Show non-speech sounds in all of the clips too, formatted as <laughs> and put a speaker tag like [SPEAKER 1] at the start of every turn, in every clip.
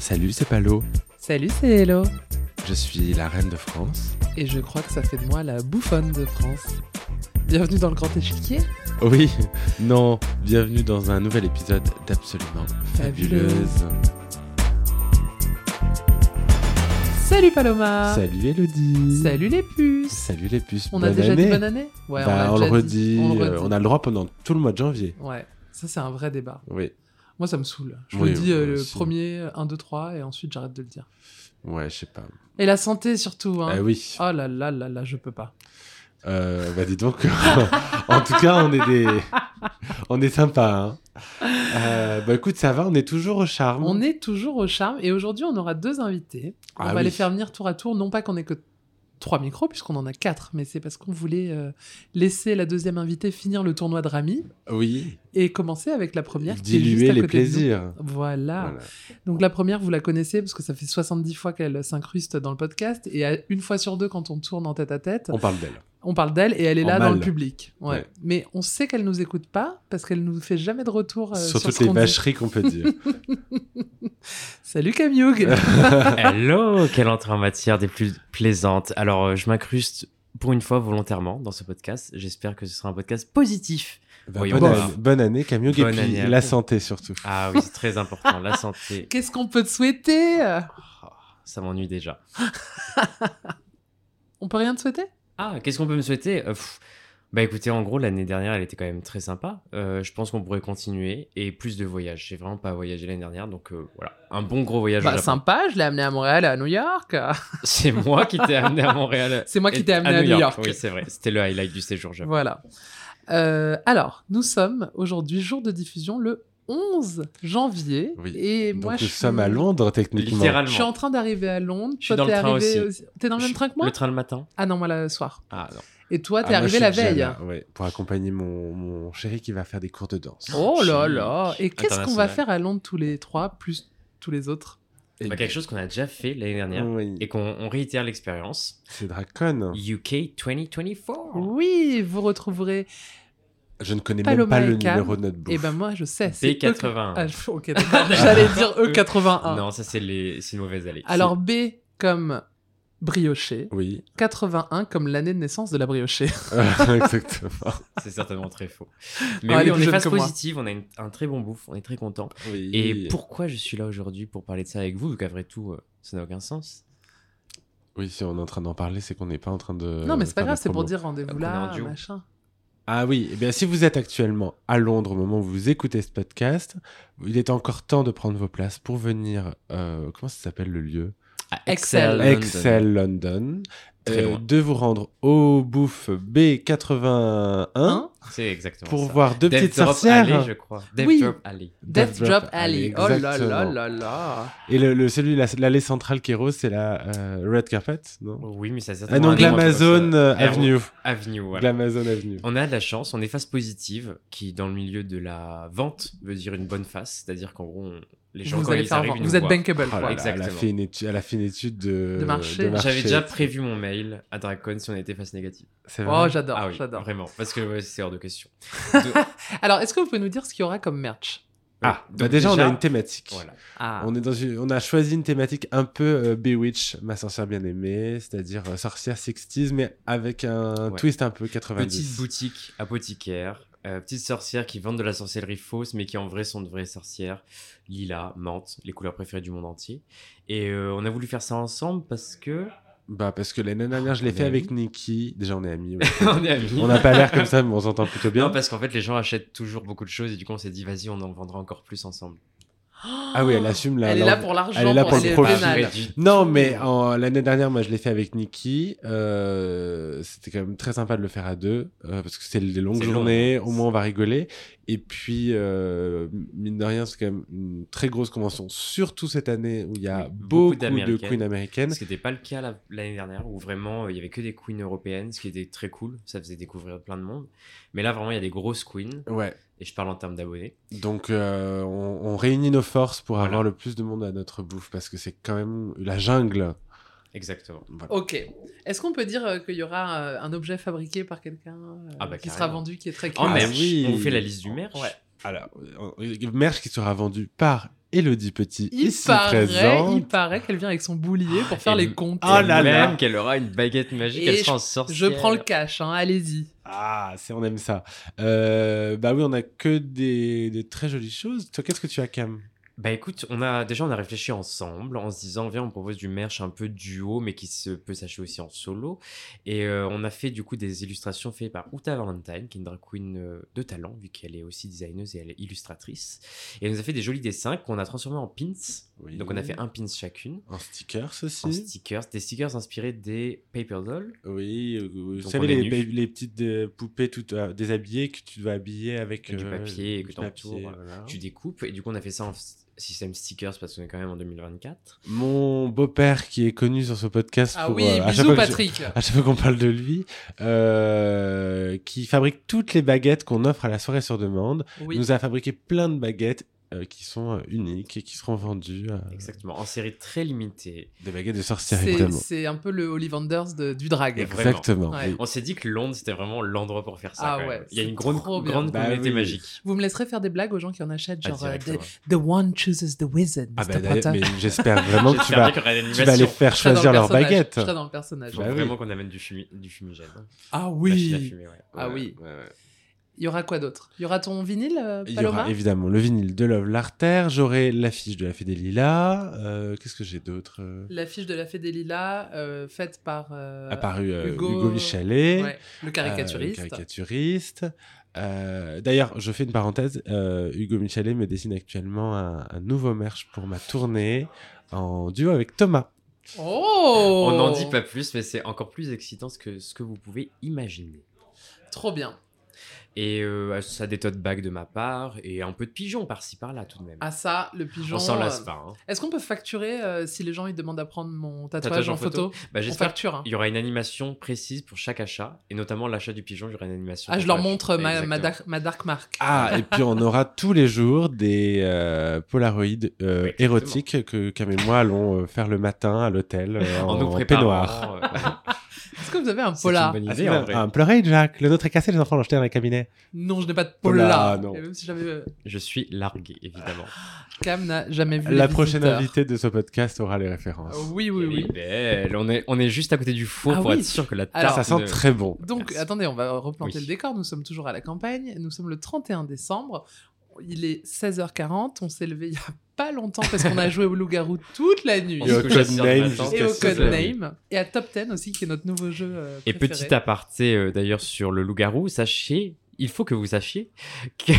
[SPEAKER 1] Salut, c'est Palo.
[SPEAKER 2] Salut, c'est Hello.
[SPEAKER 1] Je suis la reine de France.
[SPEAKER 2] Et je crois que ça fait de moi la bouffonne de France. Bienvenue dans le grand échiquier.
[SPEAKER 1] Oh Oui, non, bienvenue dans un nouvel épisode d'Absolument
[SPEAKER 2] Fabuleuse.
[SPEAKER 1] Fabuleuse.
[SPEAKER 2] Salut Paloma.
[SPEAKER 1] Salut Elodie.
[SPEAKER 2] Ah. Salut les puces.
[SPEAKER 1] Salut les puces.
[SPEAKER 2] On a
[SPEAKER 1] bonne
[SPEAKER 2] déjà
[SPEAKER 1] année.
[SPEAKER 2] dit bonne année Ouais,
[SPEAKER 1] Bah,
[SPEAKER 2] on,
[SPEAKER 1] on,
[SPEAKER 2] l'a
[SPEAKER 1] le
[SPEAKER 2] déjà dit.
[SPEAKER 1] redit,
[SPEAKER 2] On le
[SPEAKER 1] euh,
[SPEAKER 2] redit.
[SPEAKER 1] on a le droit pendant tout le mois de janvier.
[SPEAKER 2] Ouais, ça c'est un vrai débat.
[SPEAKER 1] Oui,
[SPEAKER 2] Moi ça me saoule. Je
[SPEAKER 1] Oui,
[SPEAKER 2] le dis euh,
[SPEAKER 1] moi
[SPEAKER 2] le
[SPEAKER 1] aussi.
[SPEAKER 2] premier, 1, 2, 3 et ensuite j'arrête de le dire.
[SPEAKER 1] ouais, je sais pas.
[SPEAKER 2] Et la santé surtout. Hein.
[SPEAKER 1] Ah oui,
[SPEAKER 2] Oh là là là là, je peux pas.
[SPEAKER 1] Euh, bah dis donc. <laughs> en tout cas, on est
[SPEAKER 2] <laughs>
[SPEAKER 1] des... on est sympa. bah écoute, ça va, on est toujours au charme.
[SPEAKER 2] On est toujours au charme et aujourd'hui on aura deux invités. On
[SPEAKER 1] Ah
[SPEAKER 2] va
[SPEAKER 1] oui.
[SPEAKER 2] les faire venir tour à tour, non pas qu'on ait que trois micros puisqu'on en a quatre, mais c'est parce qu'on voulait euh, laisser la deuxième invitée finir le tournoi de Rami
[SPEAKER 1] Oui.
[SPEAKER 2] et commencer avec la première qui est juste
[SPEAKER 1] Diluer
[SPEAKER 2] à
[SPEAKER 1] les
[SPEAKER 2] côté de nous. Ah,
[SPEAKER 1] plaisirs.
[SPEAKER 2] Voilà.
[SPEAKER 1] Voilà.
[SPEAKER 2] Donc la première, vous la connaissez parce que ça fait 70 fois qu'elle s'incruste dans le podcast et à- une fois sur deux quand on tourne en tête à tête,
[SPEAKER 1] On parle d'elle.
[SPEAKER 2] on parle d'elle et elle est
[SPEAKER 1] En
[SPEAKER 2] là dans
[SPEAKER 1] mal.
[SPEAKER 2] le public. Ouais.
[SPEAKER 1] Ouais.
[SPEAKER 2] Mais on sait qu'elle nous écoute pas parce qu'elle nous fait jamais de retour euh,
[SPEAKER 1] sur
[SPEAKER 2] sur
[SPEAKER 1] toutes
[SPEAKER 2] ce
[SPEAKER 1] les
[SPEAKER 2] qu'on dit.
[SPEAKER 1] vacheries qu'on peut
[SPEAKER 2] <laughs>
[SPEAKER 1] dire.
[SPEAKER 2] Salut Camille
[SPEAKER 1] <laughs>
[SPEAKER 2] Hogue.
[SPEAKER 3] Hello, quelle entrée en matière des plus plaisantes. Alors, euh, je m'incruste pour une fois volontairement dans ce podcast. J'espère que ce sera un podcast positif.
[SPEAKER 1] Bah,
[SPEAKER 3] Voyons
[SPEAKER 1] bonne,
[SPEAKER 3] voir.
[SPEAKER 1] année, bonne année, Camille, et
[SPEAKER 3] Bonne
[SPEAKER 1] puis
[SPEAKER 3] année à
[SPEAKER 1] la
[SPEAKER 3] vous.
[SPEAKER 1] santé surtout.
[SPEAKER 3] Ah oui, c'est très important, la santé.
[SPEAKER 2] Qu'est-ce qu'on peut te souhaiter
[SPEAKER 3] Oh, ça m'ennuie déjà.
[SPEAKER 2] On peut rien te souhaiter
[SPEAKER 3] Ah, qu'est-ce qu'on peut me souhaiter Euh, pff, Bah écoutez, en gros, l'année dernière, elle était quand même très sympa. Euh, je pense qu'on pourrait continuer et plus de voyages. J'ai vraiment pas voyagé l'année dernière, donc euh, voilà, un bon gros voyage. au
[SPEAKER 2] Bah
[SPEAKER 3] Japon.
[SPEAKER 2] sympa, je l'ai amené à Montréal, à New York. <laughs>
[SPEAKER 3] C'est moi qui t'ai amené à Montréal.
[SPEAKER 2] C'est <laughs> moi qui
[SPEAKER 3] Et-
[SPEAKER 2] t'ai amené à New York.
[SPEAKER 3] Oui, c'est vrai. C'était le highlight du séjour. j'avoue.
[SPEAKER 2] Voilà. Euh, alors, nous sommes aujourd'hui jour de diffusion le 11 janvier.
[SPEAKER 1] Oui.
[SPEAKER 2] Et
[SPEAKER 1] Donc
[SPEAKER 2] moi,
[SPEAKER 1] nous
[SPEAKER 2] je suis-
[SPEAKER 1] sommes à Londres techniquement.
[SPEAKER 3] Littéralement.
[SPEAKER 2] Je suis en train d'arriver à Londres.
[SPEAKER 3] Je suis
[SPEAKER 2] Toi,
[SPEAKER 3] dans le
[SPEAKER 2] t'es
[SPEAKER 3] train
[SPEAKER 2] arrivé
[SPEAKER 3] aussi.
[SPEAKER 2] T'es dans le même
[SPEAKER 3] Je-
[SPEAKER 2] train que moi
[SPEAKER 3] Le train le matin
[SPEAKER 2] Ah non, moi le soir.
[SPEAKER 3] Ah non.
[SPEAKER 2] Et toi,
[SPEAKER 1] Ah,
[SPEAKER 2] t'es
[SPEAKER 1] moi, je
[SPEAKER 2] arrivé
[SPEAKER 1] suis
[SPEAKER 2] la
[SPEAKER 1] déjà
[SPEAKER 2] veille.
[SPEAKER 1] là, ouais, pour accompagner mon, mon chéri qui va faire des cours de danse.
[SPEAKER 2] Oh là
[SPEAKER 3] Chic.
[SPEAKER 2] là. Et qu'est-ce qu'on va
[SPEAKER 3] International.
[SPEAKER 2] faire à Londres tous les trois, plus tous les autres
[SPEAKER 1] Et-
[SPEAKER 3] Bah, quelque chose qu'on a déjà fait l'année dernière
[SPEAKER 2] Mm.
[SPEAKER 1] Oui,
[SPEAKER 3] et qu'on on réitère l'expérience.
[SPEAKER 1] C'est Dracon.
[SPEAKER 3] UK 2024.
[SPEAKER 2] Oui, vous retrouverez.
[SPEAKER 1] Je ne connais
[SPEAKER 2] Paloma
[SPEAKER 1] même pas
[SPEAKER 2] et
[SPEAKER 1] le
[SPEAKER 2] Cam.
[SPEAKER 1] numéro de notre bouffe.
[SPEAKER 2] Et ben moi, je sais. c'est eux- Ah,
[SPEAKER 3] B81.
[SPEAKER 2] ok, d'accord. J'allais dire E E81.
[SPEAKER 3] Non, ça c'est les c'est une mauvaise allée.
[SPEAKER 2] Ah. Alors B comme brioché,
[SPEAKER 1] <laughs> Oui,
[SPEAKER 2] 81 comme l'année de naissance de la briochée.
[SPEAKER 1] <laughs> exactement.
[SPEAKER 3] C'est certainement
[SPEAKER 2] <laughs>
[SPEAKER 3] très faux. Mais
[SPEAKER 2] Ah, elle est
[SPEAKER 3] oui, on
[SPEAKER 2] plus
[SPEAKER 3] est
[SPEAKER 2] jeune
[SPEAKER 3] face
[SPEAKER 2] que moi.
[SPEAKER 3] positive, on a une- un très bon bouffe, on est très content.
[SPEAKER 1] Oui.
[SPEAKER 3] Et pourquoi je suis là aujourd'hui pour parler de ça avec vous Vu qu'après tout, euh, ça n'a aucun sens.
[SPEAKER 1] oui, si on est en train d'en parler, c'est qu'on n'est pas en train de.
[SPEAKER 2] non mais c'est pas
[SPEAKER 1] faire de
[SPEAKER 2] grave, c'est pour
[SPEAKER 1] Euh, promo.
[SPEAKER 2] dire rendez-vous
[SPEAKER 3] qu'on est
[SPEAKER 2] là,
[SPEAKER 3] en duo.
[SPEAKER 2] machin.
[SPEAKER 1] Ah oui, eh bien, si vous êtes actuellement à Londres au moment où vous écoutez ce podcast, il est encore temps de prendre vos places pour venir. euh, comment ça s'appelle le lieu
[SPEAKER 3] Ah,
[SPEAKER 2] Excel.
[SPEAKER 3] London.
[SPEAKER 1] Excel London.
[SPEAKER 3] Très
[SPEAKER 1] Euh,
[SPEAKER 3] loin.
[SPEAKER 1] de vous rendre au bouffe B81
[SPEAKER 2] Hein
[SPEAKER 3] C'est exactement
[SPEAKER 1] pour
[SPEAKER 3] ça.
[SPEAKER 1] voir deux
[SPEAKER 3] Death
[SPEAKER 1] petites
[SPEAKER 3] Drop
[SPEAKER 1] sorcières.
[SPEAKER 3] Alley, je crois. Death
[SPEAKER 2] Oui.
[SPEAKER 3] Drop Alley.
[SPEAKER 2] Death Drop Alley. Oh là là
[SPEAKER 1] exactement.
[SPEAKER 2] là là.
[SPEAKER 1] Et le, le- celui, la- l'allée centrale qui est rose, c'est la euh, Red Carpet, non
[SPEAKER 3] Oui, mais ça
[SPEAKER 1] Ah
[SPEAKER 3] certainement.
[SPEAKER 1] non,
[SPEAKER 3] un nom,
[SPEAKER 1] Glamazon
[SPEAKER 3] un
[SPEAKER 1] euh,
[SPEAKER 3] truc comme ça.
[SPEAKER 1] Avenue.
[SPEAKER 3] Avenue, voilà.
[SPEAKER 1] Glamazon Avenue.
[SPEAKER 3] On a de la chance, on est face positive, qui dans le milieu de la vente veut dire une bonne face, c'est-à-dire qu'en gros, on- les gens
[SPEAKER 2] Vous
[SPEAKER 3] quand
[SPEAKER 2] allez
[SPEAKER 3] ils
[SPEAKER 2] faire
[SPEAKER 3] arrivent,
[SPEAKER 2] vendre.
[SPEAKER 3] ils nous
[SPEAKER 2] Vous êtes
[SPEAKER 3] voient.
[SPEAKER 2] bankable.
[SPEAKER 1] Oh là
[SPEAKER 2] quoi.
[SPEAKER 1] là,
[SPEAKER 3] Exactement.
[SPEAKER 1] Elle, a fait une étude, elle a fait une étude de,
[SPEAKER 2] De marché.
[SPEAKER 3] J'avais déjà prévu mon mail à Dracon si on était face négative.
[SPEAKER 1] C'est vrai
[SPEAKER 2] Oh j'adore,
[SPEAKER 3] ah oui,
[SPEAKER 2] j'adore.
[SPEAKER 3] vraiment, parce que ouais, c'est hors de question.
[SPEAKER 2] Alors est-ce que vous pouvez nous dire ce qu'il y aura comme merch
[SPEAKER 1] Ah,
[SPEAKER 3] Donc
[SPEAKER 1] bah déjà, on a une thématique.
[SPEAKER 3] Voilà.
[SPEAKER 2] Ah.
[SPEAKER 1] On, est dans une- on a choisi une thématique un peu euh, Bewitch, ma sorcière bien-aimée, c'est-à-dire euh, sorcière 60s, mais avec un
[SPEAKER 3] Ouais.
[SPEAKER 1] twist un peu 90.
[SPEAKER 3] Petite boutique apothicaire, euh, petite sorcière qui vendent de la sorcellerie fausse, mais qui en vrai sont de vraies sorcières. Lila, menthe, les couleurs préférées du monde entier. Et euh, on a voulu faire ça ensemble parce que.
[SPEAKER 1] Bah, parce que l'année dernière, je l'ai
[SPEAKER 3] On est
[SPEAKER 1] fait avec
[SPEAKER 3] amis.
[SPEAKER 1] Nikki. Déjà, on est amis.
[SPEAKER 3] <laughs>
[SPEAKER 1] ouais.
[SPEAKER 3] on est amis.
[SPEAKER 1] <laughs> on n'a pas l'air comme ça, mais on s'entend plutôt bien.
[SPEAKER 3] Non, parce qu'en fait, les gens achètent toujours beaucoup de choses et du coup, on s'est dit, vas-y, on en vendra encore plus ensemble.
[SPEAKER 1] Ah oui, elle assume la.
[SPEAKER 2] Elle est
[SPEAKER 1] la-
[SPEAKER 2] là pour l'argent.
[SPEAKER 1] elle est là pour le
[SPEAKER 2] les
[SPEAKER 1] profit.
[SPEAKER 2] vénales.
[SPEAKER 1] Non, mais en- l'année dernière, moi, je l'ai fait avec Nikki. Euh, C'était quand même très sympa de le faire à deux, euh, parce que c'est des longues
[SPEAKER 3] C'est long. hein.
[SPEAKER 1] journées. Au moins, on va rigoler. Et puis, euh, mine de rien, c'est quand même une très grosse convention, surtout cette année où il y a
[SPEAKER 3] Oui,
[SPEAKER 1] beaucoup,
[SPEAKER 3] beaucoup
[SPEAKER 1] de
[SPEAKER 3] d'Américaines.
[SPEAKER 1] queens américaines.
[SPEAKER 3] Ce qui n'était pas le cas la- l'année dernière, où vraiment euh, il y avait que des queens européennes, ce qui était très cool, ça faisait découvrir plein de monde. Mais là, vraiment, il y a des grosses queens,
[SPEAKER 1] Ouais.
[SPEAKER 3] et je parle en termes d'abonnés.
[SPEAKER 1] Donc, euh, on, on réunit nos forces pour
[SPEAKER 3] Voilà.
[SPEAKER 1] avoir le plus de monde à notre bouffe, parce que c'est quand même la jungle.
[SPEAKER 3] Exactement.
[SPEAKER 1] Voilà.
[SPEAKER 2] Ok. Est-ce qu'on peut dire euh, qu'il y aura euh, un objet fabriqué par quelqu'un euh,
[SPEAKER 3] Ah bah,
[SPEAKER 2] qui sera
[SPEAKER 3] carrément.
[SPEAKER 2] vendu, qui est très
[SPEAKER 1] Ah
[SPEAKER 3] En
[SPEAKER 2] cool
[SPEAKER 3] merch,
[SPEAKER 1] oui.
[SPEAKER 3] on vous fait la liste du merch.
[SPEAKER 2] Ouais.
[SPEAKER 1] Alors, euh, merch qui sera vendu par Élodie Petit,
[SPEAKER 2] Il
[SPEAKER 1] ici
[SPEAKER 2] paraît, il
[SPEAKER 1] présente.
[SPEAKER 2] paraît qu'elle vient avec son boulier pour faire
[SPEAKER 3] Et-
[SPEAKER 2] les comptes.
[SPEAKER 1] Ah là là.
[SPEAKER 3] Même qu'elle aura une baguette magique,
[SPEAKER 2] Oh Et
[SPEAKER 3] elle sera en sorcière.
[SPEAKER 2] Je prends le cash, hein, allez-y.
[SPEAKER 1] Ah, c'est on aime ça. Euh, bah oui, on a que des, des très jolies choses. Toi, qu'est-ce que tu as, Cam
[SPEAKER 3] Bah écoute, on a déjà on a réfléchi ensemble en se disant viens on propose du merch un peu duo mais qui se, peut s'acheter aussi en solo et euh, on a fait du coup des illustrations faites par Uta Valentine qui est une drag queen euh, de talent vu qu'elle est aussi designeuse et elle est illustratrice et elle nous a fait des jolis dessins qu'on a transformés en pins
[SPEAKER 1] Oui.
[SPEAKER 3] donc on a fait un pins chacune
[SPEAKER 1] un sticker, ceci.
[SPEAKER 3] en stickers des stickers inspirés des paper dolls
[SPEAKER 1] Oui, euh, vous
[SPEAKER 3] Donc
[SPEAKER 1] savez,
[SPEAKER 3] on est
[SPEAKER 1] les,
[SPEAKER 3] nus.
[SPEAKER 1] pa- les petites euh, poupées toutes euh, déshabillées que tu dois habiller avec euh,
[SPEAKER 3] Avec du papier et que
[SPEAKER 1] du
[SPEAKER 3] t'entoures,
[SPEAKER 1] papier,
[SPEAKER 3] voilà.
[SPEAKER 1] voilà.
[SPEAKER 3] tu découpes et du coup on a fait ça en s- système stickers parce qu'on est quand même en 2024
[SPEAKER 1] Mon beau-père qui est connu sur ce podcast
[SPEAKER 2] Ah
[SPEAKER 1] pour,
[SPEAKER 2] oui,
[SPEAKER 1] euh, à chaque
[SPEAKER 2] bisous
[SPEAKER 1] fois que je-
[SPEAKER 2] Patrick.
[SPEAKER 1] <laughs> à chaque fois qu'on parle de lui, euh, qui fabrique toutes les baguettes qu'on offre à la soirée sur demande,
[SPEAKER 2] Oui.
[SPEAKER 1] nous a fabriqué plein de baguettes euh, qui sont euh, uniques et qui seront vendues. euh,
[SPEAKER 3] exactement en série très limitée
[SPEAKER 1] des baguettes de sorcières,
[SPEAKER 2] C'est
[SPEAKER 1] évidemment.
[SPEAKER 2] c'est un peu le Ollivanders de- du drag.
[SPEAKER 3] Exact.
[SPEAKER 1] Exactement.
[SPEAKER 2] Ouais.
[SPEAKER 1] oui.
[SPEAKER 3] On s'est dit que Londres, c'était vraiment l'endroit pour faire ça.
[SPEAKER 2] Ah
[SPEAKER 3] quand
[SPEAKER 2] ouais,
[SPEAKER 3] même. Il y a
[SPEAKER 2] c'est
[SPEAKER 3] une grande,
[SPEAKER 2] trop bien.
[SPEAKER 3] grande
[SPEAKER 1] Bah
[SPEAKER 3] communauté
[SPEAKER 1] oui.
[SPEAKER 3] magique.
[SPEAKER 2] Vous me laisserez faire des blagues aux gens qui en achètent,
[SPEAKER 3] Ah,
[SPEAKER 2] genre euh,
[SPEAKER 3] directement.
[SPEAKER 2] the, the one chooses the wizard,
[SPEAKER 1] Ah
[SPEAKER 2] Mr.
[SPEAKER 1] bah, d'ailleurs,
[SPEAKER 2] Potter.
[SPEAKER 1] mais j'espère vraiment que Bah tu
[SPEAKER 3] J'espère bien
[SPEAKER 1] vas,
[SPEAKER 3] qu'il y aura une
[SPEAKER 1] tu vas les
[SPEAKER 3] animation.
[SPEAKER 1] faire
[SPEAKER 2] Je serai dans
[SPEAKER 1] choisir
[SPEAKER 2] le
[SPEAKER 1] leurs
[SPEAKER 2] personnage,
[SPEAKER 1] baguettes.
[SPEAKER 2] Je serai dans le personnage.
[SPEAKER 3] Faut
[SPEAKER 1] Bah oui.
[SPEAKER 3] vraiment qu'on amène du, fumi- du fumigène. hein.
[SPEAKER 2] Ah
[SPEAKER 3] Machine à fumer, ouais.
[SPEAKER 2] Ah
[SPEAKER 1] Ouais,
[SPEAKER 2] oui.
[SPEAKER 1] ouais, ouais.
[SPEAKER 2] Il y aura quoi d'autre Il y aura ton vinyle, euh,
[SPEAKER 1] Il y
[SPEAKER 2] Paloma
[SPEAKER 1] aura évidemment le vinyle de Love Larter, j'aurai l'affiche de la Fée des Lilas, euh, qu'est-ce que j'ai d'autre euh,
[SPEAKER 2] L'affiche de la Fée des Lilas, euh, faite par euh,
[SPEAKER 1] Apparu euh,
[SPEAKER 2] Hugo-
[SPEAKER 1] Hugo, Michalet,
[SPEAKER 2] ouais, le
[SPEAKER 1] euh,
[SPEAKER 2] caricaturiste.
[SPEAKER 1] caricaturiste. Euh, D'ailleurs, je fais une parenthèse, euh, Hugo Michalet me dessine actuellement un, un nouveau merch pour ma tournée en duo avec Thomas.
[SPEAKER 2] Oh
[SPEAKER 3] On n'en dit pas plus, mais c'est encore plus excitant ce que, ce que vous pouvez imaginer.
[SPEAKER 2] Trop bien.
[SPEAKER 3] Et euh, ça a des tote bags de ma part et un peu de pigeon par-ci par-là tout de même.
[SPEAKER 2] Ah ça, le pigeon.
[SPEAKER 3] On s'en lasse
[SPEAKER 2] euh,
[SPEAKER 3] pas. hein.
[SPEAKER 2] Est-ce qu'on peut facturer euh, si les gens ils demandent à prendre mon tatouage,
[SPEAKER 3] Tatouage en
[SPEAKER 2] en photo,
[SPEAKER 3] Bah,
[SPEAKER 2] On
[SPEAKER 3] J'espère
[SPEAKER 2] facture. hein.
[SPEAKER 3] qu'il y aura une animation précise pour chaque achat et notamment l'achat du pigeon. Il y aura une animation.
[SPEAKER 2] Ah, je leur
[SPEAKER 3] tatouage.
[SPEAKER 2] montre ma, ma,
[SPEAKER 3] Exactement.
[SPEAKER 2] dark, ma dark mark.
[SPEAKER 1] Ah, et puis on aura tous les jours des euh, Polaroids euh,
[SPEAKER 3] Oui, exactement.
[SPEAKER 1] érotiques que Cam et moi allons euh, faire le matin à l'hôtel euh, en,
[SPEAKER 3] En nous
[SPEAKER 1] peignoir.
[SPEAKER 3] préparant. euh, <laughs>
[SPEAKER 2] Est-ce que vous avez un
[SPEAKER 3] C'est une
[SPEAKER 2] polar
[SPEAKER 3] bonne
[SPEAKER 1] Ah,
[SPEAKER 3] idée,
[SPEAKER 1] c'est
[SPEAKER 3] en
[SPEAKER 1] bien.
[SPEAKER 3] vrai.
[SPEAKER 1] Ah, pleurez, Jacques. Le nôtre est cassé, les enfants l'ont jeté dans le cabinet.
[SPEAKER 2] Non, je n'ai pas de
[SPEAKER 1] Polar,
[SPEAKER 2] polar.
[SPEAKER 1] non.
[SPEAKER 2] Et même si j'avais. euh,
[SPEAKER 3] Je suis largué, évidemment.
[SPEAKER 2] Cam n'a jamais vu.
[SPEAKER 1] La
[SPEAKER 2] les
[SPEAKER 1] prochaine
[SPEAKER 2] visiteurs.
[SPEAKER 1] invitée de ce podcast aura les références.
[SPEAKER 2] Euh, Oui, oui,
[SPEAKER 3] Elle
[SPEAKER 2] oui.
[SPEAKER 3] est belle. On est, on est juste à côté du four
[SPEAKER 2] Ah
[SPEAKER 3] pour
[SPEAKER 2] oui.
[SPEAKER 3] être sûr que la
[SPEAKER 2] Alors,
[SPEAKER 3] tarte.
[SPEAKER 1] ça sent
[SPEAKER 3] ne-
[SPEAKER 1] très bon.
[SPEAKER 2] Donc,
[SPEAKER 3] Merci.
[SPEAKER 2] attendez, on va replanter
[SPEAKER 3] Oui.
[SPEAKER 2] le décor. Nous sommes toujours à la campagne. Nous sommes le 31 décembre. Il est 16h40. On s'est levé il n'y a pas longtemps parce qu'on a joué au loup-garou toute la nuit.
[SPEAKER 3] On
[SPEAKER 1] Et
[SPEAKER 3] se
[SPEAKER 1] au
[SPEAKER 3] couche à six heures
[SPEAKER 1] Codename
[SPEAKER 3] du matin.
[SPEAKER 1] jusqu'à
[SPEAKER 2] Et au
[SPEAKER 1] six heures.
[SPEAKER 2] Codename. Et à Top 10 aussi, qui est notre nouveau jeu. euh,
[SPEAKER 3] Et
[SPEAKER 2] préféré.
[SPEAKER 3] petit aparté euh, d'ailleurs sur le loup-garou, sachez, il faut que vous sachiez
[SPEAKER 2] <laughs>
[SPEAKER 3] que-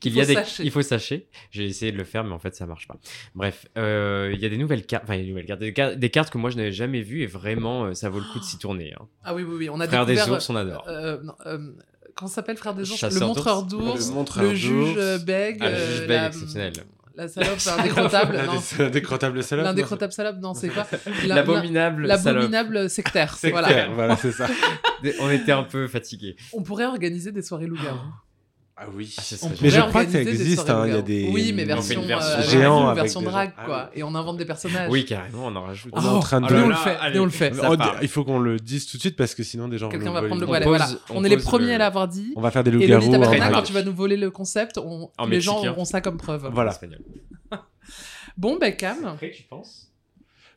[SPEAKER 3] qu'il y a
[SPEAKER 2] Faut
[SPEAKER 3] des.
[SPEAKER 2] sachez.
[SPEAKER 3] Il faut sachez. J'ai essayé de le faire, mais en fait, ça marche pas. Bref, euh, il y a des nouvelles cartes. Enfin, il y a des nouvelles cartes. Des, car- des cartes que moi, je n'avais jamais vues et vraiment, euh, ça vaut le coup de s'y tourner. hein.
[SPEAKER 2] Ah oui, oui, oui. On a
[SPEAKER 3] Frère des
[SPEAKER 2] découvert.
[SPEAKER 3] ours, on adore.
[SPEAKER 2] euh, non, euh, Comment ça s'appelle Frère des ours Le
[SPEAKER 3] Chasseur
[SPEAKER 2] montreur
[SPEAKER 3] d'ours.
[SPEAKER 2] d'ours.
[SPEAKER 1] Le montreur
[SPEAKER 2] Le juge
[SPEAKER 1] d'ours. <laughs>
[SPEAKER 2] euh, bègue.
[SPEAKER 3] Ah, le
[SPEAKER 2] euh,
[SPEAKER 3] juge bègue,
[SPEAKER 2] la-
[SPEAKER 3] exceptionnel.
[SPEAKER 2] La salope
[SPEAKER 3] <laughs>
[SPEAKER 2] indécrottable. non.
[SPEAKER 1] L'indécrottable salope.
[SPEAKER 2] L'indécrottable salope, non, c'est
[SPEAKER 3] <laughs>
[SPEAKER 2] quoi La-
[SPEAKER 3] L'abominable
[SPEAKER 2] la-
[SPEAKER 3] salope.
[SPEAKER 2] L'abominable sectaire.
[SPEAKER 1] C'est
[SPEAKER 2] voilà.
[SPEAKER 1] clair, voilà, c'est
[SPEAKER 2] <laughs>
[SPEAKER 1] ça.
[SPEAKER 3] On était un peu fatigués.
[SPEAKER 2] On pourrait organiser des soirées loup-garou.
[SPEAKER 1] Ah oui.
[SPEAKER 3] Ah, ce
[SPEAKER 2] On
[SPEAKER 3] serait
[SPEAKER 1] Mais
[SPEAKER 2] pourrait
[SPEAKER 1] je
[SPEAKER 3] Oh, génial.
[SPEAKER 1] crois que ça
[SPEAKER 2] organiser des
[SPEAKER 1] existe,
[SPEAKER 2] soirées
[SPEAKER 1] hein, il y a
[SPEAKER 2] loup-garou.
[SPEAKER 1] des-
[SPEAKER 2] Oui, mais
[SPEAKER 1] On
[SPEAKER 3] fait
[SPEAKER 2] version
[SPEAKER 3] une
[SPEAKER 2] euh,
[SPEAKER 3] version
[SPEAKER 2] avec
[SPEAKER 1] géant
[SPEAKER 2] une
[SPEAKER 1] avec
[SPEAKER 2] version
[SPEAKER 1] des-
[SPEAKER 2] drag,
[SPEAKER 1] Ah
[SPEAKER 2] quoi. Et on invente des personnages.
[SPEAKER 3] Oui, carrément, on en rajoute.
[SPEAKER 2] Ah.
[SPEAKER 1] On est en train de- Oh
[SPEAKER 2] nous, on
[SPEAKER 1] là
[SPEAKER 2] le
[SPEAKER 3] là,
[SPEAKER 2] fait.
[SPEAKER 3] allez,
[SPEAKER 2] nous, on le fait.
[SPEAKER 3] ça
[SPEAKER 1] Oh,
[SPEAKER 3] part.
[SPEAKER 1] il faut qu'on le dise tout de suite parce que sinon des gens
[SPEAKER 2] Quelqu'un
[SPEAKER 1] vont
[SPEAKER 2] va
[SPEAKER 1] le-
[SPEAKER 2] prendre le
[SPEAKER 1] on-
[SPEAKER 2] relais.
[SPEAKER 3] pose-
[SPEAKER 2] Voilà.
[SPEAKER 3] on
[SPEAKER 2] On est les
[SPEAKER 3] pose
[SPEAKER 2] premiers
[SPEAKER 3] le-
[SPEAKER 2] à l'avoir dit.
[SPEAKER 1] On va faire des loups
[SPEAKER 2] Et Elodie,
[SPEAKER 1] garous.
[SPEAKER 2] t'as pas
[SPEAKER 3] en
[SPEAKER 2] rien quand
[SPEAKER 3] drag.
[SPEAKER 2] tu vas nous voler le concept. on-
[SPEAKER 3] En
[SPEAKER 2] Les gens
[SPEAKER 3] mexicain.
[SPEAKER 2] auront ça comme preuve.
[SPEAKER 1] Voilà.
[SPEAKER 3] Espagnol.
[SPEAKER 2] Bon, ben, Cam,
[SPEAKER 3] Après, tu penses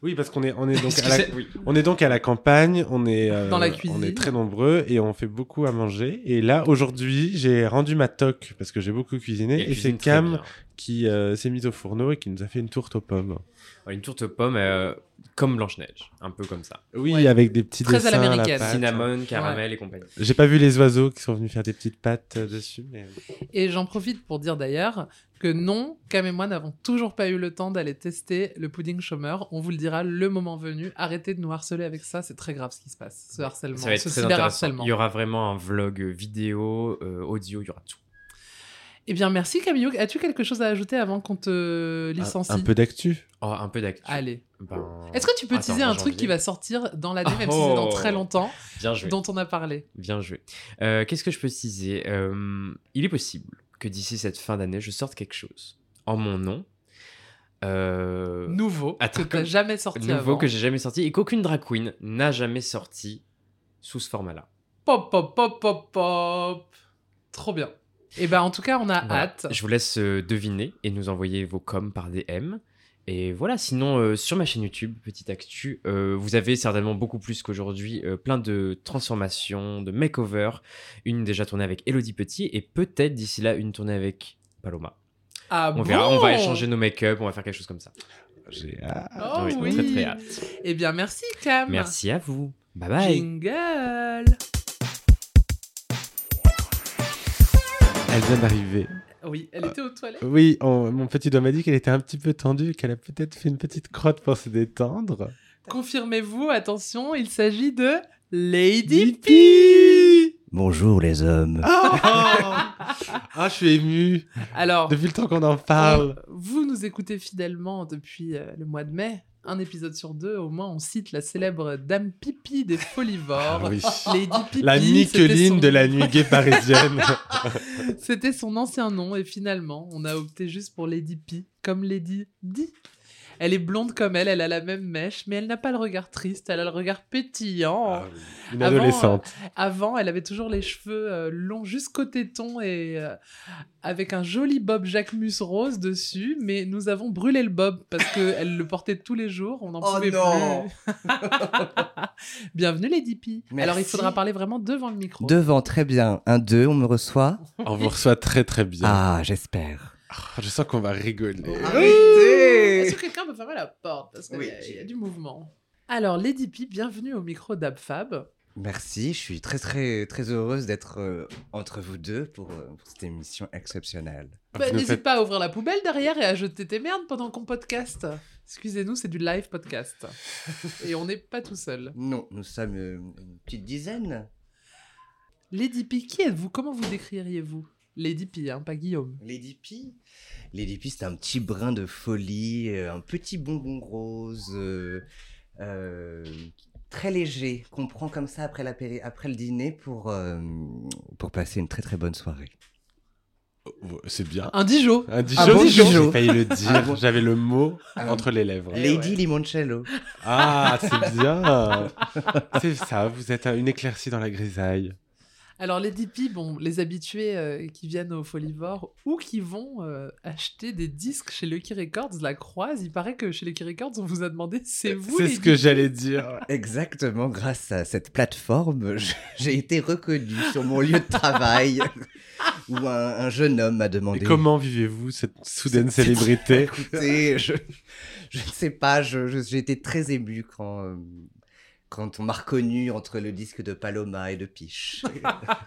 [SPEAKER 1] Oui, parce qu'on est, on est
[SPEAKER 3] <laughs>
[SPEAKER 1] donc
[SPEAKER 3] Est-ce
[SPEAKER 1] à
[SPEAKER 3] que
[SPEAKER 1] la
[SPEAKER 3] c'est- oui.
[SPEAKER 1] On est donc à la campagne, on est euh,
[SPEAKER 2] Dans la
[SPEAKER 1] on
[SPEAKER 2] cuisine.
[SPEAKER 1] est très nombreux et on fait beaucoup à manger. Et là aujourd'hui, j'ai rendu ma toque parce que j'ai beaucoup cuisiné et,
[SPEAKER 3] Elle
[SPEAKER 1] c'est
[SPEAKER 3] cuisine très
[SPEAKER 1] Cam
[SPEAKER 3] bien.
[SPEAKER 1] qui euh, s'est mise au fourneau et qui nous a fait une tourte aux pommes.
[SPEAKER 3] Ouais, Une tourte aux pommes euh, comme Blanche-Neige, un peu comme ça.
[SPEAKER 1] Oui,
[SPEAKER 2] Ouais.
[SPEAKER 1] avec des petits
[SPEAKER 2] Très à
[SPEAKER 1] dessins la
[SPEAKER 2] l'américaine.
[SPEAKER 1] pâte.
[SPEAKER 3] Cinnamon, caramel et compagnie.
[SPEAKER 1] J'ai pas vu les oiseaux qui sont venus faire des petites pattes euh, dessus, mais
[SPEAKER 2] Et j'en profite pour dire d'ailleurs que non, Cam et moi n'avons toujours pas eu le temps d'aller tester le pudding chômeur. On vous le dira le moment venu. Arrêtez de nous harceler avec ça, c'est très grave ce qui se passe, ce harcèlement,
[SPEAKER 3] Ça va être
[SPEAKER 2] ce
[SPEAKER 3] très intéressant.
[SPEAKER 2] cyberharcèlement.
[SPEAKER 3] Il y aura vraiment un vlog vidéo, euh, audio, il y aura tout.
[SPEAKER 2] Eh bien, merci Camille. As-tu quelque chose à ajouter avant qu'on te licencie
[SPEAKER 1] un, un peu d'actu.
[SPEAKER 3] Oh, un peu d'actu.
[SPEAKER 2] Allez.
[SPEAKER 3] Ben,
[SPEAKER 2] Est-ce que tu peux
[SPEAKER 3] attends,
[SPEAKER 2] teaser un
[SPEAKER 3] moi, j'en
[SPEAKER 2] truc qui
[SPEAKER 3] viens.
[SPEAKER 2] va sortir dans l'année, même si
[SPEAKER 3] Oh.
[SPEAKER 2] c'est dans très longtemps,
[SPEAKER 3] Bien joué.
[SPEAKER 2] dont on a parlé
[SPEAKER 3] Bien joué. Euh, Qu'est-ce que je peux teaser Euh, Il est possible que d'ici cette fin d'année, je sorte quelque chose en mon nom. Euh,
[SPEAKER 2] Nouveau,
[SPEAKER 3] attends,
[SPEAKER 2] que tu n'as
[SPEAKER 3] comme-
[SPEAKER 2] jamais sorti
[SPEAKER 3] nouveau
[SPEAKER 2] avant.
[SPEAKER 3] que j'ai jamais sorti et qu'aucune drag queen n'a jamais sorti sous ce format-là.
[SPEAKER 2] Pop, pop, pop, pop, pop. Trop bien. Et ben en tout cas, on a
[SPEAKER 3] Voilà.
[SPEAKER 2] hâte.
[SPEAKER 3] Je vous laisse euh, deviner et nous envoyer vos coms par DM. Et voilà, sinon, euh, sur ma chaîne YouTube, Petite Actu, euh, vous avez certainement beaucoup plus qu'aujourd'hui, euh, plein de transformations, de makeovers. Une déjà tournée avec Elodie Petit et peut-être d'ici là une tournée avec Paloma.
[SPEAKER 2] Ah
[SPEAKER 3] On
[SPEAKER 2] bon
[SPEAKER 3] verra, on va échanger nos make-up, on va faire quelque chose comme ça.
[SPEAKER 1] J'ai ah, hâte.
[SPEAKER 2] Oh
[SPEAKER 3] Oui,
[SPEAKER 2] oui.
[SPEAKER 3] très très hâte.
[SPEAKER 2] Eh bien, merci Cam.
[SPEAKER 3] Merci à vous. Bye bye.
[SPEAKER 2] Jingle.
[SPEAKER 1] Elle vient d'arriver.
[SPEAKER 2] Oui, elle était aux toilettes.
[SPEAKER 1] Oui, on- mon petit doigt m'a dit qu'elle était un petit peu tendue, qu'elle a peut-être fait une petite crotte pour se détendre.
[SPEAKER 2] Confirmez-vous, attention, il s'agit de Lady P.
[SPEAKER 1] Dipi
[SPEAKER 4] Bonjour les hommes.
[SPEAKER 1] Ah, <laughs> Ah, je suis ému.
[SPEAKER 2] Alors,
[SPEAKER 1] Depuis le temps qu'on en parle.
[SPEAKER 2] on- vous nous écoutez fidèlement depuis euh, le mois de mai. Un épisode sur deux, au moins, on cite la célèbre Dame Pipi des Folivores.
[SPEAKER 1] Ah oui.
[SPEAKER 2] Lady Pipi,
[SPEAKER 1] La
[SPEAKER 2] c'était son-
[SPEAKER 1] Nicoline de la nuit gay
[SPEAKER 2] <laughs>
[SPEAKER 1] parisienne.
[SPEAKER 2] C'était son ancien nom et finalement, on a opté juste pour Lady P, comme Lady Di. Elle est blonde comme elle, elle a la même mèche, mais elle n'a pas le regard triste, elle a le regard pétillant.
[SPEAKER 1] Ah oui. Une
[SPEAKER 2] Avant,
[SPEAKER 1] adolescente.
[SPEAKER 2] Avant, elle avait toujours les cheveux euh, longs jusqu'au téton et euh, avec un joli bob Jacquemus rose dessus, mais nous avons brûlé le bob parce qu'elle le portait tous les jours, on n'en
[SPEAKER 4] Oh
[SPEAKER 2] pouvait
[SPEAKER 4] non
[SPEAKER 2] plus. <laughs> Bienvenue Lady P. Alors il
[SPEAKER 4] Merci.
[SPEAKER 2] faudra parler vraiment devant le micro.
[SPEAKER 4] Devant, très bien. Un, deux, on me reçoit.
[SPEAKER 2] euh,
[SPEAKER 1] On vous reçoit très très bien.
[SPEAKER 4] Ah, j'espère.
[SPEAKER 1] Ah, Je sens qu'on va rigoler.
[SPEAKER 2] Est-ce que quelqu'un peut fermer la porte Parce qu'il
[SPEAKER 4] Oui,
[SPEAKER 2] y, a-
[SPEAKER 4] j'ai-
[SPEAKER 2] il y a du mouvement. Alors, Lady P, bienvenue au micro
[SPEAKER 1] Ah,
[SPEAKER 2] d'AbFab.
[SPEAKER 4] Merci, je suis très très très heureuse d'être euh, entre vous deux pour, euh, pour cette émission exceptionnelle.
[SPEAKER 1] Vous
[SPEAKER 2] Bah,
[SPEAKER 1] nous
[SPEAKER 2] N'hésite
[SPEAKER 1] faites-
[SPEAKER 2] pas à ouvrir la poubelle derrière et à jeter tes merdes pendant qu'on podcast. Excusez-nous, c'est du live podcast. et on n'est pas tout seul.
[SPEAKER 4] Non, nous sommes euh, une petite dizaine.
[SPEAKER 2] Lady P, qui êtes-vous Comment vous décririez-vous Lady P, hein, pas Guillaume.
[SPEAKER 4] Lady P. Lady P, c'est un petit brin de folie, euh, un petit bonbon rose, euh, euh, très léger, qu'on prend comme ça après, l'apéri- après le dîner pour, euh, pour passer une très très bonne soirée.
[SPEAKER 1] Oh, C'est bien.
[SPEAKER 2] Un Dijon
[SPEAKER 1] Un Ah Dijon,
[SPEAKER 4] Un bon
[SPEAKER 1] Dijon.
[SPEAKER 4] Dijon.
[SPEAKER 1] J'ai failli le dire.
[SPEAKER 4] bon-
[SPEAKER 1] J'avais le mot
[SPEAKER 4] Un-
[SPEAKER 1] entre les lèvres.
[SPEAKER 2] Eh
[SPEAKER 4] Lady
[SPEAKER 2] ouais.
[SPEAKER 4] Limoncello.
[SPEAKER 1] Ah, c'est <laughs> bien. c'est ça, vous êtes un- une éclaircie dans la grisaille.
[SPEAKER 2] Alors, Lady P, bon, les habitués euh, qui viennent au Folivore ou qui vont euh, acheter des disques chez Lucky Records, la croise, il paraît que chez Lucky Records, on vous a demandé c'est vous
[SPEAKER 1] Euh, C'est
[SPEAKER 2] Lady
[SPEAKER 1] ce que j'allais dire.
[SPEAKER 4] Exactement, grâce à cette plateforme, je- <laughs> j'ai été reconnue sur mon lieu de travail <laughs> où un, un jeune homme m'a
[SPEAKER 1] Et
[SPEAKER 4] demandé.
[SPEAKER 1] comment vivez-vous cette soudaine
[SPEAKER 4] C'est-
[SPEAKER 1] <laughs>
[SPEAKER 4] c'est-
[SPEAKER 1] célébrité
[SPEAKER 4] Écoutez, je, je ne sais pas, je- je- j'ai été très ému quand, euh, quand on m'a reconnu entre le disque de Paloma et
[SPEAKER 2] <laughs>
[SPEAKER 4] de Piche.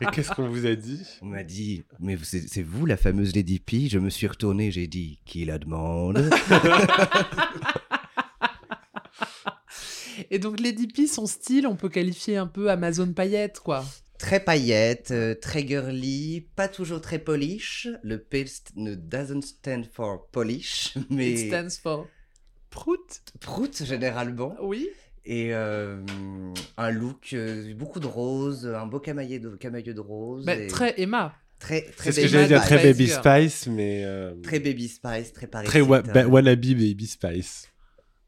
[SPEAKER 1] Et qu'est-ce qu'on vous a dit
[SPEAKER 4] On m'a dit, mais vous- c'est c'est vous la fameuse Lady P Je me suis retourné, j'ai dit, qui
[SPEAKER 2] <laughs>
[SPEAKER 4] la demande
[SPEAKER 2] Et donc Lady P, son style, on peut qualifier un peu Amazon paillette, quoi.
[SPEAKER 4] Très paillette, euh, très girly, pas toujours très polish. Le P st- ne doesn't stand for polish, <laughs> mais...
[SPEAKER 2] It stands for prout.
[SPEAKER 4] prout généralement
[SPEAKER 2] Oui.
[SPEAKER 4] et euh, un look euh, beaucoup de rose un beau camaillé de camailleux de rose
[SPEAKER 2] Bah,
[SPEAKER 4] et
[SPEAKER 2] très Emma.
[SPEAKER 4] très
[SPEAKER 1] C'est
[SPEAKER 4] très
[SPEAKER 1] ce que
[SPEAKER 4] baby,
[SPEAKER 1] j'allais dire,
[SPEAKER 4] spice,
[SPEAKER 1] très Baby
[SPEAKER 2] Spice
[SPEAKER 1] Spice, mais... euh,
[SPEAKER 4] très baby spice très paris
[SPEAKER 1] très wa- bah,
[SPEAKER 4] euh,
[SPEAKER 1] ba- wannabe Baby Spice.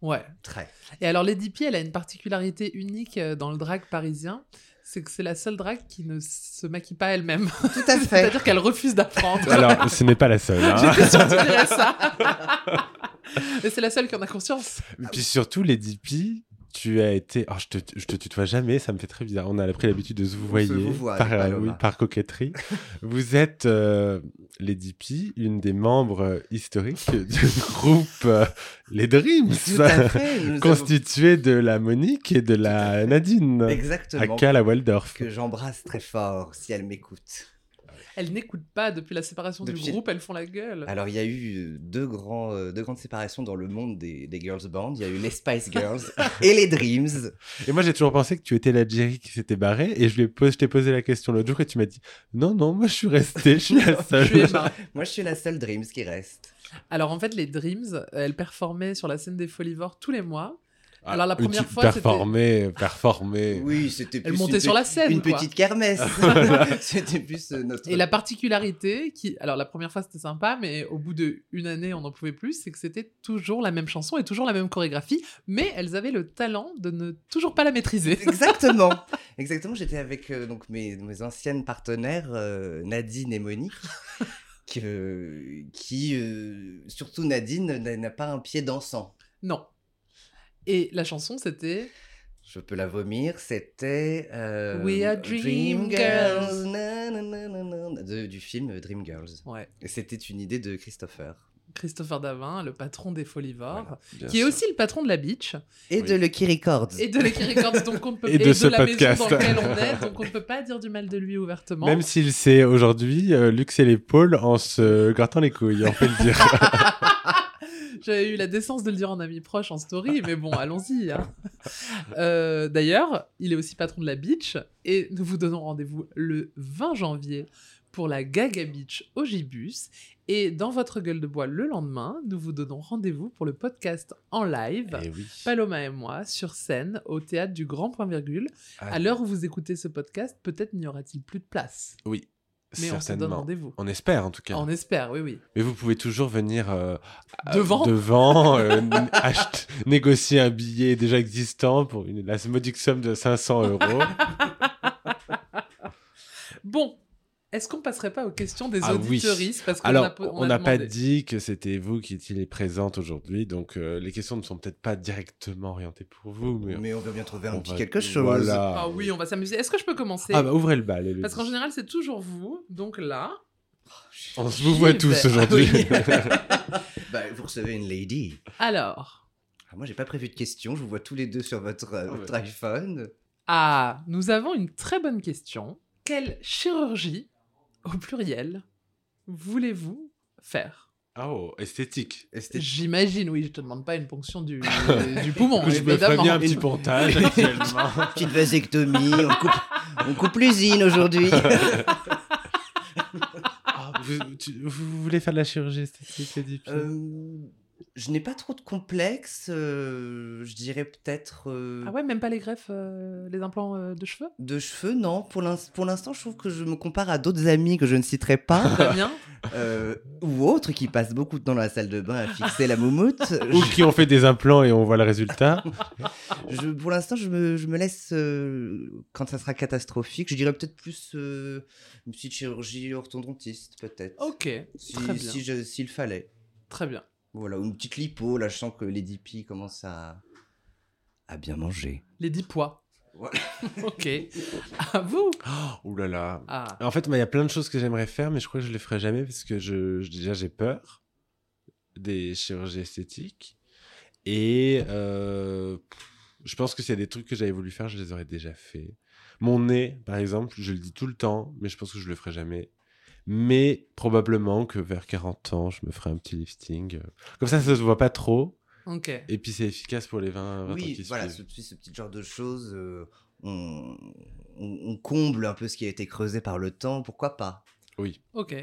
[SPEAKER 2] Ouais.
[SPEAKER 4] très
[SPEAKER 2] Et alors Lady P, elle a une particularité unique euh, dans le drag parisien. C'est que c'est la seule drague qui ne se maquille pas elle-même.
[SPEAKER 4] tout à fait
[SPEAKER 2] <laughs> C'est-à-dire qu'elle refuse d'apprendre. <laughs>
[SPEAKER 4] <laughs>
[SPEAKER 1] Alors, ce n'est pas la seule. hein.
[SPEAKER 2] J'étais sûre que tu dirais ça. <laughs> Mais c'est la seule qui en a conscience.
[SPEAKER 1] Et Puis surtout, les DP, tu as été. Oh, je, te, je te tutoie jamais, ça me fait très bizarre. On a pris l'habitude de se vous voyez
[SPEAKER 4] se vouvoie
[SPEAKER 1] par,
[SPEAKER 4] avec
[SPEAKER 1] euh,
[SPEAKER 4] Paloma.
[SPEAKER 1] oui, par coquetterie. vous êtes euh, les DP, une des membres euh, historiques du groupe euh, Les Dreams,
[SPEAKER 4] tout à fait nous avons-
[SPEAKER 1] constitué de la Monique et de la Nadine,
[SPEAKER 4] exactement
[SPEAKER 1] aka la Waldorf.
[SPEAKER 4] que j'embrasse très fort si elle m'écoute
[SPEAKER 2] Elle n'écoute pas depuis la séparation du
[SPEAKER 4] Depuis-
[SPEAKER 2] groupe, elles font la gueule.
[SPEAKER 4] alors il y a eu euh, deux grands euh, deux grandes séparations dans le monde des, des girls bands il y a eu les Spice
[SPEAKER 1] <laughs>
[SPEAKER 4] Girls et les Dreams
[SPEAKER 1] Et moi, j'ai toujours pensé que tu étais la Jerry qui s'était barrée, et je, lui ai posé, je t'ai posé la question l'autre jour, et tu m'as dit Non, non, moi, je suis restée, je suis la
[SPEAKER 2] <laughs> Je
[SPEAKER 1] seule.
[SPEAKER 2] suis Emma.
[SPEAKER 4] moi je suis la seule Dreams qui reste
[SPEAKER 2] Alors en fait, les Dreams, euh, elles performaient sur la scène des Folivores tous les mois. Alors, la
[SPEAKER 1] Ah, une
[SPEAKER 2] première
[SPEAKER 1] petite-
[SPEAKER 2] fois, c'était-
[SPEAKER 1] Performer, performer.
[SPEAKER 4] Oui, c'était
[SPEAKER 2] Elle
[SPEAKER 4] plus
[SPEAKER 2] montait
[SPEAKER 4] une
[SPEAKER 2] sur
[SPEAKER 4] pe-
[SPEAKER 2] la scène,
[SPEAKER 4] Une
[SPEAKER 2] quoi. <laughs>
[SPEAKER 4] petite kermesse. c'était plus euh, notre. <laughs>
[SPEAKER 2] Et la particularité, qui, alors la première fois c'était sympa, mais au bout de une année on n'en pouvait plus, c'est que c'était toujours la même chanson et toujours la même chorégraphie, mais elles avaient le talent de ne toujours pas la maîtriser.
[SPEAKER 4] Exactement. Exactement. J'étais avec euh, donc mes, mes anciennes partenaires, euh, Nadine et Monique. <laughs> que- qui, euh, surtout Nadine, n'a n'a pas un pied dansant.
[SPEAKER 2] <laughs> Non. Et la chanson c'était
[SPEAKER 4] Je peux la vomir, c'était. euh,
[SPEAKER 2] We are dream girls.
[SPEAKER 4] na, na, na, na, na, de- du film euh, Dream Girls.
[SPEAKER 2] ouais,
[SPEAKER 4] Et c'était une idée de Christopher.
[SPEAKER 2] Christopher Davin, le patron des Folivores,
[SPEAKER 4] Voilà.
[SPEAKER 1] bien
[SPEAKER 2] qui est
[SPEAKER 1] sûr.
[SPEAKER 2] aussi le patron de la Beach
[SPEAKER 4] Et
[SPEAKER 1] Oui.
[SPEAKER 4] de Lucky Records.
[SPEAKER 1] <laughs>
[SPEAKER 2] et de Lucky Records, donc on ne peut
[SPEAKER 1] Et de ce
[SPEAKER 2] la
[SPEAKER 1] podcast.
[SPEAKER 2] maison dans laquelle on
[SPEAKER 1] <laughs>
[SPEAKER 2] est, donc on ne peut pas dire du mal de lui ouvertement.
[SPEAKER 1] Même s'il s'est aujourd'hui euh, luxé l'épaule en se grattant les couilles, on peut le dire.
[SPEAKER 2] <laughs> J'avais eu la décence de le dire en ami proche en story, mais bon, allons-y. hein. Euh, D'ailleurs, il est aussi patron de la Beach et nous vous donnons rendez-vous le 20 janvier pour la Gaga Beach au Gibus. Et dans votre gueule de bois le lendemain, nous vous donnons rendez-vous pour le podcast en live.
[SPEAKER 1] Eh oui.
[SPEAKER 2] Paloma et moi sur scène au théâtre du Grand Point Virgule.
[SPEAKER 1] Ah,
[SPEAKER 2] À l'heure où vous écoutez ce podcast, peut-être n'y aura-t-il plus de place,
[SPEAKER 1] Oui,
[SPEAKER 2] mais on se donne
[SPEAKER 1] certainement.
[SPEAKER 2] rendez-vous.
[SPEAKER 1] On espère en tout cas.
[SPEAKER 2] On espère, oui, oui.
[SPEAKER 1] Mais vous pouvez toujours venir euh, à-
[SPEAKER 2] Devant. <laughs>
[SPEAKER 1] devant, euh, n- achete- négocier un billet déjà existant pour une, la modique somme de 500 euros.
[SPEAKER 2] Bon, est-ce qu'on passerait pas aux questions des
[SPEAKER 1] Ah oui.
[SPEAKER 2] auditoristes parce qu'on
[SPEAKER 1] Alors,
[SPEAKER 2] a po- on
[SPEAKER 1] on
[SPEAKER 2] a
[SPEAKER 1] n'a pas
[SPEAKER 2] demandé.
[SPEAKER 1] dit que c'était vous qui étiez les présentes aujourd'hui, donc euh, les questions ne sont peut-être pas directement orientées pour vous, mais,
[SPEAKER 4] Mais on va bien trouver un
[SPEAKER 1] on
[SPEAKER 4] petit
[SPEAKER 1] va-
[SPEAKER 4] quelque chose.
[SPEAKER 1] Voilà.
[SPEAKER 2] Ah oui, on va s'amuser. Est-ce que je peux commencer
[SPEAKER 1] Ah bah ouvrez le bal. Élodie.
[SPEAKER 2] Parce qu'en général, c'est toujours vous. Donc là,
[SPEAKER 1] on se vous voit
[SPEAKER 2] j'y
[SPEAKER 1] tous
[SPEAKER 2] vais. <laughs>
[SPEAKER 1] aujourd'hui. <laughs>
[SPEAKER 4] Bah, vous recevez une lady.
[SPEAKER 2] alors,
[SPEAKER 4] Ah, moi, j'ai pas prévu de questions. Je vous vois tous les deux sur votre, euh,
[SPEAKER 1] Ah ouais.
[SPEAKER 4] votre iPhone.
[SPEAKER 2] ah, nous avons une très bonne question. Quelle chirurgie, au pluriel, voulez-vous faire
[SPEAKER 1] Ah, oh, esthétique.
[SPEAKER 4] Et c'était-
[SPEAKER 2] J'imagine, oui, je te demande pas une
[SPEAKER 1] <laughs>
[SPEAKER 2] ponction du, du poumon,
[SPEAKER 1] je me ferais
[SPEAKER 2] évidemment.
[SPEAKER 1] bien un petit
[SPEAKER 2] <laughs>
[SPEAKER 1] pontage actuellement.
[SPEAKER 4] Petite vasectomie. on coupe, on coupe l'usine aujourd'hui.
[SPEAKER 1] Ah, vous, tu- vous voulez faire de la chirurgie esthétique, Élodie, puis-
[SPEAKER 4] Euh, je n'ai pas trop de complexe. euh, je dirais peut-être. euh,
[SPEAKER 2] Ah ouais, même pas les greffes, euh, les implants euh, de
[SPEAKER 1] <laughs>
[SPEAKER 2] cheveux
[SPEAKER 4] De cheveux, non. Pour l'ins- pour l'instant, je trouve que je me compare à d'autres amis que je ne citerai pas,
[SPEAKER 2] <laughs> Damien
[SPEAKER 4] euh, ou autres qui passent beaucoup de temps dans la salle de bain à fixer la moumoute.
[SPEAKER 1] Ou qui ont fait des implants et on voit le
[SPEAKER 4] <laughs>
[SPEAKER 1] résultat.
[SPEAKER 4] Je- pour l'instant, je me, je me laisse, euh, quand ça sera catastrophique, je dirais peut-être plus euh, une petite chirurgie orthodontiste, peut-être.
[SPEAKER 2] Ok,
[SPEAKER 4] si,
[SPEAKER 2] très bien.
[SPEAKER 4] si je- S'il fallait.
[SPEAKER 2] Très bien.
[SPEAKER 4] Voilà, ou une petite lipo, là, je sens que les P commence à, à bien manger.
[SPEAKER 2] Les 10 poids.
[SPEAKER 4] Voilà.
[SPEAKER 2] <laughs> ok. À vous
[SPEAKER 1] Ouh là là.
[SPEAKER 2] Ah,
[SPEAKER 1] En fait, moi, il y a plein de choses que j'aimerais faire, mais je crois que je les ferai jamais parce que je, je- déjà j'ai peur des chirurgies esthétiques. Et euh, je pense que s'il y a des trucs que j'avais voulu faire, je les aurais déjà fait. Mon nez, par exemple, je le dis tout le temps, mais je pense que je le ferai jamais. Mais probablement que vers 40 ans, je me ferai un petit lifting. Comme ça, ça se voit pas trop.
[SPEAKER 2] ok.
[SPEAKER 1] Et puis, c'est efficace pour les 20, 20 ans
[SPEAKER 4] Oui,
[SPEAKER 1] qui
[SPEAKER 4] voilà, ce,
[SPEAKER 1] suivent.
[SPEAKER 4] petit- ce petit genre de choses, euh, on, on- on comble un peu ce qui a été creusé par le temps, pourquoi pas
[SPEAKER 1] Oui.
[SPEAKER 2] Ok.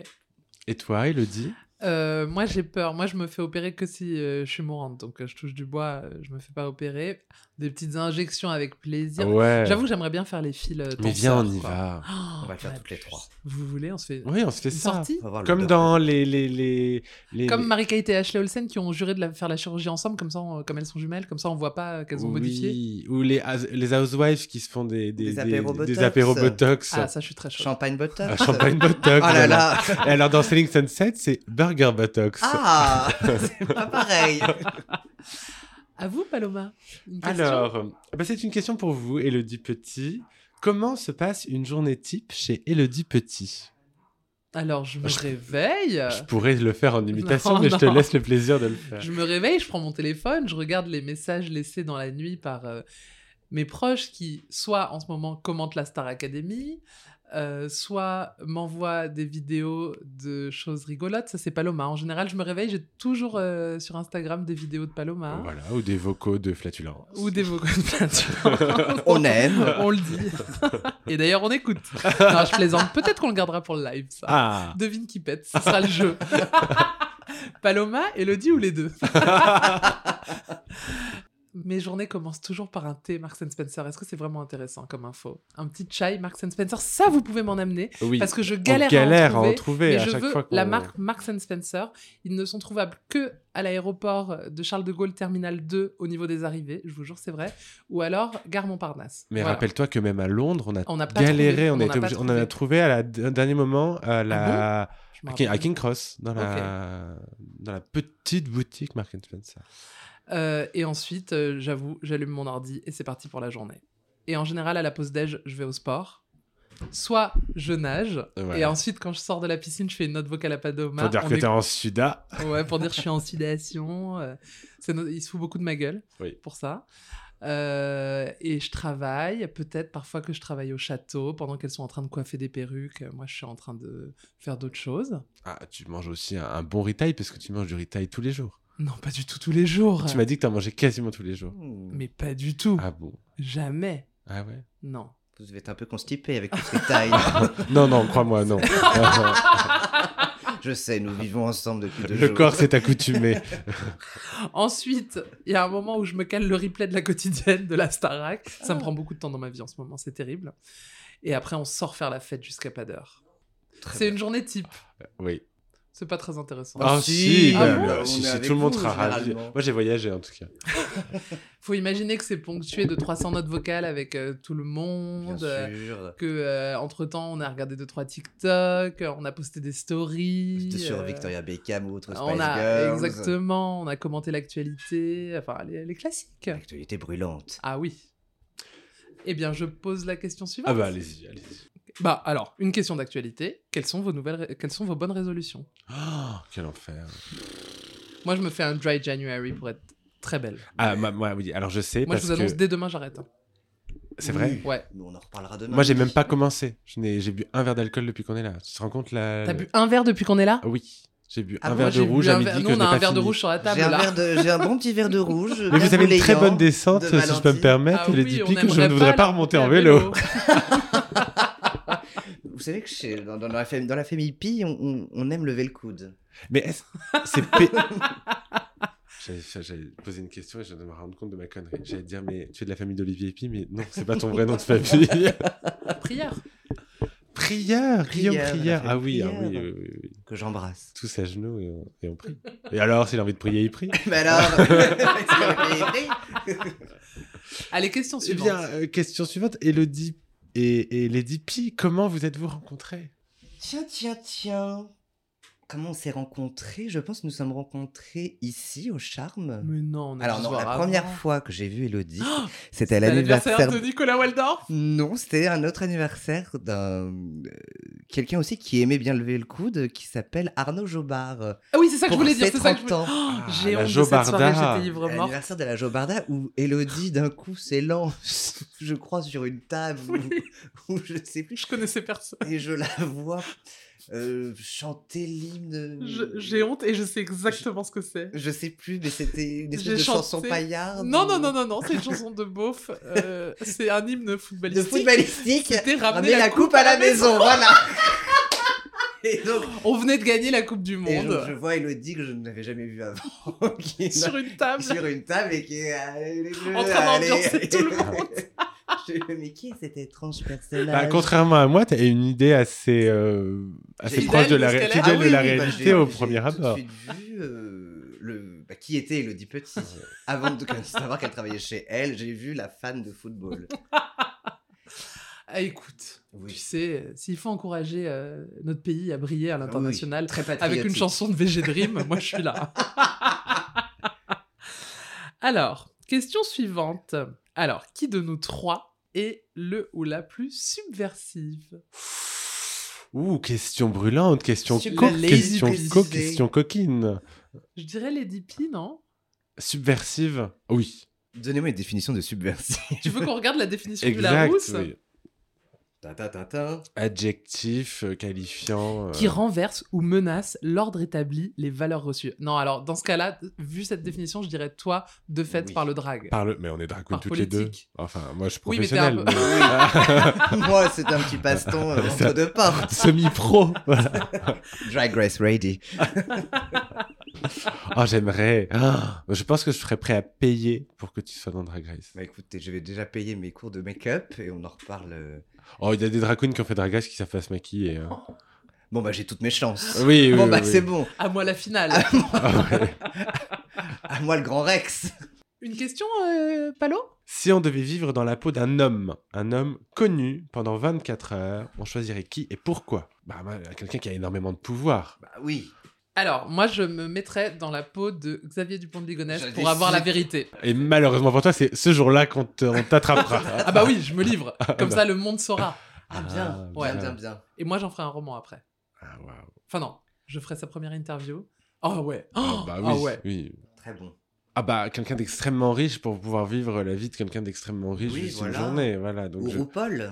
[SPEAKER 1] Et toi, Elodie
[SPEAKER 2] Euh, moi, j'ai peur. Moi, je me fais opérer que si euh, je suis mourante. Donc, euh, je touche du bois, euh, je me fais pas opérer. Des petites injections avec plaisir.
[SPEAKER 1] Ouais.
[SPEAKER 2] J'avoue que j'aimerais bien faire les fils. euh,
[SPEAKER 1] Mais
[SPEAKER 2] tenseurs,
[SPEAKER 1] viens, on y
[SPEAKER 2] quoi.
[SPEAKER 1] va.
[SPEAKER 2] Oh,
[SPEAKER 4] On va le faire
[SPEAKER 2] la
[SPEAKER 4] toutes les
[SPEAKER 2] puce.
[SPEAKER 4] trois.
[SPEAKER 2] Vous voulez On se fait
[SPEAKER 1] Oui, on se fait
[SPEAKER 2] une
[SPEAKER 1] ça.
[SPEAKER 2] sortie
[SPEAKER 4] On va voir Oh, le
[SPEAKER 1] Comme
[SPEAKER 4] doc.
[SPEAKER 1] dans les. les, les, les-
[SPEAKER 2] Comme
[SPEAKER 1] les-
[SPEAKER 2] Marie-Kate et Ashley Olsen qui ont juré de la- faire la chirurgie ensemble, comme ça, on- comme elles sont jumelles, comme ça, on voit pas euh, qu'elles ont
[SPEAKER 1] Oui,
[SPEAKER 2] modifié.
[SPEAKER 1] Ou les, house- les housewives qui se font des, des,
[SPEAKER 4] Des apérobotox.
[SPEAKER 1] des apérobotox. <laughs>
[SPEAKER 2] Ah, ça, je suis très chaude.
[SPEAKER 4] Champagne Bottom
[SPEAKER 1] Ah,
[SPEAKER 4] <laughs>
[SPEAKER 1] champagne botox.
[SPEAKER 4] Oh là là
[SPEAKER 1] <laughs> Et alors dans Selling Sunset, c'est burger botox.
[SPEAKER 4] Ah C'est
[SPEAKER 1] <laughs>
[SPEAKER 4] pas pareil
[SPEAKER 2] À vous, Paloma. Une question
[SPEAKER 1] alors, bah, c'est une question pour vous, Elodie Petit. Comment se passe une journée type chez Elodie Petit
[SPEAKER 2] Alors, je me
[SPEAKER 1] Je-
[SPEAKER 2] réveille.
[SPEAKER 1] Je pourrais le faire en imitation,
[SPEAKER 2] Euh, Non,
[SPEAKER 1] mais je te
[SPEAKER 2] non.
[SPEAKER 1] laisse le plaisir de le faire.
[SPEAKER 2] Je me réveille, je prends mon téléphone, je regarde les messages laissés dans la nuit par euh, mes proches qui, soit en ce moment, commentent la Star Academy, euh, soit m'envoient des vidéos de choses rigolotes. Ça, c'est Paloma. En général, je me réveille, j'ai toujours euh, sur Instagram des vidéos de Paloma.
[SPEAKER 1] Voilà, ou des vocaux de flatulence.
[SPEAKER 2] Ou des vocaux de peinture.
[SPEAKER 4] <laughs> On aime
[SPEAKER 2] On le dit. Et d'ailleurs, on écoute. Non, je plaisante. Peut-être qu'on le gardera pour le live, ça.
[SPEAKER 1] Ah
[SPEAKER 2] Devine qui pète, ce sera
[SPEAKER 1] <laughs>
[SPEAKER 2] le jeu. Paloma, Elodie ou les deux Mes journées commencent toujours par un thé Marks Spencer. Est-ce que c'est vraiment intéressant comme info Un petit chai Marks Spencer, ça vous pouvez m'en amener
[SPEAKER 1] Oui,
[SPEAKER 2] parce que je
[SPEAKER 1] on
[SPEAKER 2] galère,
[SPEAKER 1] galère
[SPEAKER 2] à en trouver.
[SPEAKER 1] trouver
[SPEAKER 2] Mais
[SPEAKER 1] à
[SPEAKER 2] je
[SPEAKER 1] chaque
[SPEAKER 2] veux
[SPEAKER 1] fois qu'on...
[SPEAKER 2] la marque Marks Spencer. Ils ne sont trouvables que à l'aéroport de Charles de Gaulle, terminal 2, au niveau des arrivées. Je vous jure, c'est vrai. Ou alors gare Montparnasse.
[SPEAKER 1] Mais
[SPEAKER 2] Voilà.
[SPEAKER 1] rappelle-toi que même à Londres, on a,
[SPEAKER 2] On n'a pas
[SPEAKER 1] galéré,
[SPEAKER 2] trouvé, Ah
[SPEAKER 1] on, a
[SPEAKER 2] n'a
[SPEAKER 1] été
[SPEAKER 2] pas
[SPEAKER 1] obligé- on en a trouvé à la d- dernier moment à la
[SPEAKER 2] Je m'en
[SPEAKER 1] à King- à
[SPEAKER 2] rappelle.
[SPEAKER 1] King Cross dans la dans la petite boutique Mark Spencer.
[SPEAKER 2] Euh, et ensuite, euh, j'avoue, j'allume mon ordi et c'est parti pour la journée. Et en général, à la pause déj, je vais au sport. Soit je nage,
[SPEAKER 1] Ouais.
[SPEAKER 2] et ensuite, quand je sors de la piscine, je fais une note vocale à Padoma.
[SPEAKER 1] Pour Euh, dire
[SPEAKER 2] On
[SPEAKER 1] que
[SPEAKER 2] est-
[SPEAKER 1] t'es en Suda.
[SPEAKER 2] <laughs> Ouais, pour dire je suis en sidération. euh, c'est no- Il se fout beaucoup de ma gueule
[SPEAKER 1] Oui.
[SPEAKER 2] pour ça. Euh, et je travaille, peut-être parfois que je travaille au château pendant qu'elles sont en train de coiffer des perruques. euh, Moi, je suis en train de faire d'autres choses.
[SPEAKER 1] Ah, tu manges aussi un, un bon retail parce que tu manges du retail tous les jours.
[SPEAKER 2] Non, pas du tout tous les jours.
[SPEAKER 1] Tu m'as dit que t'en mangeais quasiment tous les jours.
[SPEAKER 4] Hmm.
[SPEAKER 2] Mais pas du tout.
[SPEAKER 1] Ah bon
[SPEAKER 2] Jamais.
[SPEAKER 1] Ah ouais
[SPEAKER 2] Non.
[SPEAKER 4] Vous devez être un peu constipé avec toutes ces
[SPEAKER 1] <laughs>
[SPEAKER 4] tailles.
[SPEAKER 1] Non, non, crois-moi,
[SPEAKER 2] <laughs>
[SPEAKER 1] non.
[SPEAKER 4] je sais, nous vivons ensemble depuis deux
[SPEAKER 1] Le
[SPEAKER 4] jours.
[SPEAKER 1] corps s'est accoutumé.
[SPEAKER 2] Ensuite, il y a un moment où je me cale le replay de la quotidienne de la Starac. Ça me
[SPEAKER 4] Ah.
[SPEAKER 2] prend beaucoup de temps dans ma vie en ce moment, c'est terrible. Et après, on sort faire la fête jusqu'à pas d'heure.
[SPEAKER 4] Très
[SPEAKER 2] C'est une journée type.
[SPEAKER 1] Oui.
[SPEAKER 2] C'est pas très intéressant.
[SPEAKER 1] Ah si,
[SPEAKER 2] Ah
[SPEAKER 1] bah,
[SPEAKER 2] bon
[SPEAKER 1] bah,
[SPEAKER 4] On
[SPEAKER 1] si,
[SPEAKER 4] est
[SPEAKER 1] si,
[SPEAKER 4] avec
[SPEAKER 1] tout le monde
[SPEAKER 4] vous,
[SPEAKER 1] sera ravi.
[SPEAKER 4] généralement.
[SPEAKER 1] Moi j'ai voyagé en tout cas.
[SPEAKER 2] Ah. Faut imaginer que c'est ponctué de 300 notes vocales avec euh, tout le
[SPEAKER 4] Bien
[SPEAKER 2] monde. euh,
[SPEAKER 4] sûr.
[SPEAKER 2] Que euh, entre temps, on a regardé deux trois TikTok, euh, on a posté des stories.
[SPEAKER 4] C'était sur
[SPEAKER 2] euh,
[SPEAKER 4] Victoria Beckham ou autre Spice
[SPEAKER 2] On a
[SPEAKER 4] Girls.
[SPEAKER 2] exactement, on a commenté l'actualité, enfin les- les classiques.
[SPEAKER 4] Actualité brûlante.
[SPEAKER 2] Ah oui. Eh bien, je pose la question suivante.
[SPEAKER 1] Ah bah allez-y, allez-y.
[SPEAKER 2] Bah, alors, une question d'actualité. Quelles sont vos nouvelles, ré- quelles sont vos bonnes résolutions
[SPEAKER 1] Oh, quel enfer.
[SPEAKER 2] Moi, je me fais un dry January pour être très belle.
[SPEAKER 1] Ah, ma- moi, oui, alors je sais
[SPEAKER 2] Moi, je
[SPEAKER 1] parce
[SPEAKER 2] vous annonce
[SPEAKER 1] que
[SPEAKER 2] dès demain, j'arrête. hein.
[SPEAKER 1] c'est vrai.
[SPEAKER 4] Oui.
[SPEAKER 2] Ouais.
[SPEAKER 4] Mais on en reparlera demain.
[SPEAKER 1] Moi, j'ai même pas commencé. Je n'ai- J'ai bu un verre d'alcool depuis qu'on est là. Tu te rends compte la
[SPEAKER 2] T'as
[SPEAKER 1] le-
[SPEAKER 2] bu un verre depuis qu'on est là
[SPEAKER 1] Ah Oui, j'ai bu
[SPEAKER 4] Ah,
[SPEAKER 1] Euh, un
[SPEAKER 4] moi,
[SPEAKER 1] verre
[SPEAKER 2] Moi,
[SPEAKER 1] de
[SPEAKER 2] j'ai bu
[SPEAKER 1] rouge
[SPEAKER 2] un
[SPEAKER 1] à midi
[SPEAKER 2] verre-
[SPEAKER 1] que
[SPEAKER 2] Nous,
[SPEAKER 1] je
[SPEAKER 2] on
[SPEAKER 1] n'ai
[SPEAKER 2] a un
[SPEAKER 1] pas
[SPEAKER 2] verre de
[SPEAKER 1] fini.
[SPEAKER 2] rouge sur la table
[SPEAKER 4] J'ai un,
[SPEAKER 2] là.
[SPEAKER 4] verre de- j'ai un bon petit verre <laughs> de rouge.
[SPEAKER 1] Mais vous avez une très bonne
[SPEAKER 4] décision.
[SPEAKER 1] descente,
[SPEAKER 4] de
[SPEAKER 1] si je peux me
[SPEAKER 4] Valentine.
[SPEAKER 1] permettre,
[SPEAKER 2] Ah
[SPEAKER 1] les
[SPEAKER 2] oui,
[SPEAKER 1] dix
[SPEAKER 2] on
[SPEAKER 1] pics, que je
[SPEAKER 2] aimerait
[SPEAKER 1] ne voudrais pas
[SPEAKER 2] le
[SPEAKER 1] remonter
[SPEAKER 2] faire
[SPEAKER 1] en vélo.
[SPEAKER 2] <laughs>
[SPEAKER 4] Vous savez que chez- dans, dans la famille, dans la famille Pi, on, on- on aime lever le coude.
[SPEAKER 1] Mais est-ce- c'est
[SPEAKER 2] <laughs>
[SPEAKER 1] pé... J'allais- J'allais poser une question et je viens de me rendre compte de ma connerie. J'allais dire, mais tu es de la famille d'Olivier Epi, mais non, c'est pas ton vrai nom de
[SPEAKER 2] <laughs>
[SPEAKER 1] famille.
[SPEAKER 2] Prière.
[SPEAKER 1] Prière, Guillaume
[SPEAKER 4] Prière, la
[SPEAKER 1] Prière. Ah oui,
[SPEAKER 4] famille
[SPEAKER 1] ah oui,
[SPEAKER 4] Prière.
[SPEAKER 1] oui, oui, oui.
[SPEAKER 4] Que j'embrasse.
[SPEAKER 1] tous à genoux et on, et on prie. Et alors, s'il a envie de prier, il prie.
[SPEAKER 4] <laughs> Mais alors <laughs> c'est
[SPEAKER 2] Allez, question
[SPEAKER 1] Eh
[SPEAKER 2] suivante.
[SPEAKER 1] bien, euh, question suivante. Elodie et, et Lady Pi, comment vous êtes-vous rencontrés
[SPEAKER 4] Tiens, tiens, tiens. Comment on s'est rencontrés Je pense que nous sommes rencontrés ici, au Charme.
[SPEAKER 2] Mais non, on a
[SPEAKER 4] Alors
[SPEAKER 2] dû se
[SPEAKER 4] non,
[SPEAKER 2] voir
[SPEAKER 4] la
[SPEAKER 2] avant.
[SPEAKER 4] première fois que j'ai vu Elodie, c'était à
[SPEAKER 2] C'est à
[SPEAKER 4] l'anniversaire
[SPEAKER 2] de Nicolas Waldorf.
[SPEAKER 4] Non, c'était un autre anniversaire d'un euh, quelqu'un aussi qui aimait bien lever le coude, qui s'appelle Arnaud Jobard.
[SPEAKER 2] Ah oui, c'est ça que je
[SPEAKER 4] Pour
[SPEAKER 2] voulais dire. Oh,
[SPEAKER 4] ses
[SPEAKER 2] C'est ça que je
[SPEAKER 4] 30 ans.
[SPEAKER 2] voulais. Oh,
[SPEAKER 1] Ah,
[SPEAKER 2] J'ai
[SPEAKER 1] la
[SPEAKER 2] honte de cette soirée,
[SPEAKER 1] Jobarda.
[SPEAKER 2] j'étais ivre mort.
[SPEAKER 4] L'anniversaire de la Jobarda où Elodie d'un coup s'élance, <laughs> je crois, sur une table ou, ou je sais plus,
[SPEAKER 2] Je connaissais personne.
[SPEAKER 4] et je la vois euh, chanter l'hymne.
[SPEAKER 2] Je- J'ai honte et je sais exactement ce que c'est.
[SPEAKER 4] Je sais plus, mais c'était une espèce
[SPEAKER 2] J'ai
[SPEAKER 4] de chanson
[SPEAKER 2] chanté-
[SPEAKER 4] paillarde.
[SPEAKER 2] Non, non,
[SPEAKER 4] ou-
[SPEAKER 2] non, non, non, c'est une chanson de beauf. euh, c'est un hymne
[SPEAKER 4] De
[SPEAKER 2] footballistique.
[SPEAKER 4] footballistique.
[SPEAKER 2] C'était
[SPEAKER 4] Ramener la, coupe, à la
[SPEAKER 2] <laughs>
[SPEAKER 4] maison, voilà. et donc,
[SPEAKER 2] On venait de gagner la Coupe du
[SPEAKER 4] Et je, je
[SPEAKER 2] Monde
[SPEAKER 4] vois Elodie que je n'avais jamais vue avant, <laughs> qui est
[SPEAKER 2] sur une table.
[SPEAKER 4] sur une table et qui est allez,
[SPEAKER 2] En train
[SPEAKER 4] allez,
[SPEAKER 2] d'ambiancer
[SPEAKER 4] allez.
[SPEAKER 2] tout
[SPEAKER 4] <laughs>
[SPEAKER 2] le monde.
[SPEAKER 4] Je- Mais qui est cet étrange personnage
[SPEAKER 1] Bah, contrairement à moi, tu as une idée assez, euh, assez
[SPEAKER 2] Fidèle
[SPEAKER 1] proche de la,
[SPEAKER 2] de ce
[SPEAKER 1] ré-
[SPEAKER 2] qu'elle est.
[SPEAKER 1] fidèle de la
[SPEAKER 2] Ah
[SPEAKER 4] oui, oui, bah,
[SPEAKER 1] réalité
[SPEAKER 4] j'ai-
[SPEAKER 1] au
[SPEAKER 4] j'ai
[SPEAKER 1] premier
[SPEAKER 4] tout de
[SPEAKER 1] abord.
[SPEAKER 4] suite vu, euh, le... bah, qui était Elodie Petit euh, avant de <laughs> de savoir qu'elle travaillait chez elle. J'ai vu la fan de football.
[SPEAKER 2] Ah, écoute, tu
[SPEAKER 4] Oui.
[SPEAKER 2] sais, euh, s'il faut encourager euh, notre pays à briller à l'international
[SPEAKER 4] Très patriotique.
[SPEAKER 2] avec une chanson de VG Dream, moi je suis là. <laughs> Alors, question suivante. Alors, qui de nous trois est le ou la plus subversive
[SPEAKER 1] Ouh, question brûlante, question
[SPEAKER 4] Super
[SPEAKER 1] co,
[SPEAKER 2] lazy
[SPEAKER 1] question co,
[SPEAKER 4] précisé.
[SPEAKER 1] question coquine.
[SPEAKER 2] Je dirais Lady P, non
[SPEAKER 1] Subversive, oui.
[SPEAKER 4] Donnez-moi une définition de subversif.
[SPEAKER 2] Tu veux qu'on regarde la définition du
[SPEAKER 1] Exact,
[SPEAKER 2] Larousse
[SPEAKER 1] oui.
[SPEAKER 4] Ta ta ta ta.
[SPEAKER 1] Adjectif euh, qualifiant. euh,
[SPEAKER 2] qui renverse ou menace l'ordre établi, les valeurs reçues. Non, alors dans ce cas-là, vu cette définition, je dirais toi de fait
[SPEAKER 4] Oui.
[SPEAKER 2] par le drague.
[SPEAKER 1] Par le... Mais on est drag queen
[SPEAKER 2] Par
[SPEAKER 1] toutes les deux.
[SPEAKER 2] politique.
[SPEAKER 1] Enfin, moi je suis
[SPEAKER 2] Oui, mais t'es
[SPEAKER 1] professionnel.
[SPEAKER 2] un
[SPEAKER 1] mais-
[SPEAKER 4] Moi, c'est un petit baston euh, entre deux
[SPEAKER 1] <laughs>
[SPEAKER 2] <laughs>
[SPEAKER 4] portes.
[SPEAKER 1] Semi-pro. voilà.
[SPEAKER 4] Drag Race Ready.
[SPEAKER 1] oh, j'aimerais. Ah, je pense que je serais prêt à payer pour que tu sois dans Drag Race.
[SPEAKER 4] Bah écoutez, je vais déjà payer mes cours de make-up et on en reparle. euh.
[SPEAKER 1] Oh, il y a des drag queens qui ont fait Drag Race qui savent pas se maquiller. hein.
[SPEAKER 4] Bon, bah j'ai toutes mes chances.
[SPEAKER 1] Oui, oui.
[SPEAKER 4] bon,
[SPEAKER 1] oui,
[SPEAKER 4] bah
[SPEAKER 1] oui.
[SPEAKER 4] c'est bon.
[SPEAKER 2] À moi la finale.
[SPEAKER 1] Ah, ouais.
[SPEAKER 4] À moi le grand Rex.
[SPEAKER 2] Une question, euh, Palo
[SPEAKER 1] Si on devait vivre dans la peau d'un homme, un homme connu pendant 24 heures, on choisirait qui et pourquoi Bah, bah, quelqu'un qui a énormément de pouvoir.
[SPEAKER 4] Bah oui.
[SPEAKER 2] Alors, moi, je me mettrais dans la peau de Xavier Dupont de Ligonnès
[SPEAKER 4] Je
[SPEAKER 2] pour avoir la
[SPEAKER 4] décide.
[SPEAKER 2] vérité.
[SPEAKER 1] Et malheureusement pour toi, c'est ce jour-là qu'on te- on <laughs> t'attrapera.
[SPEAKER 2] Ah bah oui, je me livre. Comme
[SPEAKER 1] bah.
[SPEAKER 2] ça, le monde saura.
[SPEAKER 4] Ah, bien.
[SPEAKER 1] Ah,
[SPEAKER 4] bien,
[SPEAKER 1] bien.
[SPEAKER 4] bien, bien.
[SPEAKER 2] Et moi, j'en ferai un roman après.
[SPEAKER 1] Ah, waouh.
[SPEAKER 2] Enfin non, je ferai sa première interview. Oh ouais.
[SPEAKER 1] Ah,
[SPEAKER 2] Oh,
[SPEAKER 1] bah
[SPEAKER 2] ah
[SPEAKER 1] oui,
[SPEAKER 2] ouais.
[SPEAKER 1] oui.
[SPEAKER 4] Très bon.
[SPEAKER 1] Ah bah quelqu'un d'extrêmement riche pour pouvoir vivre la vie de quelqu'un d'extrêmement riche
[SPEAKER 4] Oui,
[SPEAKER 1] juste
[SPEAKER 4] voilà.
[SPEAKER 1] une journée, voilà.
[SPEAKER 4] Ou
[SPEAKER 1] Donc je-
[SPEAKER 4] RuPaul.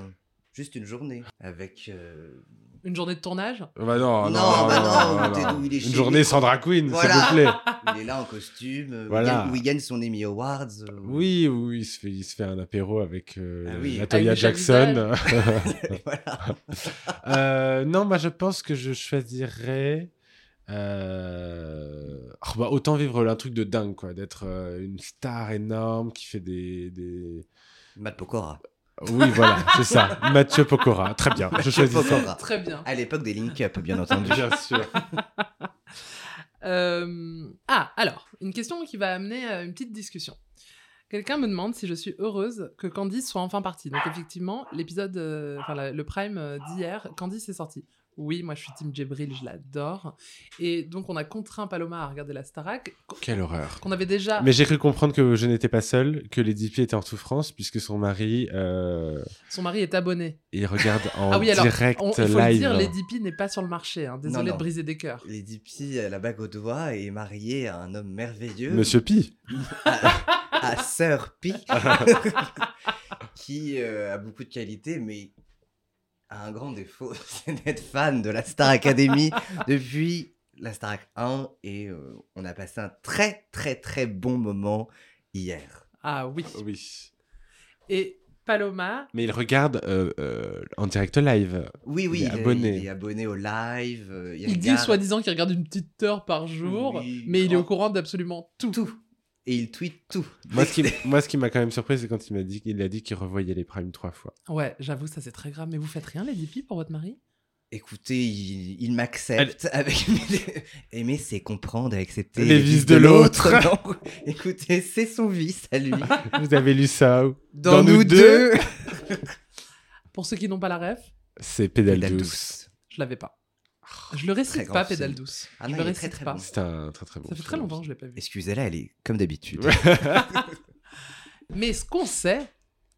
[SPEAKER 4] Juste une journée. Avec. <laughs> euh,
[SPEAKER 2] Une journée de tournage
[SPEAKER 1] Bah non, non,
[SPEAKER 4] Non, bah non,
[SPEAKER 1] non,
[SPEAKER 4] t'es
[SPEAKER 1] non.
[SPEAKER 4] d'où il est
[SPEAKER 1] une
[SPEAKER 4] chez
[SPEAKER 1] journée
[SPEAKER 4] lui.
[SPEAKER 1] sans drag queen, s'il
[SPEAKER 4] Voilà.
[SPEAKER 1] vous plaît.
[SPEAKER 4] <laughs> Il est là en costume. euh,
[SPEAKER 1] Voilà.
[SPEAKER 4] où il gagne son Emmy Awards. euh,
[SPEAKER 1] Oui, oui, il se fait, il se fait un apéro avec euh,
[SPEAKER 4] Ah oui.
[SPEAKER 1] Latoya
[SPEAKER 2] Avec Michel
[SPEAKER 1] Jackson.
[SPEAKER 4] <laughs>
[SPEAKER 1] <laughs>
[SPEAKER 4] voilà.
[SPEAKER 1] Euh, non, bah je pense que je choisirais. euh, oh, bah, autant vivre un truc de dingue, quoi, d'être euh, une star énorme qui fait des- des,
[SPEAKER 4] Matt Pokora.
[SPEAKER 1] Oui, voilà,
[SPEAKER 4] <laughs>
[SPEAKER 1] c'est ça. Mathieu Pokora. Très bien, je
[SPEAKER 4] Matt
[SPEAKER 1] choisis ça.
[SPEAKER 4] Pokora.
[SPEAKER 2] Très bien.
[SPEAKER 4] À l'époque des Link
[SPEAKER 1] <laughs>
[SPEAKER 4] Up, bien entendu.
[SPEAKER 1] Bien sûr.
[SPEAKER 2] Euh, Ah, alors, une question qui va amener à une petite discussion. Quelqu'un me demande si je suis heureuse que Candice soit enfin partie. Donc effectivement, l'épisode, euh, enfin la- le prime euh, d'hier, Candice est sortie. Oui, moi je suis Team Jebril, je l'adore. Et donc on a contraint Paloma à regarder la Starac, qu-
[SPEAKER 1] Quelle horreur.
[SPEAKER 2] qu'on avait déjà...
[SPEAKER 1] Mais j'ai cru comprendre que je n'étais pas seul, que Lady P était en souffrance, puisque son mari, euh,
[SPEAKER 2] Son mari est abonné.
[SPEAKER 1] il
[SPEAKER 2] <laughs>
[SPEAKER 1] regarde en
[SPEAKER 2] Ah oui, alors,
[SPEAKER 1] direct
[SPEAKER 2] On- il faut le
[SPEAKER 1] live.
[SPEAKER 2] dire, Lady P n'est pas sur le marché. hein. Désolé
[SPEAKER 4] Non, non.
[SPEAKER 2] de briser des cœurs.
[SPEAKER 4] Lady P a la bague au doigt et euh, est mariée à un homme merveilleux.
[SPEAKER 1] Monsieur Pi.
[SPEAKER 4] à Sœur Pi, qui euh, a beaucoup de qualités, mais a un grand défaut, <laughs> c'est d'être fan de la Star Academy depuis la Star Ac 1 et euh, on a passé un très très très bon moment hier.
[SPEAKER 2] Ah oui.
[SPEAKER 1] Oui.
[SPEAKER 2] Et Paloma,
[SPEAKER 1] Mais il regarde euh, euh, en direct live.
[SPEAKER 4] Oui, oui,
[SPEAKER 1] Il est abonné.
[SPEAKER 4] il est abonné au live. euh,
[SPEAKER 2] il dit
[SPEAKER 4] regarde-
[SPEAKER 2] soi-disant qu'il regarde une petite heure par jour,
[SPEAKER 4] Oui, Oh.
[SPEAKER 2] mais il est au
[SPEAKER 4] grand-
[SPEAKER 2] courant d'absolument tout.
[SPEAKER 4] Et il tweet tout.
[SPEAKER 1] Moi, ce qui, moi, ce qui m'a quand même surpris, c'est quand il m'a dit qu'il a dit qu'il revoyait les primes trois fois.
[SPEAKER 2] Ouais, j'avoue, ça c'est très grave. Mais vous faites rien, Lady P, pour votre mari
[SPEAKER 4] Écoutez, il, il m'accepte avec <laughs> mes- aimer, c'est comprendre et accepter
[SPEAKER 1] Les vices de <laughs>
[SPEAKER 4] non. Écoutez, c'est son vice à lui.
[SPEAKER 1] Vous avez lu ça où
[SPEAKER 4] <laughs> Dans, nous, deux,
[SPEAKER 2] Pour ceux qui n'ont pas la ref,
[SPEAKER 1] C'est Pédale,
[SPEAKER 4] Pédale
[SPEAKER 1] douce.
[SPEAKER 4] douce.
[SPEAKER 2] je l'avais pas.
[SPEAKER 1] Oh,
[SPEAKER 2] Je le récite
[SPEAKER 4] grand
[SPEAKER 2] pas,
[SPEAKER 4] film.
[SPEAKER 2] Pédale douce.
[SPEAKER 4] Ah
[SPEAKER 2] je
[SPEAKER 4] non,
[SPEAKER 2] le
[SPEAKER 4] il est
[SPEAKER 2] récite
[SPEAKER 4] très, très
[SPEAKER 2] pas.
[SPEAKER 4] bon.
[SPEAKER 1] C'est un très très bon.
[SPEAKER 2] Ça fait très
[SPEAKER 1] film.
[SPEAKER 2] longtemps que je l'ai pas vu.
[SPEAKER 4] Excusez-la, elle est comme d'habitude.
[SPEAKER 2] Mais ce qu'on sait,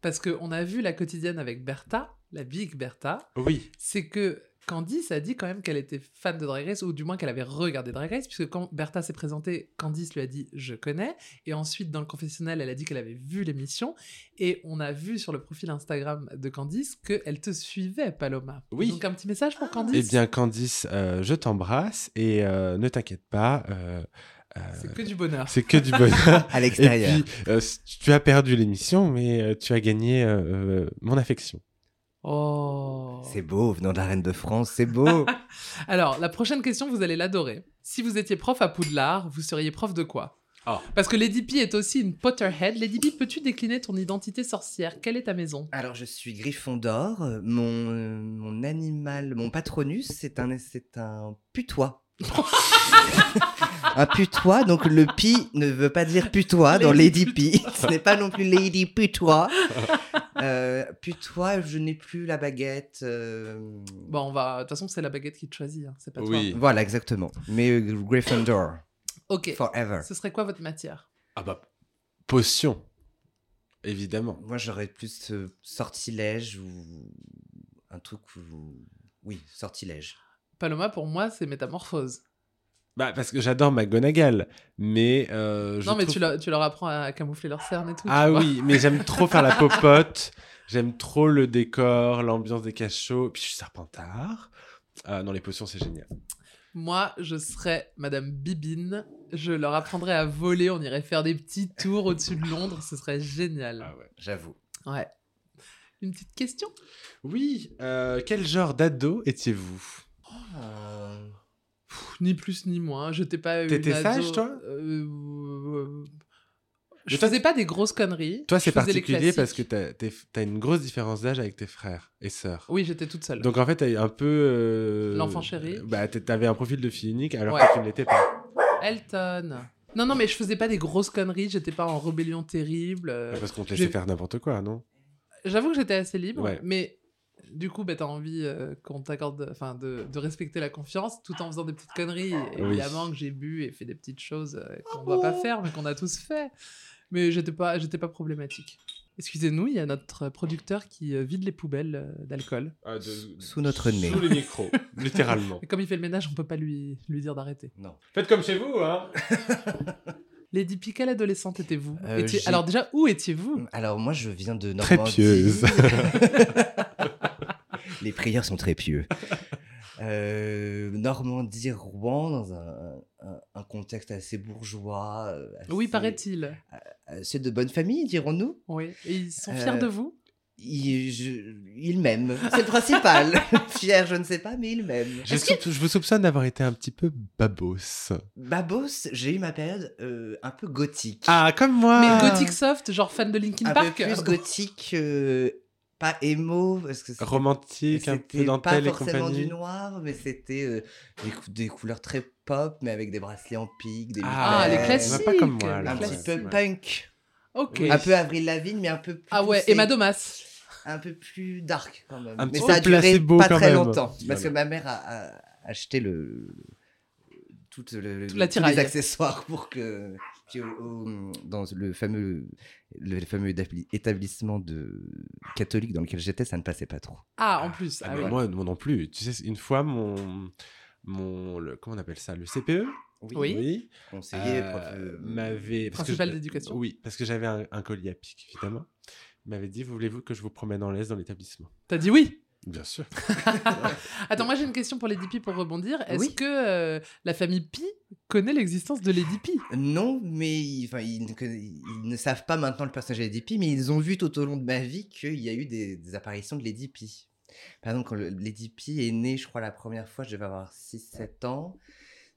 [SPEAKER 2] parce qu'on a vu la quotidienne avec Bertha, la Big Bertha,
[SPEAKER 1] Oui.
[SPEAKER 2] c'est que Candice a dit quand même qu'elle était fan de Drag Race, ou du moins qu'elle avait regardé Drag Race, puisque quand Bertha s'est présentée, Candice lui a dit Je connais. Et ensuite, dans le confessionnal, elle a dit qu'elle avait vu l'émission. Et on a vu sur le profil Instagram de Candice qu'elle te suivait, Paloma.
[SPEAKER 1] Oui.
[SPEAKER 2] Donc un petit message pour
[SPEAKER 1] Eh
[SPEAKER 2] Candice.
[SPEAKER 1] bien, Candice, euh, je t'embrasse et euh, ne t'inquiète pas. euh, euh,
[SPEAKER 2] C'est que du bonheur.
[SPEAKER 1] c'est que du <laughs> bonheur.
[SPEAKER 4] À
[SPEAKER 1] Et
[SPEAKER 4] l'extérieur.
[SPEAKER 1] puis, euh, s- tu as perdu l'émission, mais euh, tu as gagné euh, euh, mon affection.
[SPEAKER 2] Oh.
[SPEAKER 4] C'est beau, venant de la reine de France, c'est beau.
[SPEAKER 2] Alors, la prochaine question, vous allez l'adorer. Si vous étiez prof à Poudlard, vous seriez prof de quoi
[SPEAKER 1] Ah.
[SPEAKER 2] Parce que Lady P est aussi une Potterhead. Lady P, peux-tu décliner ton identité sorcière Quelle est ta maison
[SPEAKER 4] Alors, je suis Gryffondor. euh, Mon, euh, mon animal, mon patronus, c'est un, c'est un putois. un putois, donc le pi ne veut pas dire putois dans
[SPEAKER 2] Lady
[SPEAKER 4] Lady Pi. Ce n'est pas non plus Lady Putois. Euh, putois, je n'ai plus la baguette. euh,
[SPEAKER 2] Bon, on va. De toute façon, c'est la baguette qui te choisit, hein, c'est pas toi.
[SPEAKER 4] Voilà, exactement. Mais euh, Gryffondor,
[SPEAKER 2] Ok.
[SPEAKER 4] forever.
[SPEAKER 2] Ce serait quoi votre matière
[SPEAKER 1] Ah bah, potion. Évidemment.
[SPEAKER 4] Moi, j'aurais plus euh, sortilège ou un truc où... Oui, sortilège.
[SPEAKER 2] Paloma, pour moi, c'est métamorphose.
[SPEAKER 1] Bah, parce que j'adore McGonagall, mais. euh, je
[SPEAKER 2] non, mais
[SPEAKER 1] trouve-
[SPEAKER 2] tu, leur, tu leur apprends à camoufler leurs cernes et tout.
[SPEAKER 1] Ah
[SPEAKER 2] tu vois.
[SPEAKER 1] oui, mais j'aime trop faire la popote. J'aime trop le décor, l'ambiance des cachots. Puis je suis serpentard. Euh, non, les potions, c'est génial.
[SPEAKER 2] Moi, je serais Madame Bibine. Je leur apprendrais à voler. On irait faire des petits tours au-dessus de Londres. Ce serait génial.
[SPEAKER 1] Ah ouais.
[SPEAKER 4] J'avoue.
[SPEAKER 2] Ouais. Une petite question
[SPEAKER 1] Oui, euh, quel genre d'ado étiez-vous
[SPEAKER 4] Euh,
[SPEAKER 2] Pff, Ni plus ni moins. Je t'ai pas. une
[SPEAKER 1] T'étais
[SPEAKER 2] ado-
[SPEAKER 1] sage, toi
[SPEAKER 2] Euh, euh, Je
[SPEAKER 1] Mais toi-
[SPEAKER 2] faisais pas des grosses conneries.
[SPEAKER 1] Toi, c'est
[SPEAKER 2] Je faisais les
[SPEAKER 1] particulier parce que
[SPEAKER 2] classiques.
[SPEAKER 1] t'as t'es- t'as une grosse différence d'âge avec tes frères et sœurs.
[SPEAKER 2] Oui, j'étais toute seule.
[SPEAKER 1] Donc en fait, t'as eu un peu. euh,
[SPEAKER 2] L'enfant chéri.
[SPEAKER 1] Bah, t'es- t'avais un profil de fille unique alors
[SPEAKER 2] Ouais.
[SPEAKER 1] que tu ne l'étais pas.
[SPEAKER 2] Elton. Non, non, mais je faisais pas des grosses conneries. J'étais pas en rébellion terrible. euh,
[SPEAKER 1] Parce qu'on te laissait
[SPEAKER 2] j'ai-
[SPEAKER 1] faire n'importe quoi, non
[SPEAKER 2] J'avoue que j'étais assez libre,
[SPEAKER 1] Ouais.
[SPEAKER 2] mais du coup, bah, t'as envie euh, qu'on t'accorde, enfin, de, de respecter la confiance tout en faisant des petites conneries. Et
[SPEAKER 1] Oui.
[SPEAKER 2] Évidemment que j'ai bu et fait des petites choses euh, qu'on doit pas faire, mais qu'on a tous fait. Mais j'étais pas, j'étais pas problématique. Excusez-nous, il y a notre producteur qui euh, vide les poubelles euh, d'alcool.
[SPEAKER 4] Sous notre nez.
[SPEAKER 1] Ah, Sous les
[SPEAKER 4] <laughs>
[SPEAKER 1] micros, littéralement.
[SPEAKER 2] Et comme il fait le ménage, on peut pas lui, lui dire d'arrêter.
[SPEAKER 4] Non.
[SPEAKER 1] Faites comme chez vous, hein
[SPEAKER 2] Lady P, quelle adolescente étiez-vous
[SPEAKER 4] Euh,
[SPEAKER 2] Étiez-
[SPEAKER 4] j'ai- Mm.
[SPEAKER 2] Alors déjà, où étiez-vous
[SPEAKER 4] Hum, Alors moi, je viens de
[SPEAKER 1] Très
[SPEAKER 4] Normandie.
[SPEAKER 1] pieuse.
[SPEAKER 4] <laughs> Les prières sont très pieux. Euh, Normandie, Rouen, dans un, un- un contexte assez bourgeois. euh, assez-
[SPEAKER 2] Oui, paraît-il.
[SPEAKER 4] C'est de bonne famille, dirons-nous.
[SPEAKER 2] Oui. Et ils sont fiers
[SPEAKER 4] Euh,
[SPEAKER 2] de vous
[SPEAKER 4] Il, je- il m'aime, c'est le principal. Fier, je ne sais pas, mais il m'aime.
[SPEAKER 1] Je, soup- je vous soupçonne d'avoir été un petit peu babos.
[SPEAKER 4] Babos, j'ai eu ma période euh, un peu gothique.
[SPEAKER 1] Ah, comme moi
[SPEAKER 2] Mais gothic soft, genre fan de Linkin
[SPEAKER 4] un
[SPEAKER 2] Park
[SPEAKER 4] peu plus gothique, euh, pas émo, parce que c'est-
[SPEAKER 1] Romantique, un peu
[SPEAKER 4] c'était
[SPEAKER 1] dans
[SPEAKER 4] pas
[SPEAKER 1] tel et
[SPEAKER 4] forcément du
[SPEAKER 1] compagnie.
[SPEAKER 4] noir, mais c'était euh, des, cou- des couleurs très pop, mais avec des bracelets en pique, des
[SPEAKER 2] Ah, les
[SPEAKER 4] mitaines,
[SPEAKER 2] classiques.
[SPEAKER 1] Pas comme moi,
[SPEAKER 2] les
[SPEAKER 1] là.
[SPEAKER 4] Un petit
[SPEAKER 2] classiques,
[SPEAKER 4] peu punk,
[SPEAKER 2] Ok.
[SPEAKER 1] Oui.
[SPEAKER 4] un peu Avril Lavigne, mais un peu plus
[SPEAKER 2] Ah ouais,
[SPEAKER 4] poussé,
[SPEAKER 2] et Madomas.
[SPEAKER 4] un peu plus dark quand même.
[SPEAKER 1] Un
[SPEAKER 4] mais
[SPEAKER 1] petit
[SPEAKER 4] ça a
[SPEAKER 1] peu
[SPEAKER 4] duré
[SPEAKER 1] placebo,
[SPEAKER 4] pas
[SPEAKER 1] quand
[SPEAKER 4] très
[SPEAKER 1] même.
[SPEAKER 4] longtemps, parce
[SPEAKER 1] Voilà.
[SPEAKER 4] que ma mère a, a acheté le toute le,
[SPEAKER 2] Toute la
[SPEAKER 4] tous
[SPEAKER 2] tiraille.
[SPEAKER 4] les accessoires pour que puis au- au- dans le fameux le fameux établi- établissement de catholique dans lequel j'étais, ça ne passait pas trop.
[SPEAKER 2] Ah, en plus.
[SPEAKER 1] Ah,
[SPEAKER 2] ah
[SPEAKER 1] mais
[SPEAKER 2] oui.
[SPEAKER 1] moi, moi non plus. Tu sais, une fois, mon. mon le, comment on appelle ça Le CPE
[SPEAKER 2] Oui.
[SPEAKER 4] conseiller,
[SPEAKER 1] Euh,
[SPEAKER 4] prof, euh,
[SPEAKER 1] m'avait parce que
[SPEAKER 2] Principal
[SPEAKER 1] je-
[SPEAKER 2] d'éducation.
[SPEAKER 1] Oui, parce que j'avais un, un collier à pic, évidemment. Il m'avait dit, voulez-vous que je vous promène en l'aise dans l'établissement
[SPEAKER 2] T'as dit oui.
[SPEAKER 1] Bien sûr.
[SPEAKER 2] Attends, moi j'ai une question pour Lady Pi pour rebondir. Est-ce
[SPEAKER 4] Oui.
[SPEAKER 2] que euh, la famille Pi connaît l'existence de Lady Pi
[SPEAKER 4] Non, mais ils, enfin, ils, ne conna- ils ne savent pas maintenant le personnage de Lady Pi, mais ils ont vu tout au long de ma vie qu'il y a eu des, des apparitions de Lady Pi. Par exemple, quand le- Lady Pi est née, je crois, la première fois, je devais avoir 6-7 ans.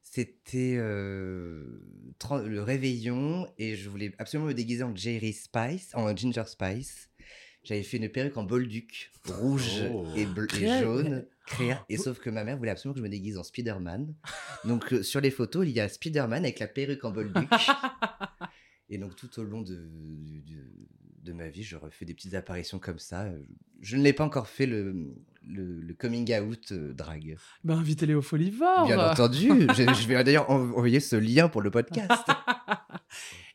[SPEAKER 4] C'était euh, tren- le réveillon et je voulais absolument me déguiser en Jerry Spice, en Ginger Spice. J'avais fait une perruque en bolduc, rouge
[SPEAKER 1] Oh.
[SPEAKER 4] et, bleu,
[SPEAKER 2] Créa-
[SPEAKER 4] jaune, créa. Et sauf que ma mère voulait absolument que je me déguise en Spider-Man. Donc euh, sur les photos, il y a Spider-Man avec la perruque en bolduc. Et donc tout au long de, du- du- de ma vie, je refais des petites apparitions comme ça. Euh, Je ne l'ai pas encore fait le, le, le coming out euh, drague.
[SPEAKER 2] Ben invitez-les au Folivore.
[SPEAKER 4] Bien entendu, je, je vais d'ailleurs en- envoyer ce lien pour le podcast.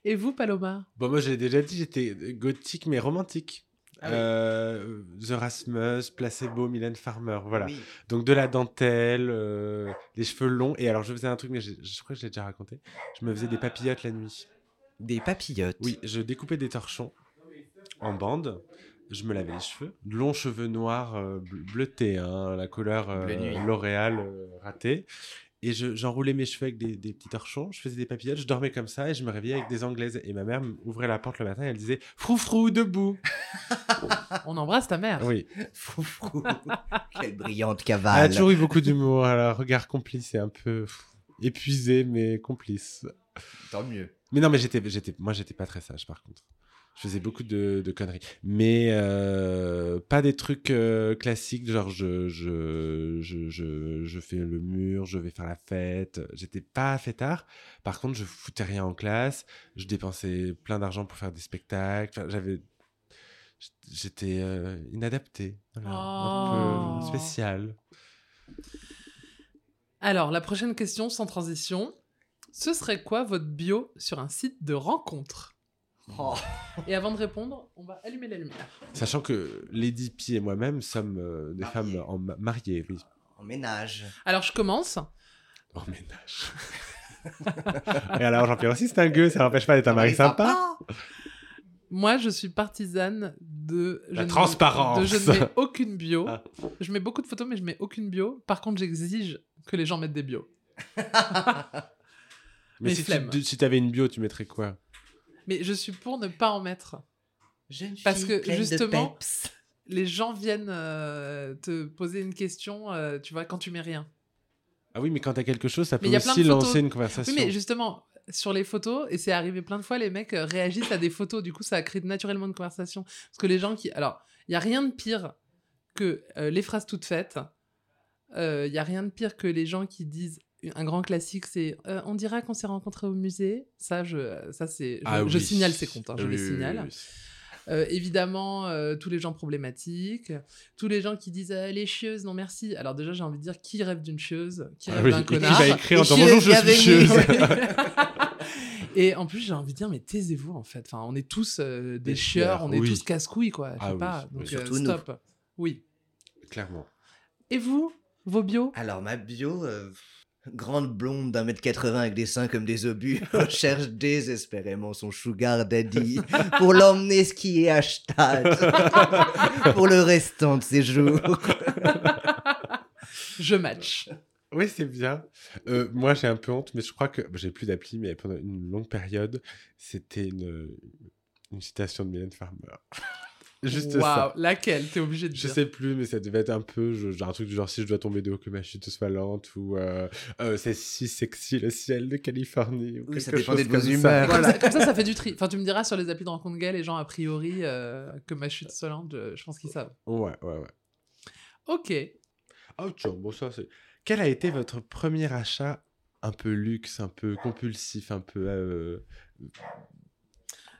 [SPEAKER 2] Et vous, Paloma
[SPEAKER 1] Bon, moi, j'ai déjà dit, j'étais gothique, mais romantique.
[SPEAKER 2] Ah oui.
[SPEAKER 1] Euh, The Rasmus, Placebo, Mylène Farmer, voilà.
[SPEAKER 4] Oui.
[SPEAKER 1] Donc de la dentelle, euh, les cheveux longs. Et alors je faisais un truc, mais j'ai- je, crois que je l'ai déjà raconté. Je me faisais des papillotes la nuit.
[SPEAKER 4] Des papillotes.
[SPEAKER 1] Oui, je découpais des torchons en bandes. Je me lavais les cheveux. Longs cheveux noirs euh, bleu- bleutés, hein, la couleur euh,
[SPEAKER 4] Bleu nuit.
[SPEAKER 1] L'Oréal euh, ratée. Et je- j'enroulais mes cheveux avec des, des petits torchons. Je faisais des papillotes. Je dormais comme ça et je me réveillais avec des anglaises. Et ma mère ouvrait la porte le matin et elle disait Froufrou,
[SPEAKER 4] <laughs>
[SPEAKER 1] debout
[SPEAKER 2] On embrasse ta mère.
[SPEAKER 1] Oui.
[SPEAKER 4] Foufou. Quelle brillante
[SPEAKER 1] Elle a
[SPEAKER 4] cavale.
[SPEAKER 1] Ah, toujours eu beaucoup d'humour. Elle a un regard complice et un peu pff, épuisé, mais complice.
[SPEAKER 4] Tant mieux.
[SPEAKER 1] Mais non, mais j'étais, j'étais, moi, j'étais pas très sage, par contre. Je faisais beaucoup de, de conneries. Mais euh, pas des trucs euh, classiques, genre je, je, je, je, je fais le mur, je vais faire la fête. J'étais pas fêtard. Par contre, je foutais rien en classe. Je dépensais plein d'argent pour faire des spectacles. Enfin, j'avais. J'étais euh, inadapté. Voilà. Un
[SPEAKER 2] Oh.
[SPEAKER 1] peu spécial.
[SPEAKER 2] Alors, la prochaine question, sans transition. Ce serait quoi votre bio sur un site de rencontre
[SPEAKER 4] Oh.
[SPEAKER 2] Et avant de répondre, on va allumer la lumière.
[SPEAKER 1] Sachant que Lady Pi et moi-même sommes euh, des
[SPEAKER 4] Mariées.
[SPEAKER 1] femmes en ma- mariées, oui.
[SPEAKER 4] En ménage.
[SPEAKER 2] Alors, je commence.
[SPEAKER 1] en ménage. Oh, <laughs> et alors, Jean-Pierre aussi, c'est un gueux, ça n'empêche pas d'être un mari sympa.
[SPEAKER 2] Moi, je suis partisane de. je
[SPEAKER 1] La
[SPEAKER 2] ne-
[SPEAKER 1] transparence.
[SPEAKER 2] de je ne mets aucune bio.
[SPEAKER 1] Ah.
[SPEAKER 2] Je mets beaucoup de photos, mais je mets aucune bio. Par contre, j'exige que les gens mettent des bios.
[SPEAKER 1] Mais,
[SPEAKER 2] Mais
[SPEAKER 1] si
[SPEAKER 2] flemme.
[SPEAKER 1] tu si avais une bio, tu mettrais quoi
[SPEAKER 2] Mais je suis pour ne pas en mettre. Parce que, justement, Les gens viennent euh, te poser une question, euh, tu vois, quand tu mets rien.
[SPEAKER 1] Ah oui, mais quand t'as quelque chose, ça peut
[SPEAKER 2] Mais il y a plein
[SPEAKER 1] aussi
[SPEAKER 2] de photos.
[SPEAKER 1] lancer une
[SPEAKER 2] Oui,
[SPEAKER 1] conversation.
[SPEAKER 2] mais justement, sur les photos, et c'est arrivé plein de fois, les mecs euh, réagissent à des photos. Du coup, ça crée naturellement une conversation. Parce que les gens qui. Alors, il n'y a rien de pire que euh, les phrases toutes faites. Euh, Il n'y a rien de pire que les gens qui disent. Un grand classique, c'est euh, on dira qu'on s'est rencontrés au musée. Ça, je, ça c'est, je,
[SPEAKER 1] Ah
[SPEAKER 2] je
[SPEAKER 1] oui.
[SPEAKER 2] signale ces comptes. hein, je
[SPEAKER 1] Oui,
[SPEAKER 2] les
[SPEAKER 1] oui, oui,
[SPEAKER 2] signale.
[SPEAKER 1] oui.
[SPEAKER 2] Euh, évidemment, euh, tous les gens problématiques, tous les gens qui disent euh, les chieuses, non merci. Alors déjà, j'ai envie de dire qui rêve d'une chieuse, qui
[SPEAKER 1] Ah
[SPEAKER 2] rêve
[SPEAKER 1] oui,
[SPEAKER 2] d'un
[SPEAKER 1] et qui
[SPEAKER 2] connard.
[SPEAKER 1] va écrire en
[SPEAKER 4] Et qui
[SPEAKER 1] disant bonjour,
[SPEAKER 4] est
[SPEAKER 1] je suis
[SPEAKER 4] bienvenue.
[SPEAKER 1] chieuse. <laughs>
[SPEAKER 2] Et en plus, j'ai envie de dire mais taisez-vous en fait. Enfin, on est tous euh, des
[SPEAKER 1] Des
[SPEAKER 2] chieurs,
[SPEAKER 1] chieurs,
[SPEAKER 2] on est
[SPEAKER 1] oui.
[SPEAKER 2] tous casse-couilles quoi. Je sais
[SPEAKER 1] Ah oui,
[SPEAKER 2] pas.
[SPEAKER 1] oui.
[SPEAKER 2] Donc
[SPEAKER 4] Surtout
[SPEAKER 2] euh,
[SPEAKER 4] nous.
[SPEAKER 2] stop. Oui.
[SPEAKER 1] Clairement.
[SPEAKER 2] Et vous, vos bios
[SPEAKER 4] Alors, ma bio, euh, grande blonde d'un mètre 80 avec des seins comme des obus,
[SPEAKER 1] <laughs>
[SPEAKER 4] cherche désespérément son sugar daddy pour l'emmener skier à
[SPEAKER 1] <laughs>
[SPEAKER 4] Stade pour le restant de ses jours.
[SPEAKER 2] Je match.
[SPEAKER 1] Oui, c'est bien. Euh, moi, j'ai un peu honte, mais je crois que bon, j'ai plus d'appli, mais pendant une longue période, c'était une, une citation de Mylène Farmer. <laughs> <laughs> Juste ça.
[SPEAKER 2] Waouh, laquelle T'es obligé de
[SPEAKER 1] Je
[SPEAKER 2] dire.
[SPEAKER 1] sais plus, mais ça devait être un peu je- genre un truc du genre si je dois tomber de haut que ma chute soit lente ou euh, euh, c'est si sexy le ciel de Californie ou
[SPEAKER 4] Oui, ça
[SPEAKER 1] quelque chose
[SPEAKER 4] dépendait de
[SPEAKER 1] comme
[SPEAKER 4] vos
[SPEAKER 1] ça.
[SPEAKER 4] humeurs.
[SPEAKER 1] <laughs>
[SPEAKER 2] Comme ça- Comme ça, ça fait du tri. Enfin, tu me diras sur les applis de rencontre gay, les gens a priori euh, que ma chute solente, euh, je pense qu'ils savent.
[SPEAKER 1] Ouais, ouais, ouais.
[SPEAKER 2] Ok.
[SPEAKER 1] Oh tiens, bon ça c'est. Quel a été votre premier achat un peu luxe, un peu compulsif, un peu euh,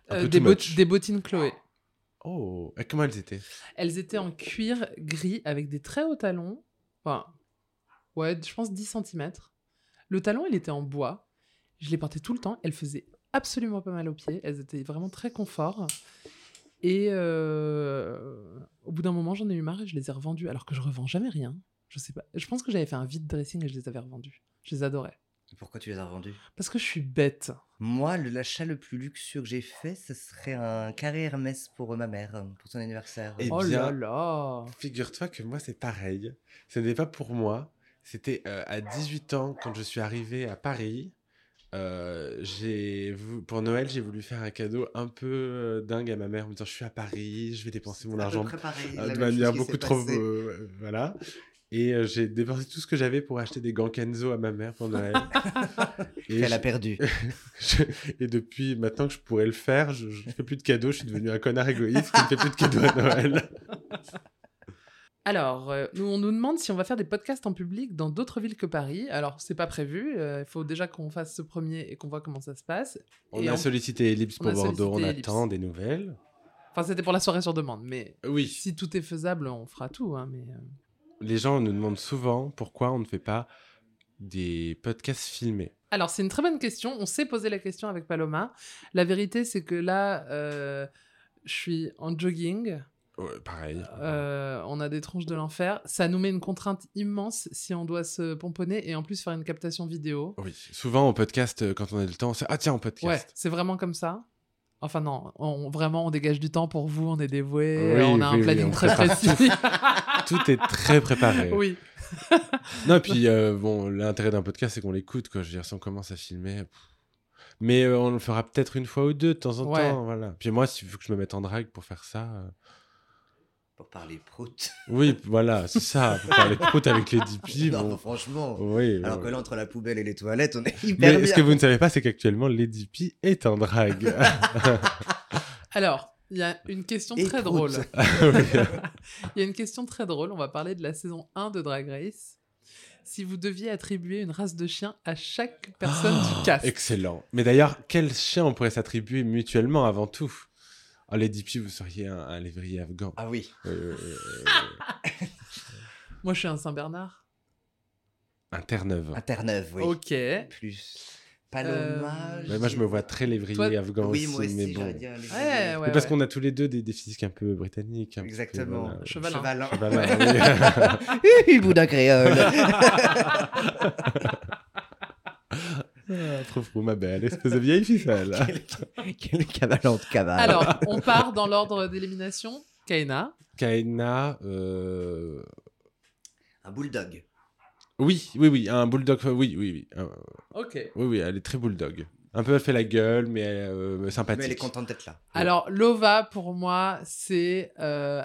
[SPEAKER 1] un
[SPEAKER 2] Euh,
[SPEAKER 1] peu
[SPEAKER 2] des,
[SPEAKER 1] too
[SPEAKER 2] bot-
[SPEAKER 1] much
[SPEAKER 2] des bottines Chloé.
[SPEAKER 1] Oh, et comment elles étaient
[SPEAKER 2] Elles étaient en cuir gris avec des très hauts talons. Enfin, ouais, je pense 10 cm. Le talon, il était en bois. Je les portais tout le temps. Elles faisaient absolument pas mal aux pieds. Elles étaient vraiment très confort. Et euh, au bout d'un moment, j'en ai eu marre et je les ai revendues. Alors que je revends jamais rien. Je sais pas. Je pense que j'avais fait un vide dressing et je les avais revendues. Je les adorais.
[SPEAKER 4] Pourquoi tu les as vendus
[SPEAKER 2] Parce que je suis bête.
[SPEAKER 4] Moi, le- l'achat le plus luxueux que j'ai fait, ce serait un carré Hermès pour euh, ma mère, euh, pour son anniversaire.
[SPEAKER 1] Et- Eh
[SPEAKER 2] oh
[SPEAKER 1] bien,
[SPEAKER 2] là là.
[SPEAKER 1] Figure-toi que moi, c'est pareil. Ce n'est pas pour moi. C'était euh, à 18 ans, quand je suis arrivé à Paris. euh, j'ai vou- pour Noël, j'ai voulu faire un cadeau un peu euh, dingue à ma mère en me disant Je suis à Paris, je vais dépenser mon argent euh, de manière beaucoup trop. euh, euh, voilà. Et euh, j'ai dépensé tout ce que j'avais pour acheter des gants Kenzo à ma mère pour Noël. et,
[SPEAKER 4] Elle a
[SPEAKER 1] je- <laughs>
[SPEAKER 4] perdu.
[SPEAKER 1] je- et depuis maintenant que je pourrais le faire, je je ne fais plus de cadeaux. Je suis devenu un connard égoïste qui ne fait plus de cadeaux à Noël.
[SPEAKER 2] Alors, euh, nous, on nous demande si on va faire des podcasts en public dans d'autres villes que Paris. Alors, c'est pas prévu. euh, Il faut déjà qu'on fasse ce premier et qu'on voit comment ça se passe.
[SPEAKER 1] On
[SPEAKER 2] Et
[SPEAKER 1] a
[SPEAKER 2] en-
[SPEAKER 1] sollicité Ellipse
[SPEAKER 2] on
[SPEAKER 1] pour
[SPEAKER 2] a
[SPEAKER 1] Bordeaux, on
[SPEAKER 2] sollicité
[SPEAKER 1] attend des nouvelles.
[SPEAKER 2] Enfin, c'était pour la soirée sur demande, mais
[SPEAKER 1] Oui.
[SPEAKER 2] si tout est faisable, on fera tout. hein, mais euh,
[SPEAKER 1] Les gens nous demandent souvent pourquoi on ne fait pas des podcasts filmés.
[SPEAKER 2] Alors, c'est une très bonne question. On s'est posé la question avec Paloma. La vérité, c'est que là, euh, je suis en jogging.
[SPEAKER 1] Ouais, pareil.
[SPEAKER 2] Euh, on a des tronches de l'enfer. Ça nous met une contrainte immense si on doit se pomponner et en plus faire une captation vidéo.
[SPEAKER 1] Oui. Souvent, on podcast, euh, quand on a le temps, c'est Ah tiens, on
[SPEAKER 2] Ouais,
[SPEAKER 1] podcast.
[SPEAKER 2] c'est vraiment comme ça. Enfin non, on, vraiment on dégage du temps pour vous, on est dévoué,
[SPEAKER 1] Oui,
[SPEAKER 2] on a
[SPEAKER 1] oui,
[SPEAKER 2] un
[SPEAKER 1] oui,
[SPEAKER 2] planning
[SPEAKER 1] on
[SPEAKER 2] très
[SPEAKER 1] prépare
[SPEAKER 2] précis.
[SPEAKER 1] <laughs>
[SPEAKER 2] <laughs>
[SPEAKER 1] Tout est très préparé.
[SPEAKER 2] oui.
[SPEAKER 1] Non, et puis, euh, bon, l'intérêt d'un podcast, c'est qu'on l'écoute, quoi. Je veux dire, si on commence à filmer. pff. Mais euh, on le fera peut-être une fois ou deux de temps en
[SPEAKER 2] Ouais.
[SPEAKER 1] temps, voilà. Puis moi, s'il faut que je me mette en drague pour faire ça, euh,
[SPEAKER 4] Pour parler prout.
[SPEAKER 1] oui, voilà, c'est ça. Pour parler prout avec les DP,
[SPEAKER 4] <laughs> non,
[SPEAKER 1] bon,
[SPEAKER 4] franchement.
[SPEAKER 1] oui.
[SPEAKER 4] Alors
[SPEAKER 1] ouais.
[SPEAKER 4] que là, entre la poubelle et les toilettes, on est
[SPEAKER 1] Mais
[SPEAKER 4] hyper
[SPEAKER 1] ce
[SPEAKER 4] bien.
[SPEAKER 1] que vous ne savez pas, c'est qu'actuellement, Lady P est en
[SPEAKER 2] <laughs>
[SPEAKER 1] drague.
[SPEAKER 2] Alors, il y a une question
[SPEAKER 4] Et
[SPEAKER 2] très
[SPEAKER 4] prout.
[SPEAKER 2] drôle.
[SPEAKER 1] Ah Oui.
[SPEAKER 2] Il y a une question très drôle, on va parler de la saison 1 de Drag Race. Si vous deviez attribuer une race de chien à chaque personne du
[SPEAKER 1] Ah,
[SPEAKER 2] cast.
[SPEAKER 1] Oh, Excellent. Mais d'ailleurs, quel chien on pourrait s'attribuer mutuellement avant tout Oh, Lady P, vous seriez un, un lévrier afghan.
[SPEAKER 4] Ah oui.
[SPEAKER 1] Euh, euh,
[SPEAKER 2] Moi je suis un Saint-Bernard.
[SPEAKER 1] un Terre-Neuve.
[SPEAKER 4] À Terre-Neuve, oui.
[SPEAKER 2] OK.
[SPEAKER 4] Plus. Paloma.
[SPEAKER 2] Euh,
[SPEAKER 1] Mais moi, je me vois très lévrier
[SPEAKER 2] Toi-
[SPEAKER 1] afghan
[SPEAKER 4] Oui,
[SPEAKER 1] aussi,
[SPEAKER 4] moi aussi,
[SPEAKER 1] mais bon.
[SPEAKER 4] j'aurais dit un léger-
[SPEAKER 2] Ouais,
[SPEAKER 1] Mais
[SPEAKER 2] ouais.
[SPEAKER 1] parce
[SPEAKER 2] ouais.
[SPEAKER 1] qu'on a tous les deux des, des physiques un peu britanniques. un peu,
[SPEAKER 4] Exactement.
[SPEAKER 1] voilà.
[SPEAKER 2] Chevalin. <laughs>
[SPEAKER 4] <laughs>
[SPEAKER 1] Chevalin, oui. <laughs>
[SPEAKER 4] Hi, hi, boudin créole.
[SPEAKER 1] foufou, Ah, ma belle, espèce de vieille
[SPEAKER 2] <laughs>
[SPEAKER 1] ficelle.
[SPEAKER 4] Quelle- Quelle cavalante cavale.
[SPEAKER 2] Alors, on part dans l'ordre d'élimination. Kaina.
[SPEAKER 1] Kaina, euh,
[SPEAKER 4] Un bulldog.
[SPEAKER 1] oui, oui, oui, un bulldog, oui, oui, oui, un-
[SPEAKER 2] Ok.
[SPEAKER 1] oui, oui, elle est très bulldog. Un peu, elle fait la gueule, mais euh, sympathique.
[SPEAKER 4] Mais elle est contente d'être là.
[SPEAKER 2] Alors, Lova, pour moi, c'est. euh,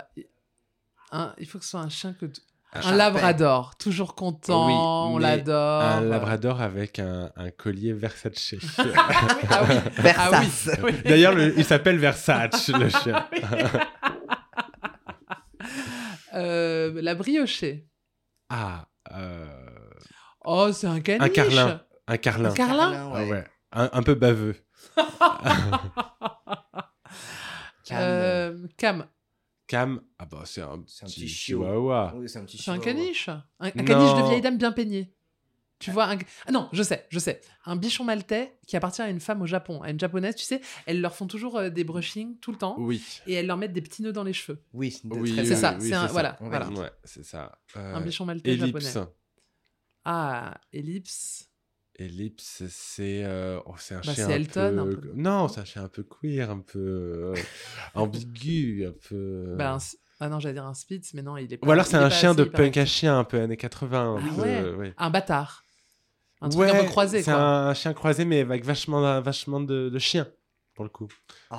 [SPEAKER 2] un- il faut que ce soit un chien que. tu-
[SPEAKER 1] Un
[SPEAKER 2] Un
[SPEAKER 4] charpais.
[SPEAKER 2] labrador. Toujours content,
[SPEAKER 1] Oui,
[SPEAKER 2] on
[SPEAKER 1] mais
[SPEAKER 2] l'adore.
[SPEAKER 1] Un labrador avec un, un collier
[SPEAKER 2] <laughs>
[SPEAKER 1] Versace. <laughs>
[SPEAKER 2] Ah oui, ah oui. Ah oui,
[SPEAKER 4] Versace.
[SPEAKER 2] oui.
[SPEAKER 1] D'ailleurs, le- il s'appelle Versace, le chien.
[SPEAKER 2] Euh, la briochée.
[SPEAKER 1] Ah, euh,
[SPEAKER 2] Oh, c'est un caniche.
[SPEAKER 1] un carlin. Un
[SPEAKER 2] Un
[SPEAKER 1] carlin.
[SPEAKER 2] carlin.
[SPEAKER 1] Ah ouais. Un, un peu baveux.
[SPEAKER 4] Cam.
[SPEAKER 2] Euh, Cam.
[SPEAKER 1] Cam, ah bah c'est un,
[SPEAKER 4] C'est un
[SPEAKER 1] petit
[SPEAKER 4] petit chiot.
[SPEAKER 1] chihuawa.
[SPEAKER 4] Oui, c'est un petit
[SPEAKER 2] C'est un
[SPEAKER 4] chihuahua.
[SPEAKER 2] caniche. Un, un
[SPEAKER 1] Non.
[SPEAKER 2] caniche de vieille dame bien peigné. Tu vois, un... ah non, je sais, je sais. Un bichon maltais qui appartient à une femme au Japon, à une japonaise, tu sais, elles leur font toujours euh, des brushings tout le temps
[SPEAKER 1] Oui.
[SPEAKER 2] et elles leur mettent des petits nœuds dans les cheveux.
[SPEAKER 4] Oui, c'est
[SPEAKER 1] Oui,
[SPEAKER 4] très-
[SPEAKER 2] c'est ça,
[SPEAKER 1] oui,
[SPEAKER 2] c'est
[SPEAKER 1] c'est
[SPEAKER 2] un,
[SPEAKER 1] ça.
[SPEAKER 2] voilà,
[SPEAKER 4] On
[SPEAKER 2] voilà.
[SPEAKER 4] valide.
[SPEAKER 1] Ouais, c'est ça. Euh,
[SPEAKER 2] un bichon maltais
[SPEAKER 1] ellipse.
[SPEAKER 2] japonais. Ah, ellipse.
[SPEAKER 1] Ellipse, c'est euh, oh, c'est un chien
[SPEAKER 2] Bah, c'est
[SPEAKER 1] un
[SPEAKER 2] Elton,
[SPEAKER 1] peu...
[SPEAKER 2] un peu.
[SPEAKER 1] Non, c'est un chien un peu queer, un peu euh,
[SPEAKER 2] <laughs>
[SPEAKER 1] ambigu, un peu.
[SPEAKER 2] Bah, un s- Ah non, j'allais dire un spitz, mais non, il est pas.
[SPEAKER 1] Euh. Ou alors
[SPEAKER 2] il
[SPEAKER 1] c'est
[SPEAKER 2] est
[SPEAKER 1] un
[SPEAKER 2] pas
[SPEAKER 1] chien
[SPEAKER 2] assez
[SPEAKER 1] de
[SPEAKER 2] hyper-
[SPEAKER 1] punk à chien, un peu années 80. un
[SPEAKER 2] Ah
[SPEAKER 1] peu,
[SPEAKER 2] ouais.
[SPEAKER 1] euh, ouais.
[SPEAKER 2] Un bâtard. Un truc un
[SPEAKER 1] Ouais,
[SPEAKER 2] peu croisé,
[SPEAKER 1] C'est
[SPEAKER 2] quoi.
[SPEAKER 1] un chien croisé, mais avec vachement, vachement de, de chiens, pour le coup.
[SPEAKER 4] Oh,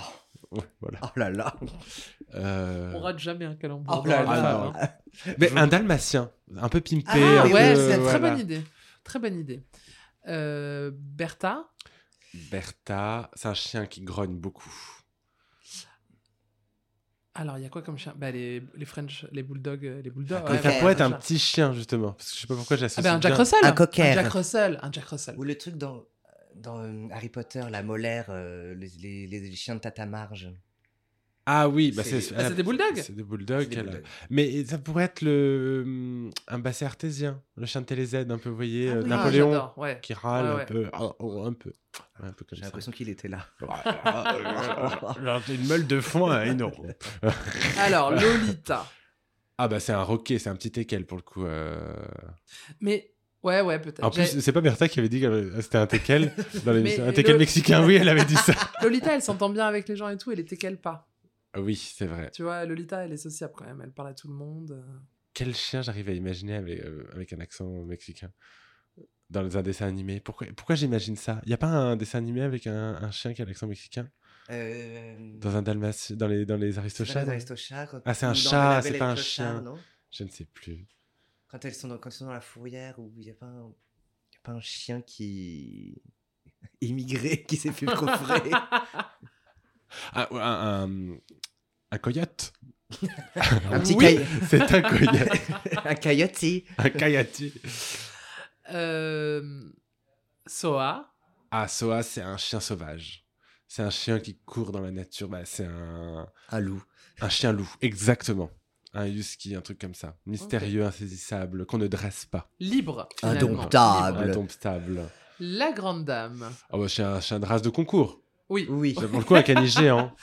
[SPEAKER 1] Ouais, voilà.
[SPEAKER 4] oh là là.
[SPEAKER 1] Euh,
[SPEAKER 2] On rate jamais un calembour.
[SPEAKER 4] Oh là
[SPEAKER 2] dans la
[SPEAKER 1] là.
[SPEAKER 2] fin, hein.
[SPEAKER 1] Mais un dalmatien, un peu pimpé.
[SPEAKER 4] Ah,
[SPEAKER 1] un
[SPEAKER 4] oui,
[SPEAKER 2] ouais,
[SPEAKER 1] peu-
[SPEAKER 2] c'est une très
[SPEAKER 1] voilà.
[SPEAKER 2] bonne idée. Très bonne idée. Euh, Bertha,
[SPEAKER 1] Bertha, c'est un chien qui grogne beaucoup.
[SPEAKER 2] alors il y a quoi comme chien bah, les, les French, les bulldogs, euh, les bulldogs.
[SPEAKER 4] Ah,
[SPEAKER 2] ouais,
[SPEAKER 1] Mais ça
[SPEAKER 2] bah,
[SPEAKER 4] ouais,
[SPEAKER 1] pourrait être un
[SPEAKER 2] machin.
[SPEAKER 1] petit chien, justement. Parce que je sais pas pourquoi
[SPEAKER 2] Ah
[SPEAKER 1] j'associe.
[SPEAKER 2] ben un
[SPEAKER 1] bien.
[SPEAKER 2] Jack Russell.
[SPEAKER 4] Un cocker.
[SPEAKER 2] Jack Russell. Un Jack Russell.
[SPEAKER 4] Ou le truc dans, dans euh, Harry Potter, la molaire, euh, les, les- les chiens de Tata Marge.
[SPEAKER 1] Ah oui, bah c'est.
[SPEAKER 4] C'est-
[SPEAKER 2] Ah, c'est des bulldogs.
[SPEAKER 1] C'est des bulldogs.
[SPEAKER 4] Des
[SPEAKER 1] elle a-
[SPEAKER 4] bulldogs.
[SPEAKER 1] Mais ça pourrait être le hum, un basset artésien, le chien de TéléZ, un peu, vous voyez,
[SPEAKER 2] Ah
[SPEAKER 1] euh,
[SPEAKER 2] oui,
[SPEAKER 1] Napoléon,
[SPEAKER 2] j'adore, ouais.
[SPEAKER 1] qui râle
[SPEAKER 2] Ouais,
[SPEAKER 1] un
[SPEAKER 2] ouais.
[SPEAKER 1] peu, oh, oh, un peu, Ouais, un peu comme
[SPEAKER 4] J'ai
[SPEAKER 1] ça.
[SPEAKER 4] l'impression qu'il était là.
[SPEAKER 1] <laughs> Alors, Une meule de foin hein, à un euro. <laughs>
[SPEAKER 2] Alors Lolita.
[SPEAKER 1] Ah bah c'est un roquet, c'est un petit teckel pour le coup. euh.
[SPEAKER 2] Mais ouais ouais peut-être.
[SPEAKER 1] En plus,
[SPEAKER 2] Euh, J'ai-
[SPEAKER 1] c'est pas Bertha qui avait dit que euh, c'était un teckel dans l'émission.
[SPEAKER 2] Mais
[SPEAKER 1] Un teckel
[SPEAKER 2] le-
[SPEAKER 1] mexicain, oui, elle avait dit ça.
[SPEAKER 2] Lolita elle s'entend bien avec les gens et tout. Elle était quelle pas.
[SPEAKER 1] Ah oui, c'est vrai.
[SPEAKER 2] Tu vois Lolita elle est sociable quand même. Elle parle à tout le monde.
[SPEAKER 1] Quel chien j'arrive à imaginer avec, euh, avec un accent mexicain dans les- un dessin animé Pourquoi, pourquoi j'imagine ça Il y a pas un dessin animé avec un, un chien qui a l'accent mexicain
[SPEAKER 4] Euh,
[SPEAKER 1] Dans un dalmatien, dans les, dans les
[SPEAKER 4] c'est pas
[SPEAKER 1] aristochats
[SPEAKER 4] dans
[SPEAKER 1] non
[SPEAKER 4] Aristochats, quand-
[SPEAKER 1] Ah, c'est un
[SPEAKER 4] ou dans
[SPEAKER 1] chat,
[SPEAKER 4] La Belle
[SPEAKER 1] c'est
[SPEAKER 4] et le
[SPEAKER 1] pas un
[SPEAKER 4] Clochard,
[SPEAKER 1] chien.
[SPEAKER 4] non
[SPEAKER 1] Je ne sais plus.
[SPEAKER 4] quand, elles sont dans, quand ils sont dans la fourrière, où il n'y a, pas un- y a pas un chien qui. immigré, qui s'est
[SPEAKER 1] <laughs>
[SPEAKER 4] fait coffrer.
[SPEAKER 1] Ah, ou un, un, un coyote
[SPEAKER 4] un petit
[SPEAKER 2] Oui.
[SPEAKER 4] caille-
[SPEAKER 1] C'est un coyote,
[SPEAKER 4] un coyote, si.
[SPEAKER 1] un coyote.
[SPEAKER 2] Euh, Soa.
[SPEAKER 1] Ah, Soa, c'est un chien sauvage. C'est un chien qui court dans la nature. Bah, c'est un,
[SPEAKER 4] Un loup.
[SPEAKER 1] un chien loup, exactement. Un husky, un truc comme ça. Mystérieux, insaisissable, qu'on ne dresse pas.
[SPEAKER 2] Libre. finalement.
[SPEAKER 4] Indomptable. Stable.
[SPEAKER 1] Indomptable.
[SPEAKER 2] Libre. La grande dame.
[SPEAKER 1] Ah, bah, c'est un chien de race de concours.
[SPEAKER 2] Oui.
[SPEAKER 4] Oui.
[SPEAKER 1] C'est pour le coup
[SPEAKER 2] <laughs>
[SPEAKER 1] un caniche géant.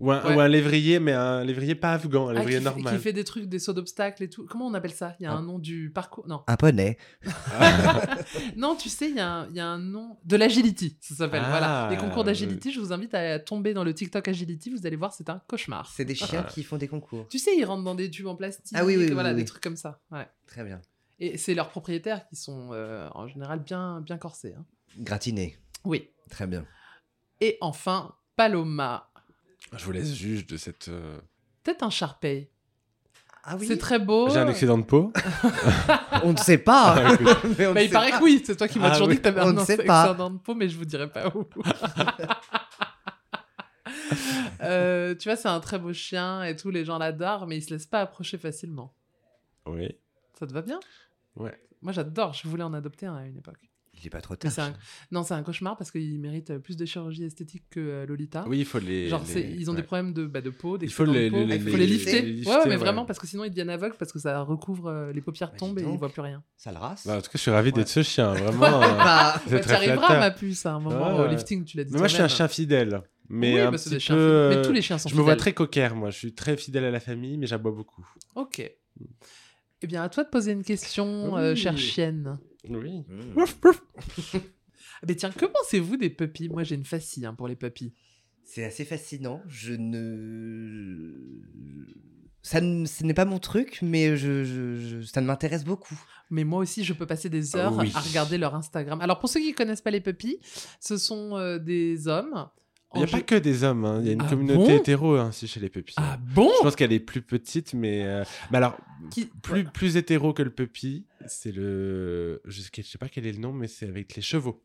[SPEAKER 1] Ou un,
[SPEAKER 2] Ouais.
[SPEAKER 1] ou un lévrier, mais un lévrier pas afghan, un
[SPEAKER 2] Ah, qui,
[SPEAKER 1] lévrier
[SPEAKER 2] fait-
[SPEAKER 1] normal.
[SPEAKER 2] qui fait des trucs, des sauts d'obstacles et tout. Comment on appelle ça Il
[SPEAKER 4] Ah.
[SPEAKER 2] y a un nom du parcours. Non,
[SPEAKER 4] Un poney.
[SPEAKER 2] non tu sais, il y, a un- il y a un nom. De l'agility, ça s'appelle.
[SPEAKER 1] Ah,
[SPEAKER 2] voilà. Les concours
[SPEAKER 1] euh,
[SPEAKER 2] d'agility, je vous invite à tomber dans le TikTok agility. Vous allez voir, c'est un cauchemar.
[SPEAKER 4] C'est des chiens
[SPEAKER 1] Ah.
[SPEAKER 4] qui font des concours.
[SPEAKER 2] Tu sais, ils rentrent dans des tubes en plastique.
[SPEAKER 4] Ah oui, oui, oui,
[SPEAKER 2] Voilà,
[SPEAKER 4] oui,
[SPEAKER 2] des
[SPEAKER 4] oui.
[SPEAKER 2] trucs comme ça. Ouais.
[SPEAKER 4] Très bien.
[SPEAKER 2] Et c'est leurs propriétaires qui sont euh, en général bien, bien corsés. hein.
[SPEAKER 4] Gratiné.
[SPEAKER 2] Oui.
[SPEAKER 4] Très bien.
[SPEAKER 2] Et enfin, Paloma.
[SPEAKER 1] Je vous laisse juge de cette. euh,
[SPEAKER 2] Peut-être un Sharpei.
[SPEAKER 4] Ah oui.
[SPEAKER 2] C'est très beau.
[SPEAKER 1] J'ai un excédent de peau.
[SPEAKER 4] On ne
[SPEAKER 2] <laughs>
[SPEAKER 4] sait pas.
[SPEAKER 1] Ah, écoute.
[SPEAKER 4] mais on
[SPEAKER 2] Bah,
[SPEAKER 4] ne
[SPEAKER 2] il
[SPEAKER 4] sait
[SPEAKER 2] paraît
[SPEAKER 4] pas.
[SPEAKER 2] que oui, c'est toi qui m'as
[SPEAKER 1] Ah
[SPEAKER 2] toujours
[SPEAKER 1] oui,
[SPEAKER 2] dit que t'avais
[SPEAKER 4] on
[SPEAKER 2] un
[SPEAKER 4] ne sait
[SPEAKER 2] insecte
[SPEAKER 4] pas.
[SPEAKER 2] de peau, mais je vous dirai pas où. <laughs> Euh, tu vois, c'est un très beau chien et tous les gens l'adorent, mais il se laisse pas approcher facilement.
[SPEAKER 1] oui.
[SPEAKER 2] Ça te va bien
[SPEAKER 1] Ouais.
[SPEAKER 2] Moi, j'adore. Je voulais en adopter un à une époque.
[SPEAKER 4] Il n'est pas trop
[SPEAKER 2] Mais
[SPEAKER 4] tard.
[SPEAKER 1] <laughs>
[SPEAKER 2] c'est un- Non, c'est un cauchemar parce qu'il mérite euh, plus de chirurgie esthétique que euh, Lolita.
[SPEAKER 1] Oui, il faut les.
[SPEAKER 2] Genre,
[SPEAKER 1] les-
[SPEAKER 2] c'est- ils ont des
[SPEAKER 1] ouais.
[SPEAKER 2] problèmes de, bah, de peau,
[SPEAKER 1] Il faut
[SPEAKER 2] d'excellents de
[SPEAKER 1] les-
[SPEAKER 2] peau.
[SPEAKER 1] les-
[SPEAKER 2] Ah, il faut
[SPEAKER 4] les-
[SPEAKER 2] les
[SPEAKER 4] les
[SPEAKER 2] lifter.
[SPEAKER 1] lifter,
[SPEAKER 2] ouais, ouais, mais
[SPEAKER 1] ouais.
[SPEAKER 2] vraiment, parce que sinon, ils deviennent aveugles parce que ça recouvre euh, les paupières
[SPEAKER 4] Bah, dis
[SPEAKER 2] tombent et ils
[SPEAKER 4] donc.
[SPEAKER 2] voient plus rien.
[SPEAKER 4] Sale race.
[SPEAKER 1] Bah, en tout cas, je suis ravi d'être
[SPEAKER 4] Ouais.
[SPEAKER 1] ce
[SPEAKER 2] <laughs>
[SPEAKER 1] chien. Vraiment. euh,
[SPEAKER 4] Bah,
[SPEAKER 1] c'est
[SPEAKER 2] Bah,
[SPEAKER 1] très
[SPEAKER 2] tu arriveras,
[SPEAKER 1] flatteur.
[SPEAKER 2] ma puce, à un moment
[SPEAKER 1] Ouais,
[SPEAKER 2] au
[SPEAKER 1] ouais.
[SPEAKER 2] lifting, tu l'as dit.
[SPEAKER 1] Mais moi, je suis un
[SPEAKER 2] toi-même.
[SPEAKER 1] chien fidèle. Mais
[SPEAKER 2] bah. oui,
[SPEAKER 1] un
[SPEAKER 2] bah, c'est
[SPEAKER 1] petit
[SPEAKER 2] des chiens
[SPEAKER 1] peu,
[SPEAKER 2] fidèles.
[SPEAKER 1] euh,
[SPEAKER 2] Mais tous les chiens sont
[SPEAKER 1] Je me vois
[SPEAKER 2] fidèles.
[SPEAKER 1] très cocker, moi. Je suis très fidèle à la famille, mais j'aboie beaucoup.
[SPEAKER 2] Ok. Eh bien, à toi de poser une
[SPEAKER 1] Ah
[SPEAKER 2] question,
[SPEAKER 1] Oui.
[SPEAKER 2] euh, chère chienne.
[SPEAKER 1] Oui.
[SPEAKER 4] Mm.
[SPEAKER 1] Ouf, ouf.
[SPEAKER 2] Ah, mais tiens, que pensez-vous des puppies Moi, j'ai une fascie hein, pour les puppies.
[SPEAKER 4] C'est assez fascinant. Je ne. Ça ne- ce n'est pas mon truc, mais je, je- je- ça ne m'intéresse beaucoup.
[SPEAKER 2] Mais moi aussi, je peux passer
[SPEAKER 1] Ah
[SPEAKER 2] des heures
[SPEAKER 3] Oui.
[SPEAKER 2] à regarder leur Instagram. Alors, pour ceux qui connaissent pas les puppies, ce sont euh, des hommes.
[SPEAKER 1] Il n'y a
[SPEAKER 2] en
[SPEAKER 1] pas
[SPEAKER 2] gé-
[SPEAKER 1] que des hommes, hein. il y a une
[SPEAKER 2] Ah
[SPEAKER 1] communauté
[SPEAKER 2] bon
[SPEAKER 1] hétéro hein, aussi chez les pupilles.
[SPEAKER 2] Ah bon
[SPEAKER 1] Je pense qu'elle est plus petite, mais, euh, mais alors,
[SPEAKER 2] Qui-
[SPEAKER 1] plus, plus hétéro que le puppy, c'est le. Je sais, je sais pas quel est le nom, mais c'est avec les chevaux.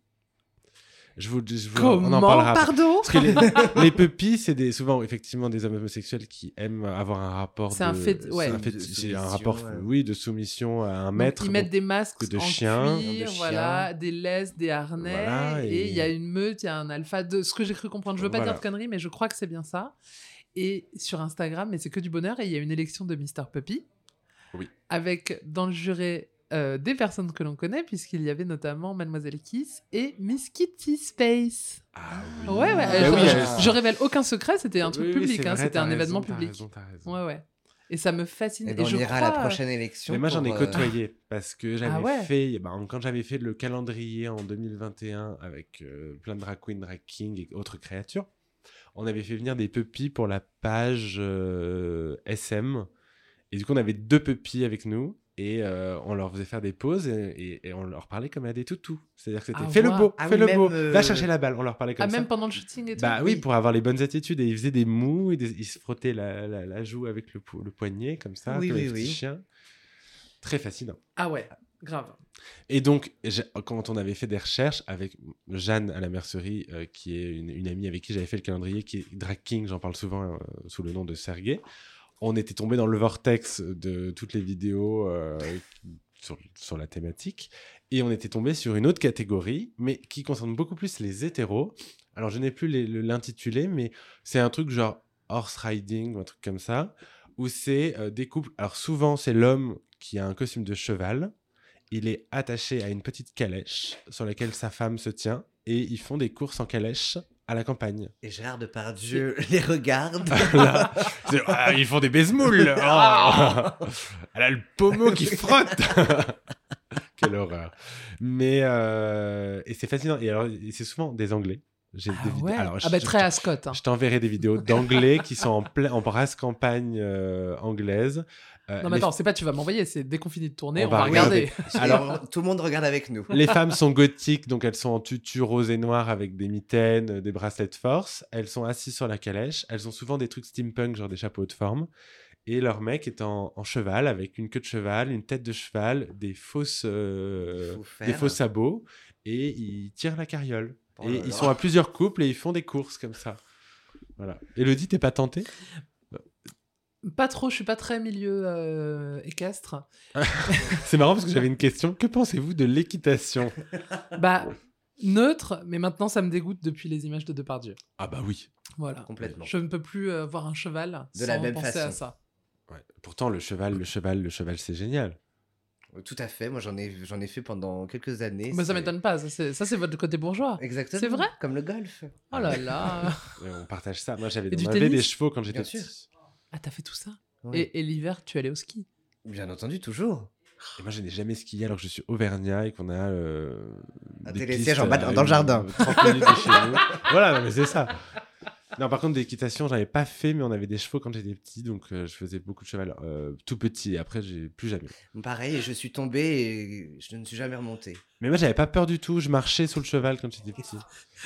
[SPEAKER 1] Je vous, je vous- on
[SPEAKER 2] Comment
[SPEAKER 1] en parlera. après.
[SPEAKER 2] Pardon
[SPEAKER 1] Parce que les, <laughs> les puppies, c'est des, souvent effectivement des hommes homosexuels qui aiment avoir un rapport.
[SPEAKER 2] C'est un
[SPEAKER 1] de-
[SPEAKER 2] féti- ouais.
[SPEAKER 1] c'est un
[SPEAKER 4] De
[SPEAKER 1] féti- c'est un
[SPEAKER 4] soumission,
[SPEAKER 1] rapport,
[SPEAKER 4] ouais.
[SPEAKER 1] oui, de soumission à un maître.
[SPEAKER 2] Donc, ils mettent des masques
[SPEAKER 1] de
[SPEAKER 2] en
[SPEAKER 1] chiens,
[SPEAKER 2] cuir,
[SPEAKER 4] de
[SPEAKER 2] voilà, des laisses, des harnais,
[SPEAKER 1] Voilà,
[SPEAKER 2] et
[SPEAKER 1] et-
[SPEAKER 2] il y a une meute, il y a un alpha de ce que j'ai cru comprendre. Je veux pas
[SPEAKER 1] Voilà.
[SPEAKER 2] dire de conneries, mais je crois que c'est bien ça. Et sur Instagram, mais c'est que du bonheur, et il y a une élection de Mister Puppy,
[SPEAKER 1] Oui.
[SPEAKER 2] avec dans le juré euh, des personnes que l'on connaît, puisqu'il y avait notamment Mademoiselle Kiss et Miss Kitty Space.
[SPEAKER 1] Ah oui.
[SPEAKER 2] Ouais, ouais,
[SPEAKER 1] Bah
[SPEAKER 2] euh,
[SPEAKER 1] oui,
[SPEAKER 2] je,
[SPEAKER 1] elle-
[SPEAKER 2] je révèle aucun secret, c'était un
[SPEAKER 1] Oui,
[SPEAKER 2] truc
[SPEAKER 1] oui,
[SPEAKER 2] public,
[SPEAKER 1] c'est
[SPEAKER 2] hein,
[SPEAKER 1] vrai,
[SPEAKER 2] c'était
[SPEAKER 1] t'as
[SPEAKER 2] un
[SPEAKER 1] raison,
[SPEAKER 2] événement
[SPEAKER 1] t'as
[SPEAKER 2] public.
[SPEAKER 1] raison, Eh t'as raison.
[SPEAKER 2] Ouais, ouais. Et ça me fascine.
[SPEAKER 4] Et
[SPEAKER 2] Et,
[SPEAKER 4] ben, on
[SPEAKER 2] je
[SPEAKER 4] ira
[SPEAKER 2] crois...
[SPEAKER 4] à la prochaine élection.
[SPEAKER 1] Mais moi j'en ai
[SPEAKER 4] pour, euh,
[SPEAKER 1] côtoyé parce que j'avais
[SPEAKER 2] Ah ouais.
[SPEAKER 1] fait, bah, en- quand j'avais fait le calendrier en 2021 avec euh, plein de drag queens, drag kings et autres créatures, on avait fait venir des puppies pour la page euh, SM. Et du coup, on avait deux puppies avec nous et euh, on leur faisait faire des pauses et, et- et on leur parlait comme à des toutous. C'est-à-dire que c'était
[SPEAKER 2] Ah,
[SPEAKER 1] fais le
[SPEAKER 2] waouh.
[SPEAKER 1] beau,
[SPEAKER 4] Ah
[SPEAKER 1] fais
[SPEAKER 4] oui,
[SPEAKER 1] le
[SPEAKER 4] même,
[SPEAKER 1] beau,
[SPEAKER 4] euh,
[SPEAKER 1] va chercher la balle. On leur parlait comme
[SPEAKER 2] Ah,
[SPEAKER 1] ça.
[SPEAKER 2] même pendant le shooting et tout.
[SPEAKER 1] Bah oui, pour avoir les bonnes attitudes. Et ils faisaient des mous, et des- ils se frottaient la, la- la joue avec le, po- le poignet, comme ça,
[SPEAKER 4] Oui,
[SPEAKER 1] comme
[SPEAKER 4] oui,
[SPEAKER 1] les petits
[SPEAKER 4] oui.
[SPEAKER 1] chiens. Très fascinant.
[SPEAKER 2] Ah ouais, grave.
[SPEAKER 1] Et donc, j'ai- quand on avait fait des recherches avec Jeanne à la mercerie, euh, qui est une, une amie avec qui j'avais fait le calendrier, qui est Drag King, j'en parle souvent euh, sous le nom de Sergei, on était tombé dans le vortex de toutes les vidéos euh, sur, sur la thématique, et on était tombé sur une autre catégorie, mais qui concerne beaucoup plus les hétéros. Alors, je n'ai plus les- le- l'intitulé, mais c'est un truc genre horse riding ou un truc comme ça, où c'est euh, des couples. Alors, souvent, c'est l'homme qui a un costume de cheval il est attaché à une petite calèche sur laquelle sa femme se tient et ils font des courses en calèche à la <laughs> campagne.
[SPEAKER 4] Et Gérard Depardieu <laughs> les regarde.
[SPEAKER 1] Là, c'est- Ah, ils font des <laughs> baisemoules. Oh Elle a le pommeau qui frotte. <laughs> Quelle horreur. Mais euh, et c'est fascinant. Et alors et c'est souvent des Anglais. J'ai
[SPEAKER 2] Ah
[SPEAKER 1] des vid-
[SPEAKER 2] ouais.
[SPEAKER 1] alors,
[SPEAKER 2] ah
[SPEAKER 1] je-
[SPEAKER 2] bah
[SPEAKER 1] je-
[SPEAKER 2] très Ascot. hein.
[SPEAKER 1] Je t'enverrai des vidéos d'anglais qui sont en, plein, en race campagne euh, anglaise. Euh,
[SPEAKER 2] Non mais
[SPEAKER 1] les-
[SPEAKER 2] attends, c'est pas tu vas m'envoyer, c'est dès qu'on finit de tourner,
[SPEAKER 1] On
[SPEAKER 2] on,
[SPEAKER 1] va
[SPEAKER 2] va regarder.
[SPEAKER 4] Alors, tout le monde regarde avec nous.
[SPEAKER 1] Les femmes sont gothiques, donc elles sont en tutu rose et noir avec des mitaines, euh, des bracelets de force. Elles sont assises sur la calèche. Elles ont souvent des trucs steampunk, genre des chapeaux de forme. Et leur mec est en, en cheval, avec une queue de cheval, une tête de cheval, des fausses, euh,
[SPEAKER 4] Faut faire.
[SPEAKER 1] des faux sabots, et ils tirent la carriole.
[SPEAKER 4] Oh
[SPEAKER 1] et
[SPEAKER 4] là
[SPEAKER 1] ils
[SPEAKER 4] là.
[SPEAKER 1] sont à plusieurs couples et ils font des courses comme ça. Voilà. Elodie, t'es pas tentée
[SPEAKER 2] Pas trop, je suis pas très milieu euh, équestre.
[SPEAKER 1] C'est marrant parce que j'avais une question. Que pensez-vous de l'équitation
[SPEAKER 2] Bah neutre, mais maintenant ça me dégoûte depuis les images de Depardieu.
[SPEAKER 1] Ah bah oui.
[SPEAKER 2] Voilà.
[SPEAKER 4] Complètement.
[SPEAKER 2] Je ne peux plus euh, voir un cheval
[SPEAKER 4] De
[SPEAKER 2] sans
[SPEAKER 4] la même
[SPEAKER 2] penser
[SPEAKER 4] façon.
[SPEAKER 2] à ça.
[SPEAKER 1] Ouais. Pourtant, le cheval, le cheval, le cheval, c'est génial.
[SPEAKER 4] Tout à fait. Moi, j'en ai, j'en ai fait pendant quelques années.
[SPEAKER 2] Mais Bah, ça
[SPEAKER 4] C'est-
[SPEAKER 2] m'étonne pas, ça c'est ça, c'est votre côté bourgeois.
[SPEAKER 4] Exactement.
[SPEAKER 2] C'est vrai
[SPEAKER 4] Comme le golf.
[SPEAKER 2] Oh là là.
[SPEAKER 1] Et on partage ça. Moi, j'avais
[SPEAKER 2] Et du
[SPEAKER 1] demandé
[SPEAKER 2] tennis
[SPEAKER 1] des chevaux quand j'étais
[SPEAKER 4] Bien sûr.
[SPEAKER 1] petit.
[SPEAKER 2] Ah t'as fait tout ça
[SPEAKER 4] Oui.
[SPEAKER 2] Et, et l'hiver tu allais au ski
[SPEAKER 4] Bien entendu, toujours.
[SPEAKER 1] Et moi, je n'ai jamais skié alors que je suis auvergnat et qu'on a. euh,
[SPEAKER 4] Un
[SPEAKER 1] des
[SPEAKER 4] télésiège
[SPEAKER 1] pistes
[SPEAKER 4] en bas-
[SPEAKER 1] à
[SPEAKER 4] dans
[SPEAKER 1] une-
[SPEAKER 4] le jardin.
[SPEAKER 1] 30 minutes de chez
[SPEAKER 4] <laughs>
[SPEAKER 1] nous. Voilà, non, mais c'est ça. Non, par contre, d'équitation, j'en avais pas fait, mais on avait des chevaux quand j'étais petit, donc euh, je faisais beaucoup de cheval euh, tout petit. Et après, j'ai plus jamais.
[SPEAKER 4] Pareil, je suis tombé et je ne suis jamais remonté.
[SPEAKER 1] Mais moi, j'avais pas peur du tout. Je marchais sur le cheval quand j'étais petit.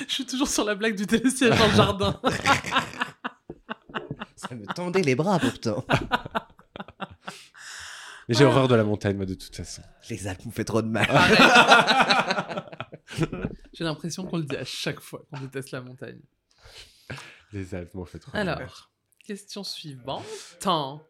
[SPEAKER 2] Je suis toujours sur la blague du télésiège <laughs> dans le jardin.
[SPEAKER 4] Ça me tendait les bras pourtant.
[SPEAKER 1] Mais j'ai horreur de la montagne, moi, de toute façon.
[SPEAKER 4] Les Alpes m'ont fait trop de mal.
[SPEAKER 2] <laughs> J'ai l'impression qu'on le dit à chaque fois qu'on déteste la montagne.
[SPEAKER 1] Les Alpes m'ont fait trop. mal.
[SPEAKER 2] Alors, question suivante. Tant.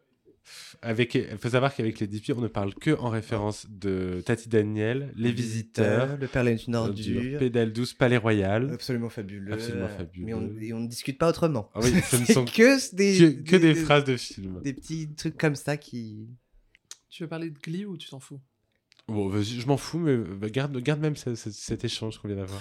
[SPEAKER 1] Avec, il faut savoir qu'avec les DP, on ne parle que en référence de Tati Daniel, Les Visiteurs,
[SPEAKER 4] le Père est une
[SPEAKER 1] Ordure, Euh,
[SPEAKER 4] ordure.
[SPEAKER 1] Pédale douce, Palais Royal.
[SPEAKER 4] Absolument fabuleux.
[SPEAKER 1] Absolument fabuleux.
[SPEAKER 4] Mais on, et on ne discute pas autrement.
[SPEAKER 1] Ah
[SPEAKER 4] <laughs>
[SPEAKER 1] oui, ce ne <laughs>
[SPEAKER 4] C'est
[SPEAKER 1] sont
[SPEAKER 4] que des,
[SPEAKER 1] que, que des phrases de films.
[SPEAKER 4] Des petits trucs comme ça qui.
[SPEAKER 2] Tu veux parler de Glee ou tu
[SPEAKER 1] <laughs>
[SPEAKER 2] t'en fous
[SPEAKER 1] Bon, vas-y, je m'en fous, mais bah, garde, garde même ce- ce- cet échange qu'on vient d'avoir.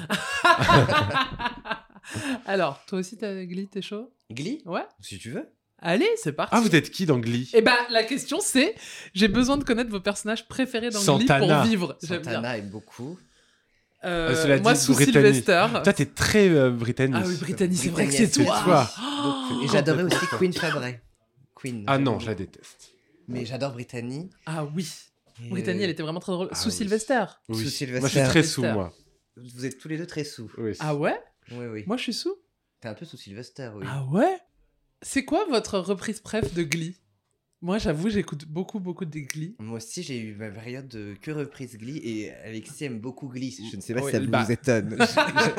[SPEAKER 2] Alors, toi aussi, t'as Glee, t'es chaud
[SPEAKER 4] Glee
[SPEAKER 2] Ouais
[SPEAKER 4] Si tu veux.
[SPEAKER 2] Allez, c'est parti.
[SPEAKER 1] Ah, vous êtes qui dans Glee
[SPEAKER 2] Eh ben, la question c'est, j'ai besoin de connaître vos personnages préférés dans Glee
[SPEAKER 1] Santana.
[SPEAKER 4] Euh,
[SPEAKER 2] pour vivre. J'aime
[SPEAKER 1] <gasps>
[SPEAKER 2] bien.
[SPEAKER 4] Santana aime beaucoup.
[SPEAKER 2] Euh,
[SPEAKER 1] Euh, cela
[SPEAKER 2] moi,
[SPEAKER 1] dit,
[SPEAKER 2] sous
[SPEAKER 1] Britannique.
[SPEAKER 2] Sylvester.
[SPEAKER 1] Toi, t'es très euh, britannique.
[SPEAKER 2] Ah oui, Brittany, c'est vrai que c'est
[SPEAKER 4] Britannique,
[SPEAKER 1] c'est
[SPEAKER 2] toi.
[SPEAKER 1] toi.
[SPEAKER 2] Oh
[SPEAKER 4] Et j'adorais aussi Queen Fabray. Queen.
[SPEAKER 1] Ah non, je
[SPEAKER 4] j'adore.
[SPEAKER 1] la déteste.
[SPEAKER 4] Mais j'adore Brittany.
[SPEAKER 2] ah oui.
[SPEAKER 4] Et,
[SPEAKER 2] Brittany, elle était vraiment très drôle.
[SPEAKER 1] ah
[SPEAKER 2] sous
[SPEAKER 1] oui.
[SPEAKER 2] Sylvester.
[SPEAKER 1] Oui.
[SPEAKER 4] Sous Sylvester.
[SPEAKER 1] Moi, je suis très sous,
[SPEAKER 2] Sylvester. <laughs>
[SPEAKER 1] moi.
[SPEAKER 4] euh, Vous êtes tous les deux très sous.
[SPEAKER 1] Oui.
[SPEAKER 2] Ah ouais
[SPEAKER 4] Oui, oui.
[SPEAKER 2] Moi, je suis sous.
[SPEAKER 4] T'es un peu sous Sylvester, oui.
[SPEAKER 2] Ah ouais C'est quoi votre reprise préf de Glee Moi, j'avoue, j'écoute beaucoup, beaucoup de Glee.
[SPEAKER 4] Moi aussi, j'ai eu ma période de que reprise Glee et Alexis aime beaucoup Glee. Je ne sais pas
[SPEAKER 1] Oui,
[SPEAKER 4] si ça
[SPEAKER 1] bah- <laughs>
[SPEAKER 4] vous étonne.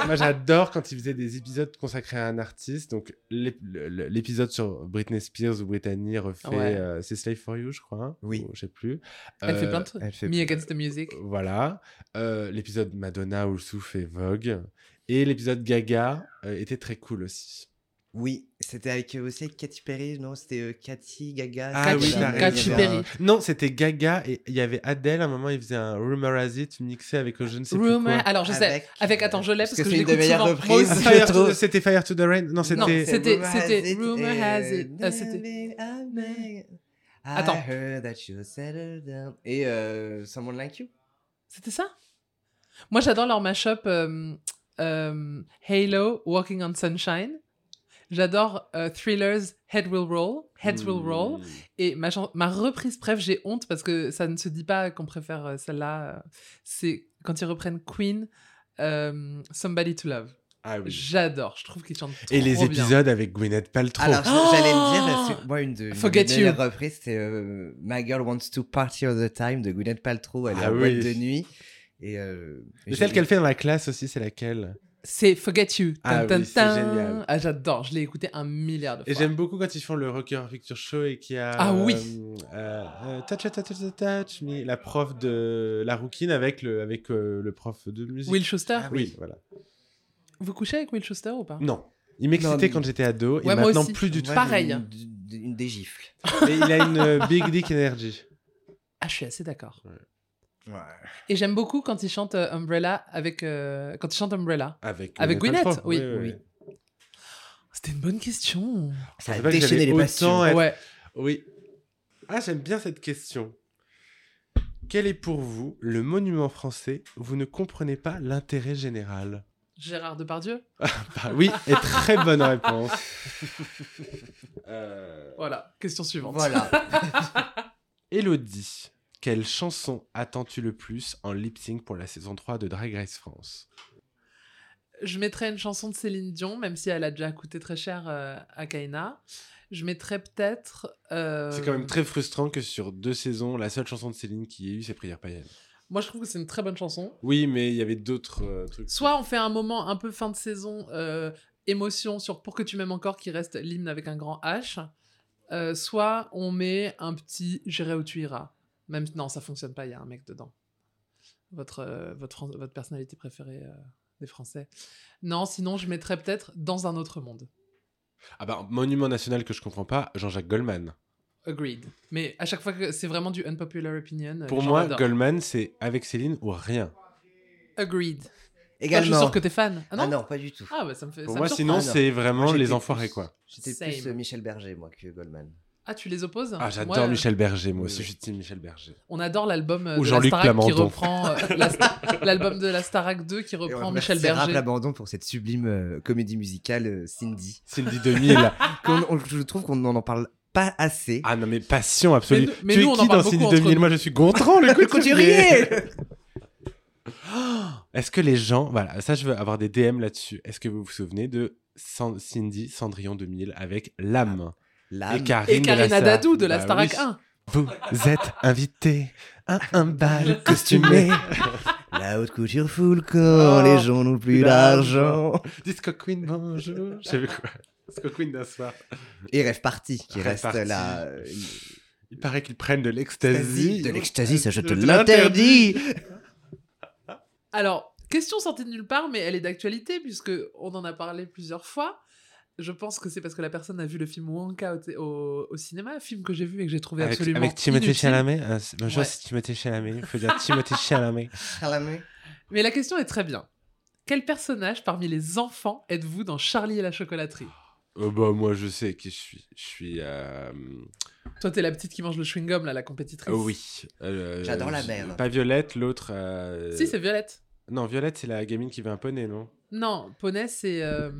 [SPEAKER 1] Moi, j'adore quand il faisait des épisodes consacrés à un artiste. Donc, l'ép- le- le- l'épisode sur Britney Spears ou Brittany refait.
[SPEAKER 2] Ouais.
[SPEAKER 1] euh, c'est Slave for You, je crois. hein,
[SPEAKER 4] Oui.
[SPEAKER 1] ou je sais plus.
[SPEAKER 2] Elle fait
[SPEAKER 1] Euh,
[SPEAKER 2] plein de trucs.
[SPEAKER 4] Elle fait
[SPEAKER 2] Me Against the Music.
[SPEAKER 1] Oh, Voilà. Euh, l'épisode Madonna où le souffle fait Vogue. Et l'épisode Gaga euh, était très cool aussi.
[SPEAKER 4] Oui, c'était avec euh, aussi avec Katy Perry, non C'était euh, Katy Gaga.
[SPEAKER 1] Ah
[SPEAKER 2] Katy-
[SPEAKER 1] oui, t'as raison.
[SPEAKER 2] Katy Perry.
[SPEAKER 1] Non, c'était Gaga et il y avait Adele. À un moment, il faisait un Rumor As It mixé avec euh, je ne sais plus
[SPEAKER 2] Rumor.
[SPEAKER 1] quoi.
[SPEAKER 2] Alors, je sais. Avec,
[SPEAKER 4] euh,
[SPEAKER 2] attends, je l'ai parce, que,
[SPEAKER 4] c'est
[SPEAKER 2] je
[SPEAKER 4] une des
[SPEAKER 2] l'écoute
[SPEAKER 4] meilleures
[SPEAKER 2] souvent.
[SPEAKER 4] reprises.
[SPEAKER 2] Moi aussi.
[SPEAKER 1] Ah,
[SPEAKER 4] je
[SPEAKER 1] Fire to-
[SPEAKER 4] trouve.
[SPEAKER 1] C'était Fire to the Rain. <laughs> Non, c'était.
[SPEAKER 2] Non, c'est- c'était-
[SPEAKER 4] Rumor
[SPEAKER 2] c'était
[SPEAKER 4] Has It
[SPEAKER 2] Rumor
[SPEAKER 4] et,
[SPEAKER 2] Has It.
[SPEAKER 4] euh,
[SPEAKER 2] Ah, c'était-
[SPEAKER 4] I may- I
[SPEAKER 2] Attends.
[SPEAKER 4] heard that you settled down. Et euh, Someone Like You.
[SPEAKER 2] C'était ça Moi, j'adore leur mashup euh, euh, Halo, Walking on Sunshine. J'adore euh, Thrillers, Head Will Roll. Heads Will
[SPEAKER 1] Hmm.
[SPEAKER 2] Roll. Et ma, chan- ma reprise, bref, j'ai honte parce que ça ne se dit pas qu'on préfère euh, celle-là. euh, C'est quand ils reprennent Queen, euh, Somebody to Love.
[SPEAKER 1] Ah oui.
[SPEAKER 2] J'adore, je trouve qu'ils chantent trop
[SPEAKER 1] Et les
[SPEAKER 2] bien.
[SPEAKER 1] épisodes avec Gwyneth Paltrow.
[SPEAKER 4] Alors,
[SPEAKER 2] Oh
[SPEAKER 4] j'allais le dire, parce que moi, une de
[SPEAKER 2] Forget
[SPEAKER 4] mes meilleures reprises, c'est euh, My Girl Wants to Party All the Time de Gwyneth Paltrow. Elle est
[SPEAKER 1] Ah
[SPEAKER 4] en
[SPEAKER 1] oui.
[SPEAKER 4] boîte de nuit. Et, euh,
[SPEAKER 1] Mais
[SPEAKER 4] j'ai-
[SPEAKER 1] celle qu'elle fait dans la classe aussi, c'est laquelle
[SPEAKER 2] C'est Forget You.
[SPEAKER 1] Ah
[SPEAKER 2] Tan, tan,
[SPEAKER 1] oui, c'est
[SPEAKER 2] tan.
[SPEAKER 1] génial.
[SPEAKER 2] Ah, j'adore, je l'ai écouté un milliard de
[SPEAKER 1] Et
[SPEAKER 2] fois.
[SPEAKER 1] j'aime beaucoup quand ils font le Rocker Picture Show et qu'il y a.
[SPEAKER 2] Ah oui.
[SPEAKER 1] euh, euh, touch, touch, touch, touch, touch me, la prof de la rouquine avec le, avec, euh, le prof de musique.
[SPEAKER 2] Will Schuster,
[SPEAKER 1] Ah oui, voilà.
[SPEAKER 2] vous couchez avec Will Schuster ou pas
[SPEAKER 1] Non. Il m'excitait
[SPEAKER 4] mais-
[SPEAKER 1] quand j'étais ado
[SPEAKER 2] Ouais,
[SPEAKER 1] et
[SPEAKER 2] moi
[SPEAKER 1] maintenant
[SPEAKER 2] aussi.
[SPEAKER 1] plus du tout.
[SPEAKER 4] Moi, j'ai
[SPEAKER 2] Pareil.
[SPEAKER 4] Une, une- une des gifles.
[SPEAKER 1] Mais il a une euh, big dick energy.
[SPEAKER 2] Ah, je suis assez d'accord.
[SPEAKER 4] Ouais.
[SPEAKER 2] Et j'aime beaucoup quand ils chantent euh, Umbrella avec. euh, quand ils chantent Umbrella.
[SPEAKER 1] Avec, euh,
[SPEAKER 2] Avec
[SPEAKER 1] Gwyneth
[SPEAKER 2] Gwyneth,
[SPEAKER 1] Paltrow.
[SPEAKER 2] oui.
[SPEAKER 1] oui.
[SPEAKER 2] C'était une bonne question.
[SPEAKER 4] Ça
[SPEAKER 1] Je
[SPEAKER 4] a
[SPEAKER 1] sais pas que
[SPEAKER 4] déchaîné
[SPEAKER 1] j'avais
[SPEAKER 4] les
[SPEAKER 1] autant
[SPEAKER 4] passions.
[SPEAKER 1] Ouais.
[SPEAKER 2] Ouais.
[SPEAKER 1] Oui. Ah, j'aime bien cette question. Quel est pour vous le monument français où vous ne comprenez pas l'intérêt
[SPEAKER 2] <laughs>
[SPEAKER 1] général
[SPEAKER 2] Gérard Depardieu
[SPEAKER 1] Bah oui, et très bonne réponse. Euh,
[SPEAKER 2] Voilà, question suivante.
[SPEAKER 4] <laughs> Voilà.
[SPEAKER 1] Élodie, quelle chanson attends-tu le plus en lip sync pour la saison 3 de Drag Race France
[SPEAKER 2] <laughs> Je mettrais une chanson de Céline Dion, même si elle a déjà coûté très cher euh, à Kaina. Je mettrais peut-être. euh,
[SPEAKER 1] C'est quand même très frustrant que sur deux saisons, la seule chanson de Céline qui ait eu, c'est Prière Païenne.
[SPEAKER 2] Moi, je trouve que c'est une très bonne chanson.
[SPEAKER 1] Oui, mais il y avait d'autres euh, trucs.
[SPEAKER 2] Soit on fait un moment un peu fin de saison, euh, émotion sur Pour que tu m'aimes encore, qui reste l'hymne avec un grand H. Euh, soit on met un petit J'irai où tu iras. Même non, ça fonctionne pas, il y a un mec dedans. Votre, euh, votre, Fran- votre personnalité préférée euh, des Français. Non, sinon je mettrais peut-être Dans un autre monde.
[SPEAKER 1] Ah bah, monument national que je comprends pas, Jean-Jacques Goldman.
[SPEAKER 2] Agreed. Mais à chaque fois que c'est vraiment du unpopular opinion. euh,
[SPEAKER 1] Pour
[SPEAKER 2] les gens
[SPEAKER 1] moi,
[SPEAKER 2] adorent.
[SPEAKER 1] Goldman, c'est avec Céline ou rien.
[SPEAKER 2] Agreed. Toi, je suis
[SPEAKER 4] Également.
[SPEAKER 2] sûre que t'es fan. Ah non
[SPEAKER 4] Ah non, pas du tout.
[SPEAKER 2] Ah bah ça me fait.
[SPEAKER 1] Pour
[SPEAKER 2] ça me
[SPEAKER 1] moi,
[SPEAKER 2] surprend.
[SPEAKER 1] sinon,
[SPEAKER 4] Ah, non.
[SPEAKER 1] c'est vraiment
[SPEAKER 4] Moi, j'étais
[SPEAKER 1] les enfoirés,
[SPEAKER 4] plus-
[SPEAKER 1] quoi.
[SPEAKER 4] J'étais
[SPEAKER 2] Same.
[SPEAKER 4] plus euh, Michel Berger, moi, que Goldman.
[SPEAKER 2] Ah, tu les opposes
[SPEAKER 1] Ah, j'adore
[SPEAKER 2] Moi, euh,
[SPEAKER 1] Michel Berger, moi
[SPEAKER 4] oui,
[SPEAKER 1] aussi,
[SPEAKER 4] oui.
[SPEAKER 1] je suis team Michel Berger.
[SPEAKER 2] On adore l'album euh,
[SPEAKER 1] Ou
[SPEAKER 2] de la
[SPEAKER 1] Jean-Luc
[SPEAKER 2] Starac qui
[SPEAKER 1] Plamondon.
[SPEAKER 2] reprend euh, <laughs> la sta- l'album de la Starac 2 qui
[SPEAKER 4] Et on
[SPEAKER 2] reprend
[SPEAKER 4] remercie
[SPEAKER 2] Michel
[SPEAKER 4] Raph
[SPEAKER 2] Berger.
[SPEAKER 4] Labandon pour cette sublime euh, comédie musicale euh, Cindy.
[SPEAKER 1] Cindy
[SPEAKER 2] <laughs>
[SPEAKER 1] 2000.
[SPEAKER 4] Qu'on- on- je trouve qu'on n'en parle pas assez.
[SPEAKER 1] ah non, mais passion absolue.
[SPEAKER 2] Mais nous- mais
[SPEAKER 1] tu
[SPEAKER 2] nous, on
[SPEAKER 1] es
[SPEAKER 2] en
[SPEAKER 1] qui
[SPEAKER 2] parle
[SPEAKER 1] dans Cindy
[SPEAKER 2] beaucoup entre
[SPEAKER 1] 2000
[SPEAKER 2] nous.
[SPEAKER 1] Moi, je suis Gontran, le couturier.
[SPEAKER 4] Couturier <laughs>
[SPEAKER 1] Est-ce que les gens. Voilà, ça, je veux avoir des DM là-dessus. Est-ce que vous vous souvenez de San- Cindy Cendrillon 2000 avec l'âme
[SPEAKER 4] Là,
[SPEAKER 2] Et Karina
[SPEAKER 1] Lassa.
[SPEAKER 2] Dadou de la
[SPEAKER 1] Bah
[SPEAKER 2] Starac
[SPEAKER 1] oui.
[SPEAKER 2] 1.
[SPEAKER 1] Vous êtes invités à un bal costumé.
[SPEAKER 4] la haute couture fout le
[SPEAKER 1] Oh,
[SPEAKER 4] corps, les gens n'ont plus
[SPEAKER 1] plus d'argent.
[SPEAKER 4] d'argent.
[SPEAKER 1] Disco Queen, bonjour. Je sais plus quoi. Disco Queen d'un soir.
[SPEAKER 4] Et Rêve Party, qui
[SPEAKER 1] Rêve
[SPEAKER 4] reste
[SPEAKER 1] Party.
[SPEAKER 4] là. euh,
[SPEAKER 1] Il paraît qu'ils prennent de l'ecstasy.
[SPEAKER 4] De l'extasie, ça je te
[SPEAKER 1] Je te l'interdis.
[SPEAKER 4] l'interdis <laughs>
[SPEAKER 2] Alors, question sortie de nulle part, mais elle est d'actualité puisque on en a parlé plusieurs fois. Je pense que c'est parce que la personne a vu le film Wonka au, thé- au- au cinéma, film que j'ai vu et que j'ai trouvé
[SPEAKER 1] Avec,
[SPEAKER 2] absolument
[SPEAKER 1] avec Timothée
[SPEAKER 2] inutile.
[SPEAKER 1] Chalamet. euh, c'est- bonjour,
[SPEAKER 2] Ouais.
[SPEAKER 1] c'est Timothée Chalamet. Il faut dire Timothée <laughs> Chalamet.
[SPEAKER 4] <laughs> Chalamet.
[SPEAKER 2] Mais la question est très bien. Quel personnage parmi les enfants êtes-vous dans Charlie et la chocolaterie
[SPEAKER 1] Euh, bah, moi, je sais qui je suis. Je suis. euh,
[SPEAKER 2] Toi, t'es la petite qui mange le chewing-gum, là, la compétitrice.
[SPEAKER 1] oh oui. euh,
[SPEAKER 4] J'adore la
[SPEAKER 1] je-
[SPEAKER 4] mère.
[SPEAKER 1] Pas Violette, l'autre. euh,
[SPEAKER 2] Si, c'est Violette.
[SPEAKER 1] Non, Violette, c'est la gamine qui veut un poney, non
[SPEAKER 2] Non, Poney, c'est. euh,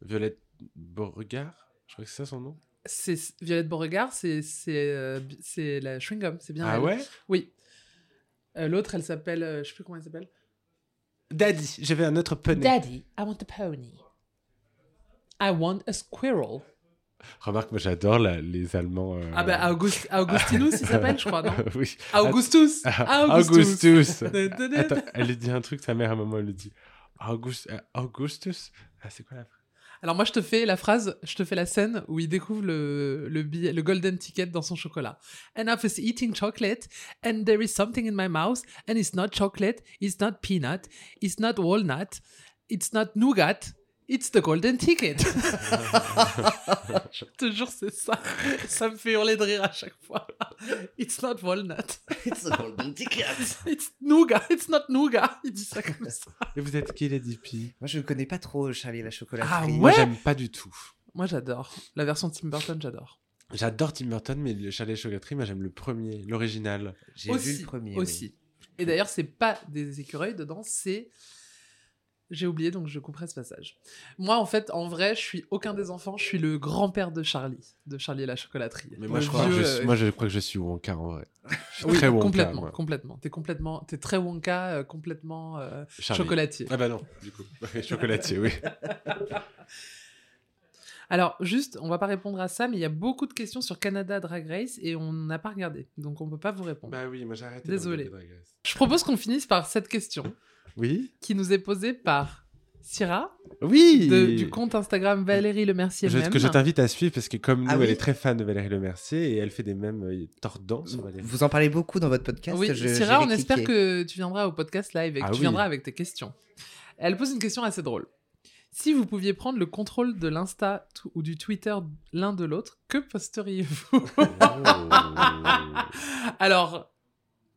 [SPEAKER 1] Violette Beauregard Je crois que c'est ça son nom.
[SPEAKER 2] c'est- Violette Beauregard, c'est c'est, euh, bi- c'est la chewing gum, c'est bien.
[SPEAKER 1] Ah
[SPEAKER 2] elle.
[SPEAKER 1] ouais
[SPEAKER 2] Oui. Euh, L'autre, elle s'appelle. euh, je sais plus comment elle s'appelle.
[SPEAKER 1] Daddy, j'avais un autre poney.
[SPEAKER 2] Daddy, I want a pony. I want a squirrel.
[SPEAKER 1] Euh. Remarque, moi j'adore la- les Allemands. euh,
[SPEAKER 2] Ah bah August, Augustinus, il s'appelle, je
[SPEAKER 1] <laughs>
[SPEAKER 2] crois, non
[SPEAKER 1] oui. <laughs>
[SPEAKER 2] Augustus. Augustus.
[SPEAKER 1] Augustus.
[SPEAKER 2] Augustus.
[SPEAKER 1] Attends, elle lui dit un truc, sa mère à un moment, elle lui dit August, euh, Augustus Ah, c'est quoi la phrase
[SPEAKER 2] Alors moi, je te fais la phrase, je te fais la scène où il découvre le, le, billet- le golden ticket dans son chocolat. And I was eating chocolate, and there is something in my mouth, and it's not chocolate, it's not peanut, it's not walnut, it's not nougat, it's the golden ticket. <laughs> je te jure, c'est ça. Ça me fait hurler de rire à chaque fois. <laughs> It's not walnut, <laughs>
[SPEAKER 4] It's a golden ticket.
[SPEAKER 2] it's nougat, it's not nougat. Il dit ça comme ça.
[SPEAKER 1] Et vous êtes qui, les Dippy
[SPEAKER 4] Moi, je ne connais pas trop Charlie et la chocolaterie.
[SPEAKER 2] Ah
[SPEAKER 1] Moi,
[SPEAKER 2] ouais
[SPEAKER 1] j'aime pas du tout.
[SPEAKER 2] Moi, j'adore. La version Tim Burton, j'adore.
[SPEAKER 1] J'adore Tim Burton, mais le chalet chocolaterie, moi j'aime le premier, l'original.
[SPEAKER 4] J'ai vu le premier. oui.
[SPEAKER 2] Aussi. Et d'ailleurs, c'est pas des écureuils dedans, c'est. J'ai oublié, donc je couperai ce passage. Moi, en fait, en vrai, je suis aucun des enfants, je suis le grand-père de Charlie, de Charlie et la chocolaterie.
[SPEAKER 1] Mais moi
[SPEAKER 2] Le
[SPEAKER 1] je, crois que
[SPEAKER 2] vieux,
[SPEAKER 1] je suis,
[SPEAKER 2] euh,
[SPEAKER 1] moi je crois que je suis Wonka en vrai. Je suis
[SPEAKER 2] oui,
[SPEAKER 1] très Wonka.
[SPEAKER 2] complètement,
[SPEAKER 1] moi.
[SPEAKER 2] complètement. T'es complètement, t'es très Wonka, euh, complètement euh,
[SPEAKER 1] Charlie.
[SPEAKER 2] chocolatier.
[SPEAKER 1] Ah bah non, du coup. <laughs> Chocolatier, oui.
[SPEAKER 2] Alors, juste, on va pas répondre à ça, mais il y a beaucoup de questions sur Canada Drag Race et on n'a pas regardé, donc on peut pas vous répondre.
[SPEAKER 1] Bah oui, moi j'ai arrêté.
[SPEAKER 2] Désolé.
[SPEAKER 1] de regarder Drag Race.
[SPEAKER 2] Je propose qu'on finisse par cette question
[SPEAKER 1] Oui
[SPEAKER 2] qui nous est posée par Syrah
[SPEAKER 1] Oui
[SPEAKER 2] de- du compte Instagram Valérie Le Mercier
[SPEAKER 1] Je-
[SPEAKER 2] même.
[SPEAKER 1] que je t'invite à suivre parce que comme nous,
[SPEAKER 4] Ah
[SPEAKER 1] elle
[SPEAKER 4] oui
[SPEAKER 1] est très fan de Valérie Le Mercier et elle fait des mêmes euh, tordants sur
[SPEAKER 2] <laughs>
[SPEAKER 1] Valérie.
[SPEAKER 4] Vous en parlez beaucoup dans votre podcast.
[SPEAKER 2] Oui,
[SPEAKER 4] je-
[SPEAKER 2] Syrah,
[SPEAKER 4] j'ai
[SPEAKER 2] on espère
[SPEAKER 4] cliqué.
[SPEAKER 2] que tu viendras au podcast live et que
[SPEAKER 1] Ah
[SPEAKER 2] tu
[SPEAKER 1] oui.
[SPEAKER 2] viendras avec tes questions. Elle pose une question assez drôle. Si vous pouviez prendre le contrôle de l'Insta t- ou du Twitter l'un de l'autre, que posteriez-vous <laughs> Alors,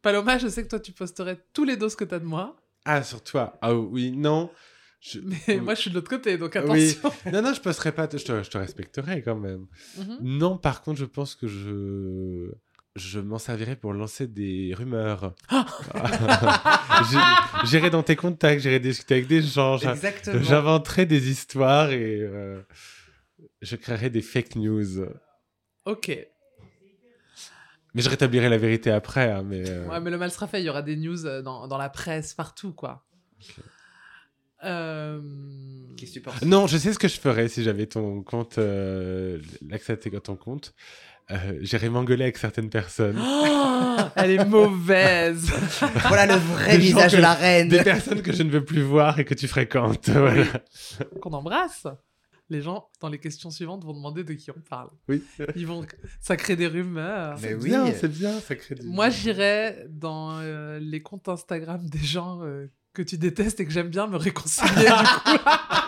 [SPEAKER 2] Paloma, je sais que toi, tu posterais tous les dos que t'as de moi,
[SPEAKER 1] ah, sur toi Ah oui, non.
[SPEAKER 2] <laughs>
[SPEAKER 1] Je-
[SPEAKER 2] mais
[SPEAKER 1] Oui.
[SPEAKER 2] moi, je suis de l'autre côté, donc
[SPEAKER 1] Oui. <laughs>
[SPEAKER 2] attention.
[SPEAKER 1] Non, non, je posterai pas. t- Je te, je te respecterai quand même.
[SPEAKER 2] Mhm.
[SPEAKER 1] Non, par contre, je pense que je. Je m'en servirai pour lancer des rumeurs. J'ai- <laughs> J'irai dans tes contacts, j'irai discuter avec des gens, j'a-
[SPEAKER 4] Exactement.
[SPEAKER 1] j'inventerai des histoires et euh, je créerai des fake news.
[SPEAKER 2] Ok. Ouais,
[SPEAKER 1] Mais je rétablirai la vérité après. hein, mais, euh,
[SPEAKER 2] mais le mal sera fait. Il y aura des news euh, dans, dans la presse, partout, quoi. Euh,
[SPEAKER 4] Qu'est-ce que tu penses
[SPEAKER 1] Non, je sais ce que je ferais si j'avais ton compte, euh, l'accès à tes- ton compte. Euh, J'irais m'engueuler avec certaines
[SPEAKER 2] <gasps>
[SPEAKER 1] personnes.
[SPEAKER 2] Oh, elle est mauvaise.
[SPEAKER 4] Voilà le vrai
[SPEAKER 1] Des gens
[SPEAKER 4] visage
[SPEAKER 1] que-
[SPEAKER 4] de la reine.
[SPEAKER 1] Des personnes que je ne veux plus voir et que tu fréquentes. <laughs> voilà.
[SPEAKER 2] <laughs> qu'on embrasse. Les gens, dans les questions suivantes, vont demander de qui on parle.
[SPEAKER 1] Oui.
[SPEAKER 2] Ils vont... Ça crée des rumeurs.
[SPEAKER 4] Mais oui.
[SPEAKER 1] Bien, c'est bien, ça crée du-
[SPEAKER 2] Moi, j'irais dans euh, les comptes Instagram des gens euh, que tu détestes et que j'aime bien me
[SPEAKER 4] <laughs>
[SPEAKER 2] réconcilier. du coup.
[SPEAKER 1] <laughs>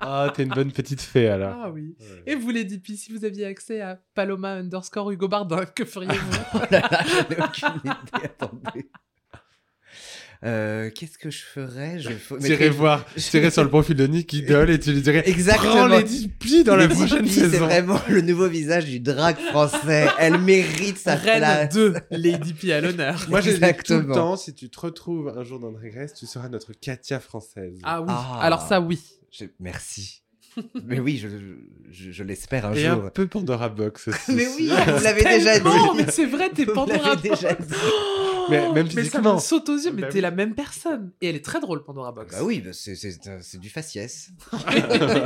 [SPEAKER 1] Ah, t'es une bonne petite fée alors.
[SPEAKER 2] Ah oui. Et vous, les DP, si vous aviez accès à Paloma underscore Hugo Bardin, que
[SPEAKER 4] <laughs>
[SPEAKER 2] feriez-vous
[SPEAKER 4] Oh là là, je n'ai aucune idée. Attendez. Euh, Qu'est-ce que je ferais Je
[SPEAKER 1] T'irais
[SPEAKER 4] f- mettrais-
[SPEAKER 1] voir, t'irais sur le profil de Nick Idol et tu lui dirais
[SPEAKER 4] <laughs> Exactement.
[SPEAKER 1] Prends les 10 pis dans la
[SPEAKER 4] Lady
[SPEAKER 1] prochaine
[SPEAKER 4] Di, C'est
[SPEAKER 1] saison.
[SPEAKER 4] vraiment le nouveau visage du drag français. Elle mérite sa
[SPEAKER 2] Reine
[SPEAKER 4] place.
[SPEAKER 2] 2, les DP à l'honneur.
[SPEAKER 1] Moi, je dis tout le
[SPEAKER 4] Exactement.
[SPEAKER 1] temps, si tu te retrouves un jour dans le régresse, tu seras notre Katia française.
[SPEAKER 2] Ah oui.
[SPEAKER 4] Ah.
[SPEAKER 2] Alors ça, oui.
[SPEAKER 4] Je- Merci. Mais oui, je, je- je l'espère un
[SPEAKER 1] et
[SPEAKER 4] jour.
[SPEAKER 1] un peu Pandora Box aussi.
[SPEAKER 4] <laughs> Mais oui, vous l'avez déjà dit.
[SPEAKER 2] Tellement, mais c'est vrai, t'es
[SPEAKER 4] <laughs> Vous
[SPEAKER 2] Pandora.
[SPEAKER 4] l'avez déjà dit.
[SPEAKER 2] Oh,
[SPEAKER 1] Mais même
[SPEAKER 2] mais ça
[SPEAKER 1] physiquement.
[SPEAKER 2] me saute aux yeux, mais
[SPEAKER 1] Bah
[SPEAKER 2] t'es
[SPEAKER 1] oui.
[SPEAKER 2] la même personne. Et elle est très drôle, Pandora Box.
[SPEAKER 4] Bah oui, bah c'est- c'est un- c'est du faciès.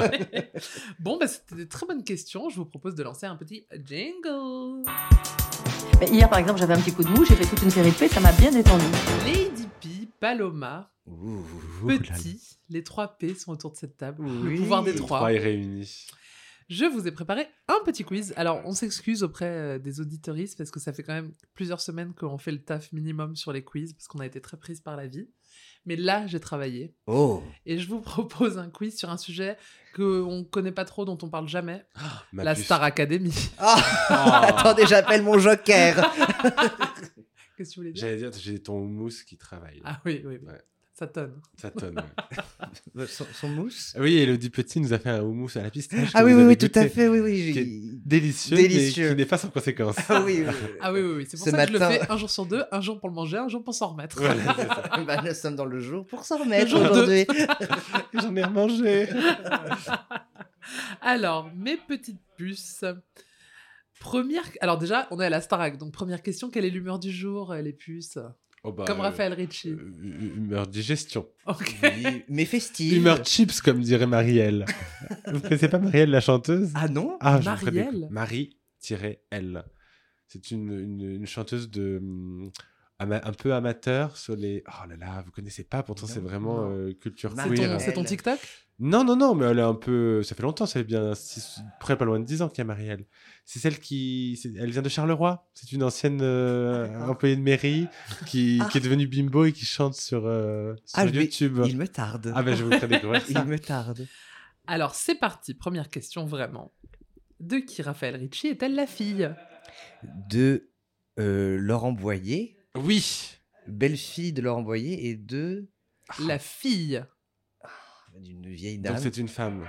[SPEAKER 2] <laughs> bon, bah, c'était des très bonnes questions. Je vous propose de lancer un petit jingle.
[SPEAKER 5] Mais Hier, par exemple, j'avais un petit coup de mou, j'ai fait toute une série de faits, ça m'a bien détendu.
[SPEAKER 2] Lady P, Paloma,
[SPEAKER 4] Ouh.
[SPEAKER 2] Petit, les trois P sont autour de cette table. Le
[SPEAKER 4] Oui.
[SPEAKER 2] pouvoir des
[SPEAKER 4] Le
[SPEAKER 2] trois.
[SPEAKER 1] Trois est réunis.
[SPEAKER 2] Je vous ai préparé un petit quiz. Alors, on s'excuse auprès euh, des auditoristes parce que ça fait quand même plusieurs semaines qu'on fait le taf minimum sur les quiz parce qu'on a été très prise par la vie. Mais là, j'ai travaillé.
[SPEAKER 4] Oh,
[SPEAKER 2] et je vous propose un quiz sur un sujet qu'on ne connaît pas trop, dont on parle jamais,
[SPEAKER 1] Ma
[SPEAKER 2] la
[SPEAKER 1] puce. <laughs>
[SPEAKER 2] Star Oh. Academy. <laughs>
[SPEAKER 4] attendez, j'appelle mon joker.
[SPEAKER 2] Qu'est-ce que tu voulais dire
[SPEAKER 1] J'allais dire, j'ai ton mousse qui travaille.
[SPEAKER 2] Ah oui, oui. oui.
[SPEAKER 1] Ouais.
[SPEAKER 2] Ça, Ça tonne.
[SPEAKER 1] Ça tonne. ouais. Euh,
[SPEAKER 4] Son, son mousse
[SPEAKER 1] oui, Elodie Petit nous a fait un houmous à la pistache.
[SPEAKER 4] Ah
[SPEAKER 1] que
[SPEAKER 4] oui,
[SPEAKER 1] vous
[SPEAKER 4] oui,
[SPEAKER 1] avez
[SPEAKER 4] oui, tout à
[SPEAKER 1] goûté.
[SPEAKER 4] fait, oui, oui.
[SPEAKER 1] Qui est
[SPEAKER 4] j'ai-
[SPEAKER 1] Délicieux,
[SPEAKER 4] Délicieux.
[SPEAKER 1] mais qui n'est pas sans
[SPEAKER 4] <laughs>
[SPEAKER 1] conséquence.
[SPEAKER 4] Ah oui, oui.
[SPEAKER 1] Euh,
[SPEAKER 2] Ah oui, oui, oui. C'est pour
[SPEAKER 4] Ce
[SPEAKER 2] ça que je
[SPEAKER 4] matin-
[SPEAKER 2] le fais un jour sur deux, un jour pour le manger, un jour pour s'en remettre.
[SPEAKER 1] Voilà, c'est ça.
[SPEAKER 4] <laughs> Bah, nous sommes dans le jour pour s'en remettre
[SPEAKER 2] jour de-
[SPEAKER 4] aujourd'hui.
[SPEAKER 1] J'en ai remangé.
[SPEAKER 2] Alors, mes petites puces. Première. Alors, déjà, on est à la Starac. Donc, première question quelle est l'humeur du jour, euh, les puces
[SPEAKER 1] Oh bah,
[SPEAKER 2] Comme
[SPEAKER 1] euh,
[SPEAKER 2] Raphaël Ritchie.
[SPEAKER 1] euh, humeur digestion.
[SPEAKER 2] <laughs> <laughs> Ok.
[SPEAKER 4] Oui, mais festive.
[SPEAKER 1] Humeur chips, comme dirait Marielle. Vous connaissez pas Marielle, la chanteuse
[SPEAKER 4] Ah non
[SPEAKER 1] Ah, je vous ferai des
[SPEAKER 2] Marielle
[SPEAKER 1] coups. Marie-L. C'est une, une, une chanteuse de hum, ama- un peu amateur sur les. Oh là là, vous connaissez pas, pourtant
[SPEAKER 4] Non,
[SPEAKER 1] c'est vraiment
[SPEAKER 4] non.
[SPEAKER 1] euh, culture
[SPEAKER 4] C'est
[SPEAKER 2] C'est
[SPEAKER 1] queer.
[SPEAKER 2] ton, c'est ton
[SPEAKER 4] Elle.
[SPEAKER 2] TikTok
[SPEAKER 1] Non, non, non, mais elle est un peu. Ça fait longtemps, ça fait bien six- près pas loin de 10 ans qu'il y a Marielle. C'est celle qui. c'est- Elle vient de Charleroi. C'est une ancienne euh,
[SPEAKER 4] Ah, d'accord.
[SPEAKER 1] employée de mairie qui,
[SPEAKER 4] Ah.
[SPEAKER 1] qui est devenue bimbo et qui chante sur, euh, sur
[SPEAKER 4] Ah, je vais-
[SPEAKER 1] YouTube.
[SPEAKER 4] Il me tarde.
[SPEAKER 1] Ah ben je vais vous ferai découvrir
[SPEAKER 4] Il
[SPEAKER 1] ça.
[SPEAKER 4] me tarde.
[SPEAKER 2] Alors, c'est parti. Première question, vraiment. De qui Raphaël Ritchie est-elle la fille
[SPEAKER 4] De euh, Laurent Boyer,
[SPEAKER 1] Oui.
[SPEAKER 4] belle-fille de Laurent Boyer et de
[SPEAKER 1] Ah.
[SPEAKER 2] La fille
[SPEAKER 4] d'une vieille dame.
[SPEAKER 1] Donc c'est une femme.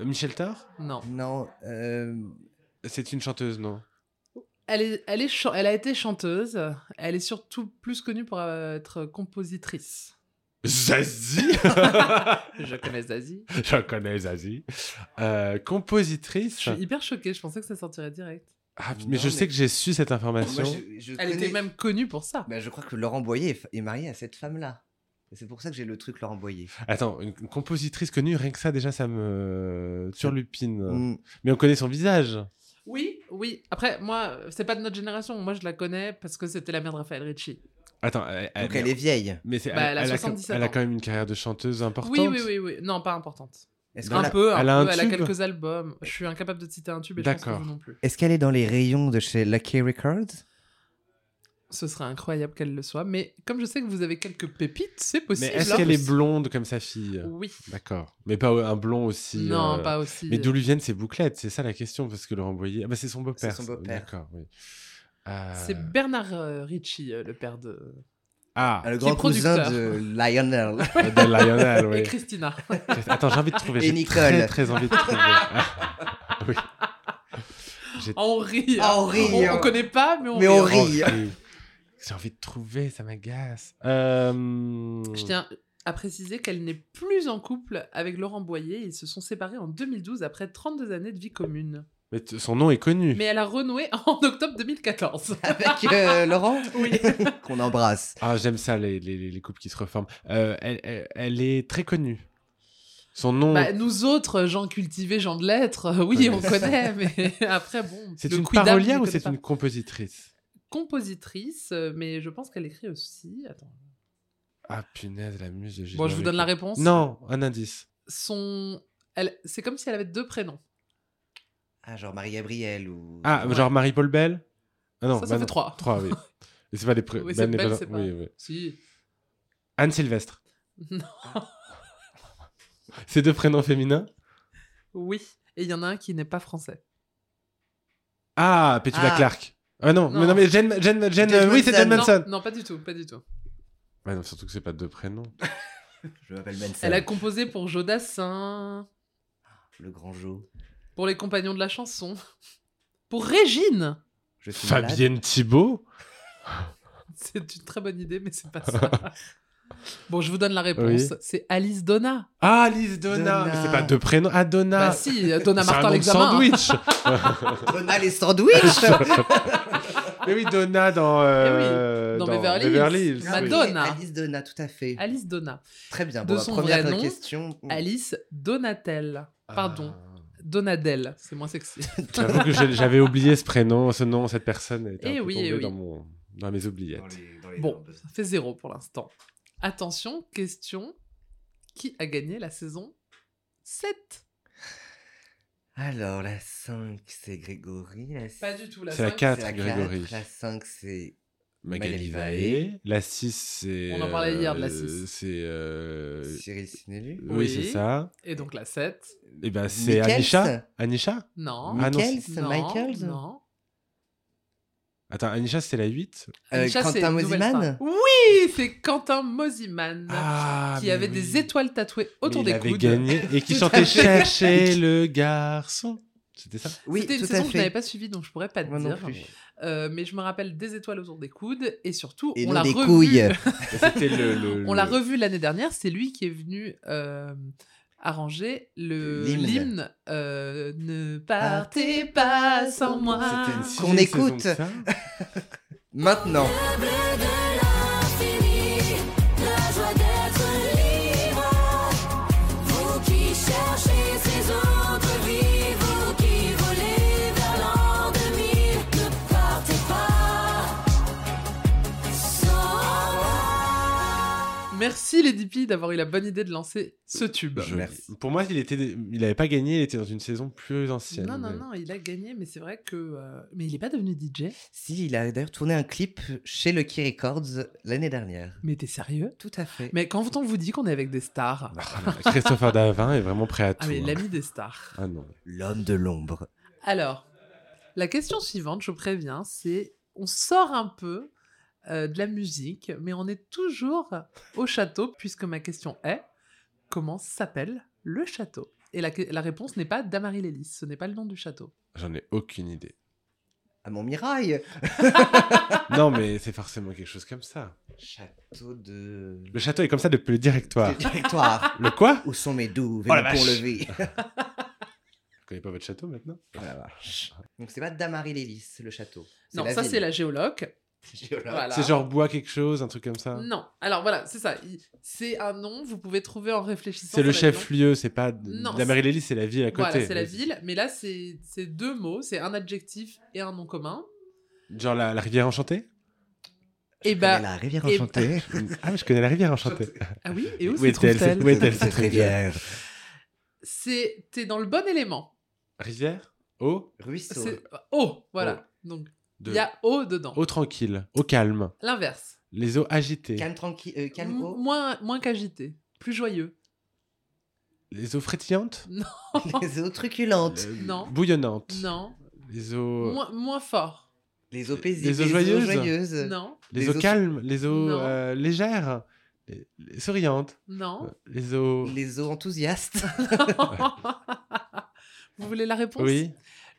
[SPEAKER 1] Euh, Michel Thor
[SPEAKER 2] Non.
[SPEAKER 4] Non, euh,
[SPEAKER 1] C'est une chanteuse, non
[SPEAKER 2] Elle, est, elle, est chan- elle a été chanteuse. Elle est surtout plus connue pour euh, être compositrice.
[SPEAKER 1] <laughs> Zazie
[SPEAKER 2] Je connais Zazie.
[SPEAKER 1] Je connais Zazie. Euh, compositrice.
[SPEAKER 2] Je suis hyper choquée. Je pensais que ça sortirait direct.
[SPEAKER 1] Ah, mais
[SPEAKER 4] Non,
[SPEAKER 1] je sais
[SPEAKER 4] mais-
[SPEAKER 1] que j'ai su cette
[SPEAKER 4] moi,
[SPEAKER 1] information.
[SPEAKER 4] je, je
[SPEAKER 2] Elle
[SPEAKER 4] connais-
[SPEAKER 2] était même connue pour ça.
[SPEAKER 4] Bah, je crois que Laurent Boyer est, fa- est marié à cette femme-là. Et C'est pour ça que j'ai le truc Laurent Boyer.
[SPEAKER 1] Attends, une une compositrice connue, rien que ça déjà, ça me surlupine.
[SPEAKER 4] Mm.
[SPEAKER 1] Mais on connaît son visage.
[SPEAKER 2] Oui, oui. Après, moi, c'est pas de notre génération. Moi, je la connais parce que c'était la mère de Raphaël Ritchie.
[SPEAKER 1] Attends, elle,
[SPEAKER 4] Donc elle est vieille.
[SPEAKER 1] Mais c'est-
[SPEAKER 2] Bah, elle a
[SPEAKER 1] elle, quand-
[SPEAKER 2] 77
[SPEAKER 1] elle a
[SPEAKER 2] ans.
[SPEAKER 1] quand même une carrière de chanteuse importante.
[SPEAKER 2] Oui, oui, oui, oui. Non, pas importante.
[SPEAKER 4] Est-ce
[SPEAKER 2] un
[SPEAKER 4] qu'on la-
[SPEAKER 2] peu, un
[SPEAKER 1] elle a un
[SPEAKER 2] peu. Elle a
[SPEAKER 1] tube
[SPEAKER 2] quelques albums. Je suis incapable de te citer un tube et je pense que
[SPEAKER 1] D'accord.
[SPEAKER 2] vous non plus.
[SPEAKER 4] Est-ce qu'elle est dans les rayons de chez Lucky Records
[SPEAKER 2] Ce serait incroyable qu'elle le soit. Mais comme je sais que vous avez quelques pépites, c'est
[SPEAKER 1] Mais
[SPEAKER 2] possible.
[SPEAKER 1] est-ce
[SPEAKER 2] hein.
[SPEAKER 1] qu'elle est blonde comme sa fille
[SPEAKER 2] Oui.
[SPEAKER 1] D'accord. Mais pas un blond aussi.
[SPEAKER 2] non,
[SPEAKER 1] euh,
[SPEAKER 2] pas aussi.
[SPEAKER 1] Mais d'où
[SPEAKER 2] euh,
[SPEAKER 1] lui viennent ces bouclettes C'est ça la question, parce que Laurent Boyer. Ah bah, c'est son beau-père.
[SPEAKER 4] C'est son
[SPEAKER 1] ça.
[SPEAKER 4] beau-père.
[SPEAKER 1] D'accord, oui. Euh,
[SPEAKER 2] C'est Bernard euh, Ritchie, euh, le père de.
[SPEAKER 4] <laughs>
[SPEAKER 1] Ah,
[SPEAKER 4] Ah, Le
[SPEAKER 2] Qui
[SPEAKER 4] grand
[SPEAKER 2] est
[SPEAKER 4] cousin
[SPEAKER 2] producteur.
[SPEAKER 4] de <laughs> Lionel.
[SPEAKER 1] de Lionel, oui.
[SPEAKER 2] Et Christina.
[SPEAKER 1] Attends, j'ai envie de trouver.
[SPEAKER 4] Et
[SPEAKER 1] J'ai
[SPEAKER 4] Nicole.
[SPEAKER 1] très, très envie de
[SPEAKER 4] <laughs>
[SPEAKER 1] trouver. oui.
[SPEAKER 2] on rit.
[SPEAKER 4] Ah,
[SPEAKER 2] hein.
[SPEAKER 4] on rit,
[SPEAKER 2] On,
[SPEAKER 4] hein.
[SPEAKER 2] on connaît pas, mais on
[SPEAKER 4] Mais
[SPEAKER 2] rit.
[SPEAKER 4] on rit.
[SPEAKER 1] Henri. Oh, J'ai envie de trouver, ça m'agace. Euh,
[SPEAKER 2] Je tiens à préciser qu'elle n'est plus en couple avec Laurent Boyer. Ils se sont séparés en 2012 après 32 années de vie commune.
[SPEAKER 1] Mais t- son nom est connu.
[SPEAKER 2] Mais elle a renoué <laughs> en octobre 2014.
[SPEAKER 4] Avec euh, Laurent
[SPEAKER 2] Oui.
[SPEAKER 4] <laughs> Qu'on embrasse.
[SPEAKER 1] Ah, j'aime ça, les, les, les- les couples qui se reforment. Euh, elle, elle- elle est très connue. Son nom.
[SPEAKER 2] Bah, nous autres, gens cultivés, gens de lettres, euh, oui, on connaît, <laughs> mais après, bon.
[SPEAKER 1] c'est
[SPEAKER 2] le
[SPEAKER 1] une
[SPEAKER 2] quidam,
[SPEAKER 1] parolière
[SPEAKER 2] je
[SPEAKER 1] ou
[SPEAKER 2] connais
[SPEAKER 1] c'est
[SPEAKER 2] pas.
[SPEAKER 1] une compositrice
[SPEAKER 2] compositrice euh, Mais je pense qu'elle écrit aussi. Attends.
[SPEAKER 1] Ah, punaise, la muse de Gilles
[SPEAKER 2] Bon, je vous donne la
[SPEAKER 1] Henry.
[SPEAKER 2] réponse.
[SPEAKER 1] Non, un indice.
[SPEAKER 2] Son. Elle... C'est comme si elle avait deux prénoms.
[SPEAKER 4] Ah, genre Marie-Gabrielle ou.
[SPEAKER 1] Ah,
[SPEAKER 2] Ouais.
[SPEAKER 1] genre Marie-Paul Bell Ah non,
[SPEAKER 2] ça,
[SPEAKER 1] bah
[SPEAKER 2] ça fait
[SPEAKER 1] non.
[SPEAKER 2] trois.
[SPEAKER 1] Trois,
[SPEAKER 2] <laughs>
[SPEAKER 1] oui. Et c'est pas des pré-
[SPEAKER 2] Oui, c'est
[SPEAKER 1] Ben n'est
[SPEAKER 2] Bell,
[SPEAKER 1] pas-
[SPEAKER 2] c'est pas-
[SPEAKER 1] oui, oui.
[SPEAKER 2] Si.
[SPEAKER 1] Anne Sylvestre.
[SPEAKER 2] <laughs> Non.
[SPEAKER 1] <laughs> C'est deux prénoms féminins
[SPEAKER 2] Oui. Et il y en a un qui n'est pas français.
[SPEAKER 1] Ah, Petula
[SPEAKER 4] Ah.
[SPEAKER 1] Clark. Ah non,
[SPEAKER 2] Non.
[SPEAKER 1] mais, non, mais Jen, Jen, Jen,
[SPEAKER 4] Jen
[SPEAKER 1] euh, oui, c'est Jen
[SPEAKER 4] Manson.
[SPEAKER 1] Manson.
[SPEAKER 2] Non, non, pas du tout, pas du tout.
[SPEAKER 1] Ouais, non, surtout que c'est pas deux prénoms.
[SPEAKER 4] Je m'appelle Ben Manson.
[SPEAKER 2] Elle a composé pour Jodassin,
[SPEAKER 4] Le grand Jo.
[SPEAKER 2] pour les compagnons de la chanson, <laughs> pour Régine.
[SPEAKER 4] Je suis malade.
[SPEAKER 1] Fabienne Thibault
[SPEAKER 2] C'est une très bonne idée, mais c'est pas
[SPEAKER 1] <laughs>
[SPEAKER 2] ça. bon, je vous donne la réponse.
[SPEAKER 1] Oui.
[SPEAKER 2] C'est Alice Donna.
[SPEAKER 1] Ah, Lise Donna.
[SPEAKER 4] Donna.
[SPEAKER 1] Mais c'est pas deux prénoms. Ah, Donna.
[SPEAKER 2] Bah si, euh, Donna
[SPEAKER 1] C'est un
[SPEAKER 2] Martin
[SPEAKER 1] nom de
[SPEAKER 2] l'examen. hein. <laughs>
[SPEAKER 1] sandwich.
[SPEAKER 4] Donna les sandwichs
[SPEAKER 1] mais oui, Donna dans, euh,
[SPEAKER 2] Eh oui, dans Beverly Hills. Bah,
[SPEAKER 1] Hills, oui.
[SPEAKER 2] Madonna.
[SPEAKER 4] Oui, Alice Donna, tout à fait.
[SPEAKER 2] Alice Donna.
[SPEAKER 4] Très bien.
[SPEAKER 2] De
[SPEAKER 4] Bon, bah,
[SPEAKER 2] son
[SPEAKER 4] première
[SPEAKER 2] vrai nom,
[SPEAKER 4] question.
[SPEAKER 1] Mmh.
[SPEAKER 2] Alice Donatel. Pardon. Donadel, c'est
[SPEAKER 1] <laughs>
[SPEAKER 2] moins sexy.
[SPEAKER 1] Ah. J'avoue que j'ai- j'avais oublié ce prénom, ce nom, cette personne. Elle était
[SPEAKER 2] Eh
[SPEAKER 1] un peu
[SPEAKER 2] oui, eh
[SPEAKER 1] tombée
[SPEAKER 2] oui.
[SPEAKER 1] Dans, mon, dans mes oubliettes.
[SPEAKER 2] Bon, ça <laughs> fait zéro pour l'instant. Attention, question. Qui a gagné la saison 7
[SPEAKER 4] Alors, la 5, c'est Grégory. La...
[SPEAKER 2] Pas du tout, la
[SPEAKER 1] C'est la
[SPEAKER 2] 5.
[SPEAKER 1] 4,
[SPEAKER 4] c'est la
[SPEAKER 1] Ah, Grégory.
[SPEAKER 4] quatre, La 5, c'est.
[SPEAKER 1] Magali
[SPEAKER 4] Magali
[SPEAKER 1] Vaé. La 6, c'est.
[SPEAKER 2] On en parlait hier de la
[SPEAKER 1] euh,
[SPEAKER 2] six.
[SPEAKER 1] C'est. euh,
[SPEAKER 4] Cyril Sinelu.
[SPEAKER 1] Oui,
[SPEAKER 2] Oui.
[SPEAKER 1] c'est ça.
[SPEAKER 2] Et donc la 7
[SPEAKER 1] Et ben, c'est
[SPEAKER 4] Michaels Ah,
[SPEAKER 1] Anisha. Anisha
[SPEAKER 2] Non.
[SPEAKER 1] Ah non,
[SPEAKER 4] Michaels
[SPEAKER 2] non,
[SPEAKER 4] Michaels
[SPEAKER 2] Non.
[SPEAKER 1] Attends, Anisha, c'était la 8
[SPEAKER 4] Euh,
[SPEAKER 2] Anisha, c'est
[SPEAKER 4] Quentin
[SPEAKER 2] une nouvelle star.
[SPEAKER 4] Mosiman
[SPEAKER 2] Oui, c'est Quentin Mosiman
[SPEAKER 1] ah,
[SPEAKER 2] qui
[SPEAKER 1] mais
[SPEAKER 2] avait
[SPEAKER 1] oui.
[SPEAKER 2] des étoiles tatouées autour
[SPEAKER 1] Mais il
[SPEAKER 2] des
[SPEAKER 1] avait
[SPEAKER 2] coudes.
[SPEAKER 1] gagné et qui
[SPEAKER 2] <laughs> Tout à
[SPEAKER 1] chantait
[SPEAKER 2] fait.
[SPEAKER 1] Cherchez le garçon. C'était ça
[SPEAKER 4] Oui,
[SPEAKER 2] C'était une
[SPEAKER 4] tout à
[SPEAKER 2] saison que je n'avais
[SPEAKER 4] fait.
[SPEAKER 2] pas suivie, donc je pourrais pas te
[SPEAKER 4] Moi non
[SPEAKER 2] dire.
[SPEAKER 4] plus.
[SPEAKER 2] Euh, mais je me rappelle des étoiles autour des coudes et surtout
[SPEAKER 4] Et
[SPEAKER 2] on
[SPEAKER 4] non
[SPEAKER 2] l'a
[SPEAKER 4] des
[SPEAKER 2] revu.
[SPEAKER 4] couilles.
[SPEAKER 1] C'était le, le-
[SPEAKER 2] On
[SPEAKER 1] le-
[SPEAKER 2] l'a revu l'année dernière. C'est lui qui est venu euh, arranger le
[SPEAKER 4] L'hymne.
[SPEAKER 2] l'hymne euh, Ne partez pas sans moi.
[SPEAKER 1] C'était une sixième
[SPEAKER 4] Ah, Qu'on
[SPEAKER 1] saison
[SPEAKER 4] écoute.
[SPEAKER 1] de ça.
[SPEAKER 4] <laughs> Maintenant.
[SPEAKER 2] Merci Lady P d'avoir eu la bonne idée de lancer ce
[SPEAKER 4] Bah,
[SPEAKER 2] tube.
[SPEAKER 1] Je-
[SPEAKER 4] Merci.
[SPEAKER 1] Pour moi, il était, il avait pas gagné. Il était dans une saison plus ancienne.
[SPEAKER 2] Non, non, non, il a gagné, mais c'est vrai que. euh, Mais il n'est pas devenu DJ.
[SPEAKER 4] Si, il a d'ailleurs tourné un clip chez Lucky Records l'année dernière.
[SPEAKER 2] Mais t'es sérieux
[SPEAKER 4] Tout à fait.
[SPEAKER 2] Mais quand on vous dit qu'on est avec des stars.
[SPEAKER 1] Christopher Davin est vraiment prêt à tout.
[SPEAKER 2] Ah, mais
[SPEAKER 1] hein.
[SPEAKER 2] l'ami des stars.
[SPEAKER 1] Ah non.
[SPEAKER 4] L'homme de l'ombre.
[SPEAKER 2] Alors, la question suivante, je préviens, c'est on sort un peu euh, de la musique, mais on est toujours au château, puisque ma question est comment s'appelle le château Et la, que- la réponse n'est pas Damary Lélis, ce n'est pas le nom du château.
[SPEAKER 1] J'en ai aucune idée.
[SPEAKER 4] À mon mirail.
[SPEAKER 1] non, mais c'est forcément quelque chose comme ça.
[SPEAKER 4] Château de.
[SPEAKER 1] Le château est comme ça depuis le directoire.
[SPEAKER 4] Le <laughs> directoire.
[SPEAKER 1] le quoi
[SPEAKER 4] Où sont mes douves et
[SPEAKER 1] Oh la
[SPEAKER 4] mon
[SPEAKER 1] vache.
[SPEAKER 4] lever
[SPEAKER 1] Vous connaissez pas votre château maintenant
[SPEAKER 4] Donc c'est pas Damary Lélis, le château.
[SPEAKER 2] Non, ça c'est
[SPEAKER 4] ville. <laughs>
[SPEAKER 2] la géologue.
[SPEAKER 4] Géologue.
[SPEAKER 2] Voilà.
[SPEAKER 1] C'est genre bois quelque chose, un truc comme ça.
[SPEAKER 2] Non, alors voilà, c'est ça. il- C'est un nom, vous pouvez trouver en réfléchissant.
[SPEAKER 1] C'est le
[SPEAKER 2] sur la ville.
[SPEAKER 1] chef-lieu, c'est pas.
[SPEAKER 2] Non,
[SPEAKER 1] la Marie-Lélie, c'est la ville à côté.
[SPEAKER 2] Voilà, c'est la ville, mais là c'est c'est deux mots, c'est un adjectif et un nom commun.
[SPEAKER 1] Genre la, la rivière
[SPEAKER 2] <laughs>
[SPEAKER 1] enchantée
[SPEAKER 2] Et
[SPEAKER 4] Je
[SPEAKER 2] bah,
[SPEAKER 4] connais la rivière
[SPEAKER 2] et-
[SPEAKER 4] enchantée.
[SPEAKER 1] Ah, mais je connais la rivière enchantée.
[SPEAKER 2] ah oui, et où,
[SPEAKER 1] Où
[SPEAKER 2] se
[SPEAKER 1] est-elle,
[SPEAKER 2] trouve-t-elle
[SPEAKER 1] cette- où est-elle,
[SPEAKER 4] Cette rivière.
[SPEAKER 2] c'est t'es dans le bon élément.
[SPEAKER 1] Rivière Eau
[SPEAKER 4] Ruisseau.
[SPEAKER 2] C'est eau, voilà. Donc
[SPEAKER 1] de...
[SPEAKER 2] il y a eau dedans.
[SPEAKER 1] Eau tranquille, eau calme,
[SPEAKER 2] L'inverse.
[SPEAKER 1] les eaux agitées,
[SPEAKER 4] Calme tranquille. euh, calme
[SPEAKER 2] M-
[SPEAKER 4] eau.
[SPEAKER 2] Moins moins qu'agité, plus joyeux.
[SPEAKER 1] les eaux frétillantes
[SPEAKER 4] <laughs> Les eaux truculentes.
[SPEAKER 1] Euh,
[SPEAKER 2] Non.
[SPEAKER 1] Bouillonnantes.
[SPEAKER 2] Non,
[SPEAKER 1] Les eaux.
[SPEAKER 2] moins moins fort.
[SPEAKER 4] Les eaux paisibles.
[SPEAKER 1] Les eaux joyeuses.
[SPEAKER 4] joyeuses.
[SPEAKER 2] Non,
[SPEAKER 1] Les,
[SPEAKER 4] les
[SPEAKER 1] eaux,
[SPEAKER 4] eaux-
[SPEAKER 1] calmes, les eaux
[SPEAKER 2] Non.
[SPEAKER 1] euh, légères, les, les souriantes,
[SPEAKER 2] non.
[SPEAKER 1] les eaux.
[SPEAKER 4] Les eaux
[SPEAKER 2] <laughs>
[SPEAKER 4] enthousiastes.
[SPEAKER 2] Vous voulez la réponse
[SPEAKER 1] Oui.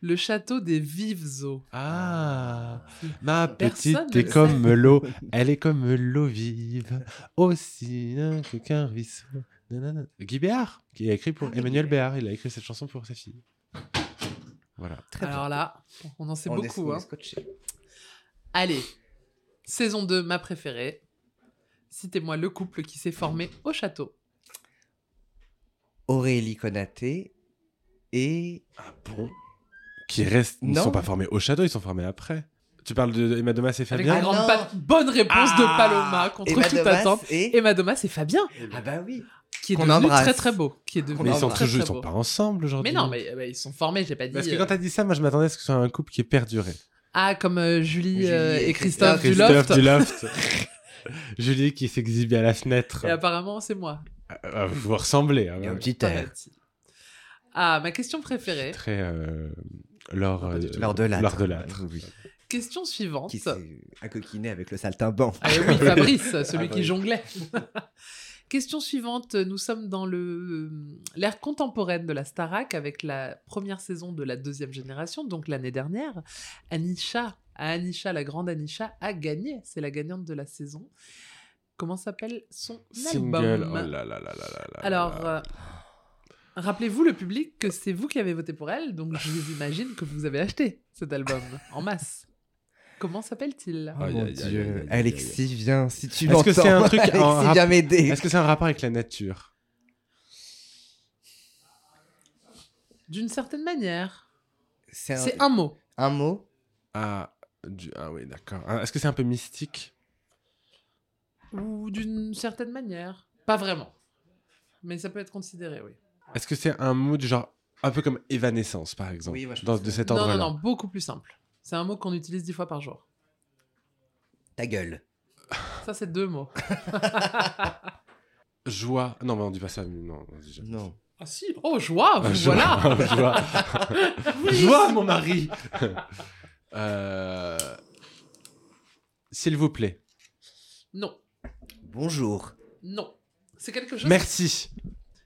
[SPEAKER 2] Le château des vives eaux.
[SPEAKER 1] Ah, ma
[SPEAKER 2] Personne ne
[SPEAKER 1] petite
[SPEAKER 2] le
[SPEAKER 1] est
[SPEAKER 2] sait.
[SPEAKER 1] comme
[SPEAKER 2] <laughs>
[SPEAKER 1] l'eau, elle est comme l'eau vive, aussi nain que qu'un ruisseau. Nanana. Guy Béard, qui a écrit
[SPEAKER 2] Ah,
[SPEAKER 1] pour Emmanuel Béard, il a écrit cette chanson pour sa fille. Voilà.
[SPEAKER 4] Très bien.
[SPEAKER 2] Alors là, on en sait
[SPEAKER 4] On est-
[SPEAKER 2] beaucoup.
[SPEAKER 4] on est
[SPEAKER 2] hein.
[SPEAKER 4] scotché.
[SPEAKER 2] Allez, saison 2, ma préférée. Citez-moi le couple qui s'est formé au château.
[SPEAKER 4] Aurélie Conaté et
[SPEAKER 1] Ah Bon. Qui restent, ils ne
[SPEAKER 4] Non.
[SPEAKER 1] sont pas formés au château, ils sont formés après. Tu parles de Emma Domas et
[SPEAKER 2] Avec
[SPEAKER 1] Fabien
[SPEAKER 2] la
[SPEAKER 4] Ah
[SPEAKER 2] grande
[SPEAKER 4] non.
[SPEAKER 2] patte- bonne réponse de
[SPEAKER 1] Ah
[SPEAKER 2] Paloma contre
[SPEAKER 4] Emma
[SPEAKER 2] toute
[SPEAKER 4] Domas
[SPEAKER 2] attente.
[SPEAKER 4] et
[SPEAKER 2] Emma Domas et Fabien,
[SPEAKER 4] ah bah oui
[SPEAKER 2] qui est
[SPEAKER 4] Qu'on
[SPEAKER 2] devenu
[SPEAKER 4] embrasse.
[SPEAKER 2] très très beau, qui est devenu
[SPEAKER 1] Mais ils sont
[SPEAKER 2] très,
[SPEAKER 1] toujours, ils
[SPEAKER 2] très
[SPEAKER 1] sont
[SPEAKER 2] beau.
[SPEAKER 1] pas ensemble aujourd'hui.
[SPEAKER 2] Mais non, mais euh, bah, ils sont formés, j'ai pas dit.
[SPEAKER 1] Parce que
[SPEAKER 2] euh,
[SPEAKER 1] quand t'as dit ça, moi je m'attendais à ce que ce soit un couple qui est perduré.
[SPEAKER 2] Ah, comme euh, Julie, euh,
[SPEAKER 4] Julie
[SPEAKER 2] et
[SPEAKER 4] et
[SPEAKER 2] Christophe, du
[SPEAKER 1] Christophe
[SPEAKER 2] Loft.
[SPEAKER 1] Ah, du Loft. <laughs> Julie qui s'exhibait à la fenêtre.
[SPEAKER 2] Et apparemment, c'est moi.
[SPEAKER 1] Euh, vous vous ressemblez. hein,
[SPEAKER 4] il y a un
[SPEAKER 1] même.
[SPEAKER 4] petit air
[SPEAKER 2] Paraît-il. Ah, ma question préférée.
[SPEAKER 1] Très. Euh, Laure,
[SPEAKER 2] Non, pas du
[SPEAKER 1] euh,
[SPEAKER 2] tout.
[SPEAKER 4] lors de l'âtre
[SPEAKER 1] Laure Delattre.
[SPEAKER 4] Oui, oui.
[SPEAKER 2] Question suivante.
[SPEAKER 4] qui s'est accoquiné avec le saltimbanque
[SPEAKER 2] Ah oui,
[SPEAKER 4] <laughs>
[SPEAKER 2] Fabrice,
[SPEAKER 1] <laughs>
[SPEAKER 2] celui
[SPEAKER 1] Ah
[SPEAKER 2] qui
[SPEAKER 1] oui.
[SPEAKER 2] jonglait. <laughs> Question suivante, nous sommes dans le euh, l'ère contemporaine de la Starac avec la première saison de la deuxième génération, donc l'année dernière. Anisha, ah, Anisha, la grande Anisha, a gagné. C'est la gagnante de la saison. Comment s'appelle son
[SPEAKER 1] Single. Oh
[SPEAKER 2] album
[SPEAKER 1] là là là là là là
[SPEAKER 2] Alors,
[SPEAKER 1] là.
[SPEAKER 2] euh, rappelez-vous le public que c'est vous qui avez voté pour elle, donc je vous imagine que vous avez acheté cet album en masse. Comment s'appelle-t-il
[SPEAKER 1] Aïe,
[SPEAKER 4] Oh mon
[SPEAKER 1] aïe, aïe, aïe, aïe, aïe,
[SPEAKER 4] dieu
[SPEAKER 1] aïe.
[SPEAKER 4] Alexis viens si tu
[SPEAKER 1] Est-ce
[SPEAKER 4] m'entends
[SPEAKER 1] que c'est un truc en
[SPEAKER 4] <laughs> Alexis
[SPEAKER 1] rap-
[SPEAKER 4] viens m'aider
[SPEAKER 1] Est-ce que c'est un rapport avec la nature
[SPEAKER 2] D'une certaine manière.
[SPEAKER 4] c'est un,
[SPEAKER 2] C'est un mot.
[SPEAKER 4] un mot
[SPEAKER 1] Ah, du- ah oui, d'accord. Ah, Est-ce que c'est un peu mystique
[SPEAKER 2] Ou d'une certaine manière. Pas vraiment. Mais ça peut être considéré, oui.
[SPEAKER 1] Est-ce que c'est un mot du genre un peu comme évanescence par exemple
[SPEAKER 4] Oui, moi, je
[SPEAKER 1] dans,
[SPEAKER 4] pense
[SPEAKER 1] de
[SPEAKER 4] que-
[SPEAKER 1] cet
[SPEAKER 2] Non, non,
[SPEAKER 1] ordre-là
[SPEAKER 2] non, beaucoup plus simple. C'est un mot qu'on utilise dix fois par jour.
[SPEAKER 4] ta gueule
[SPEAKER 2] Ça, c'est deux mots. <laughs>
[SPEAKER 1] Joie. Non, mais on dit pas ça. mais Non, on dit jamais.
[SPEAKER 4] non
[SPEAKER 2] Ah si Oh, joie vous
[SPEAKER 1] Ah, joie,
[SPEAKER 2] Voilà
[SPEAKER 1] <laughs> joie.
[SPEAKER 2] Oui.
[SPEAKER 1] Joie, mon mari <laughs> Euh, S'il vous plaît.
[SPEAKER 2] Non,
[SPEAKER 4] Bonjour.
[SPEAKER 2] non. C'est quelque chose.
[SPEAKER 1] Merci.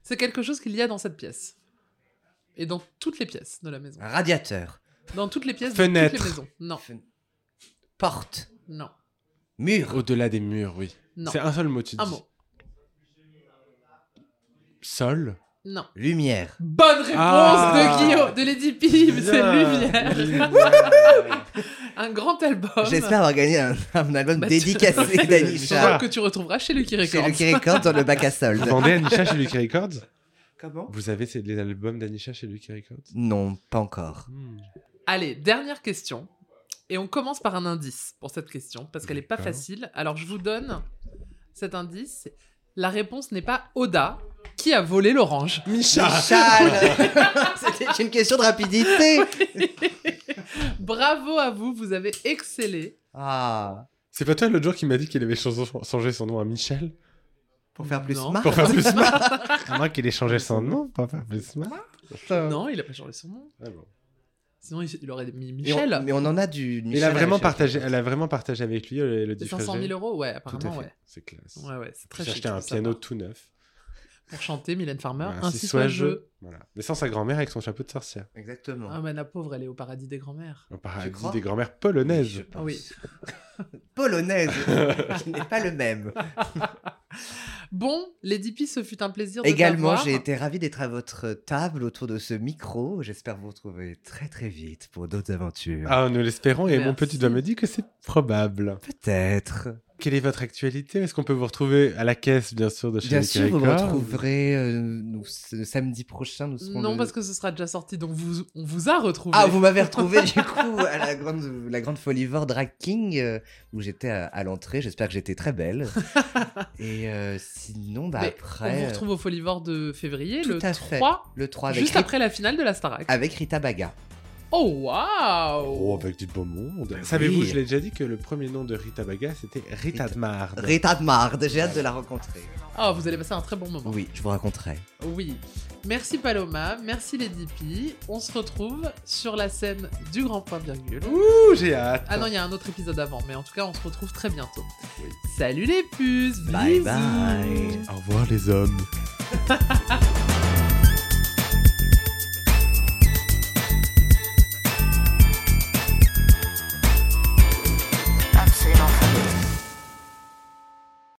[SPEAKER 2] C'est quelque chose qu'il y a dans cette pièce. Et dans toutes les pièces de la maison.
[SPEAKER 4] Un radiateur.
[SPEAKER 2] Dans toutes les pièces de
[SPEAKER 1] Fenêtre.
[SPEAKER 2] toutes les maisons. Non,
[SPEAKER 4] Fen- Porte.
[SPEAKER 2] non,
[SPEAKER 4] Mur.
[SPEAKER 1] Au-delà des murs, oui.
[SPEAKER 2] non.
[SPEAKER 1] C'est un seul mot, tu dis.
[SPEAKER 2] Un mot.
[SPEAKER 1] Sol.
[SPEAKER 2] Non.
[SPEAKER 4] Lumière.
[SPEAKER 2] Bonne réponse
[SPEAKER 1] Ah.
[SPEAKER 2] de Guillaume, de Lady Pim, c'est Lumière.
[SPEAKER 1] Lumière.
[SPEAKER 2] Un grand album.
[SPEAKER 4] J'espère avoir gagné un, un album
[SPEAKER 2] Bah, tu-
[SPEAKER 4] dédicacé
[SPEAKER 1] Ah.
[SPEAKER 4] d'Anisha.
[SPEAKER 2] Que tu retrouveras chez Lucky
[SPEAKER 4] Chez
[SPEAKER 2] Records.
[SPEAKER 4] Lucky Records dans le bac à
[SPEAKER 1] Vous
[SPEAKER 4] soldes.
[SPEAKER 1] vendez Anisha chez Lucky Records
[SPEAKER 4] Comment
[SPEAKER 1] Vous avez ces- les albums d'Anisha chez Lucky Records
[SPEAKER 4] Non, pas encore.
[SPEAKER 1] Hmm.
[SPEAKER 2] Allez, dernière question. Et on commence par un indice pour cette question, parce qu'elle n'est pas
[SPEAKER 1] D'accord.
[SPEAKER 2] facile. Alors, je vous donne cet indice. La réponse n'est pas Oda qui a volé l'orange.
[SPEAKER 1] Micha
[SPEAKER 4] Charles <laughs> C'était une question de rapidité.
[SPEAKER 2] Bravo à vous, vous avez excellé.
[SPEAKER 4] Ah,
[SPEAKER 1] C'est pas toi l'autre jour qui m'a dit qu'il avait changé son- changé son nom à Michel
[SPEAKER 4] pour faire plus
[SPEAKER 2] Non.
[SPEAKER 4] smart.
[SPEAKER 1] Pour faire <laughs> plus smart Moi qu'il ait changé son nom, pour faire plus smart
[SPEAKER 4] Euh.
[SPEAKER 2] Non, il a pas changé son nom.
[SPEAKER 1] Ah
[SPEAKER 2] Sinon, il, il aurait mis
[SPEAKER 4] Mais on-
[SPEAKER 2] Michel.
[SPEAKER 4] Mais on en a du.
[SPEAKER 1] Il
[SPEAKER 4] Michel
[SPEAKER 1] a
[SPEAKER 4] à
[SPEAKER 1] vraiment
[SPEAKER 4] rechercher.
[SPEAKER 1] partagé, elle a vraiment partagé avec lui euh, le
[SPEAKER 2] C'est 500 000 euros, ouais,
[SPEAKER 1] Tout à
[SPEAKER 2] apparemment, ouais.
[SPEAKER 1] fait. C'est classe.
[SPEAKER 2] Ouais, ouais, c'est très
[SPEAKER 1] J'ai
[SPEAKER 2] chic.
[SPEAKER 1] acheté un
[SPEAKER 2] ça, Bah,
[SPEAKER 1] piano
[SPEAKER 2] par-
[SPEAKER 1] tout neuf.
[SPEAKER 2] Pour chanter Mylène Farmer,
[SPEAKER 1] Voilà,
[SPEAKER 2] ainsi soit je.
[SPEAKER 1] Voilà. Mais sans sa grand-mère avec son chapeau de sorcière.
[SPEAKER 4] Exactement.
[SPEAKER 2] Ah, mais la pauvre, elle est au paradis des grands-mères. Ah
[SPEAKER 1] Au paradis
[SPEAKER 4] crois
[SPEAKER 1] des grand-mères
[SPEAKER 4] Oui, je
[SPEAKER 1] polonaises.
[SPEAKER 4] pense.
[SPEAKER 2] Oui.
[SPEAKER 4] Polonaise, qui n'est pas le même.
[SPEAKER 2] Bon, Lady P, ce fut un plaisir de
[SPEAKER 4] Également,
[SPEAKER 2] t'avoir.
[SPEAKER 4] j'ai été ravi d'être à votre table autour de ce micro. J'espère vous retrouver très très vite pour d'autres aventures.
[SPEAKER 1] Ah, nous l'espérons, et mon
[SPEAKER 2] Merci.
[SPEAKER 1] petit doigt me dit que c'est probable.
[SPEAKER 4] Peut-être.
[SPEAKER 1] Quelle est votre actualité Est-ce qu'on peut vous retrouver à la caisse, bien sûr, de chez
[SPEAKER 4] Bien
[SPEAKER 1] Lucky
[SPEAKER 4] sûr, vous me
[SPEAKER 1] Records
[SPEAKER 4] retrouverez euh, nous, ce samedi prochain. Nous serons
[SPEAKER 2] Non,
[SPEAKER 4] le-
[SPEAKER 2] parce que ce sera déjà sorti, donc vous, on vous a retrouvé.
[SPEAKER 4] Ah, vous
[SPEAKER 2] <laughs>
[SPEAKER 4] m'avez retrouvé du coup à la grande, la grande folivore Drag King euh, où j'étais à, à l'entrée. J'espère que j'étais
[SPEAKER 2] <laughs>
[SPEAKER 4] très belle. Et euh, sinon, bah,
[SPEAKER 2] Mais On
[SPEAKER 4] après,
[SPEAKER 2] vous retrouve au Folivore de février,
[SPEAKER 4] tout
[SPEAKER 2] le
[SPEAKER 4] à fait.
[SPEAKER 2] 3,
[SPEAKER 4] euh, le 3 avec,
[SPEAKER 2] juste
[SPEAKER 4] Ri-
[SPEAKER 2] après la finale de la Starac.
[SPEAKER 4] avec Rita Baga.
[SPEAKER 2] Oh, waouh
[SPEAKER 1] Oh,
[SPEAKER 4] bah.
[SPEAKER 1] avec du beau monde. Savez-vous, je l'ai déjà dit que le premier nom de Rita Baga, c'était Rita
[SPEAKER 4] Rita-
[SPEAKER 1] de Marde.
[SPEAKER 4] Rita de Marde, j'ai hâte de la rencontrer.
[SPEAKER 2] Ah, vous allez passer un très bon moment.
[SPEAKER 4] Oui, je vous raconterai.
[SPEAKER 2] Oui. Merci Paloma, merci Lady P. On se retrouve sur la scène du Grand Point Virgule.
[SPEAKER 1] Ouh, j'ai hâte.
[SPEAKER 2] Ah non, il y a un autre épisode avant, mais en tout cas, on se retrouve très bientôt. Salut les puces
[SPEAKER 4] Bye
[SPEAKER 2] bisous.
[SPEAKER 4] bye.
[SPEAKER 1] Au revoir, les hommes.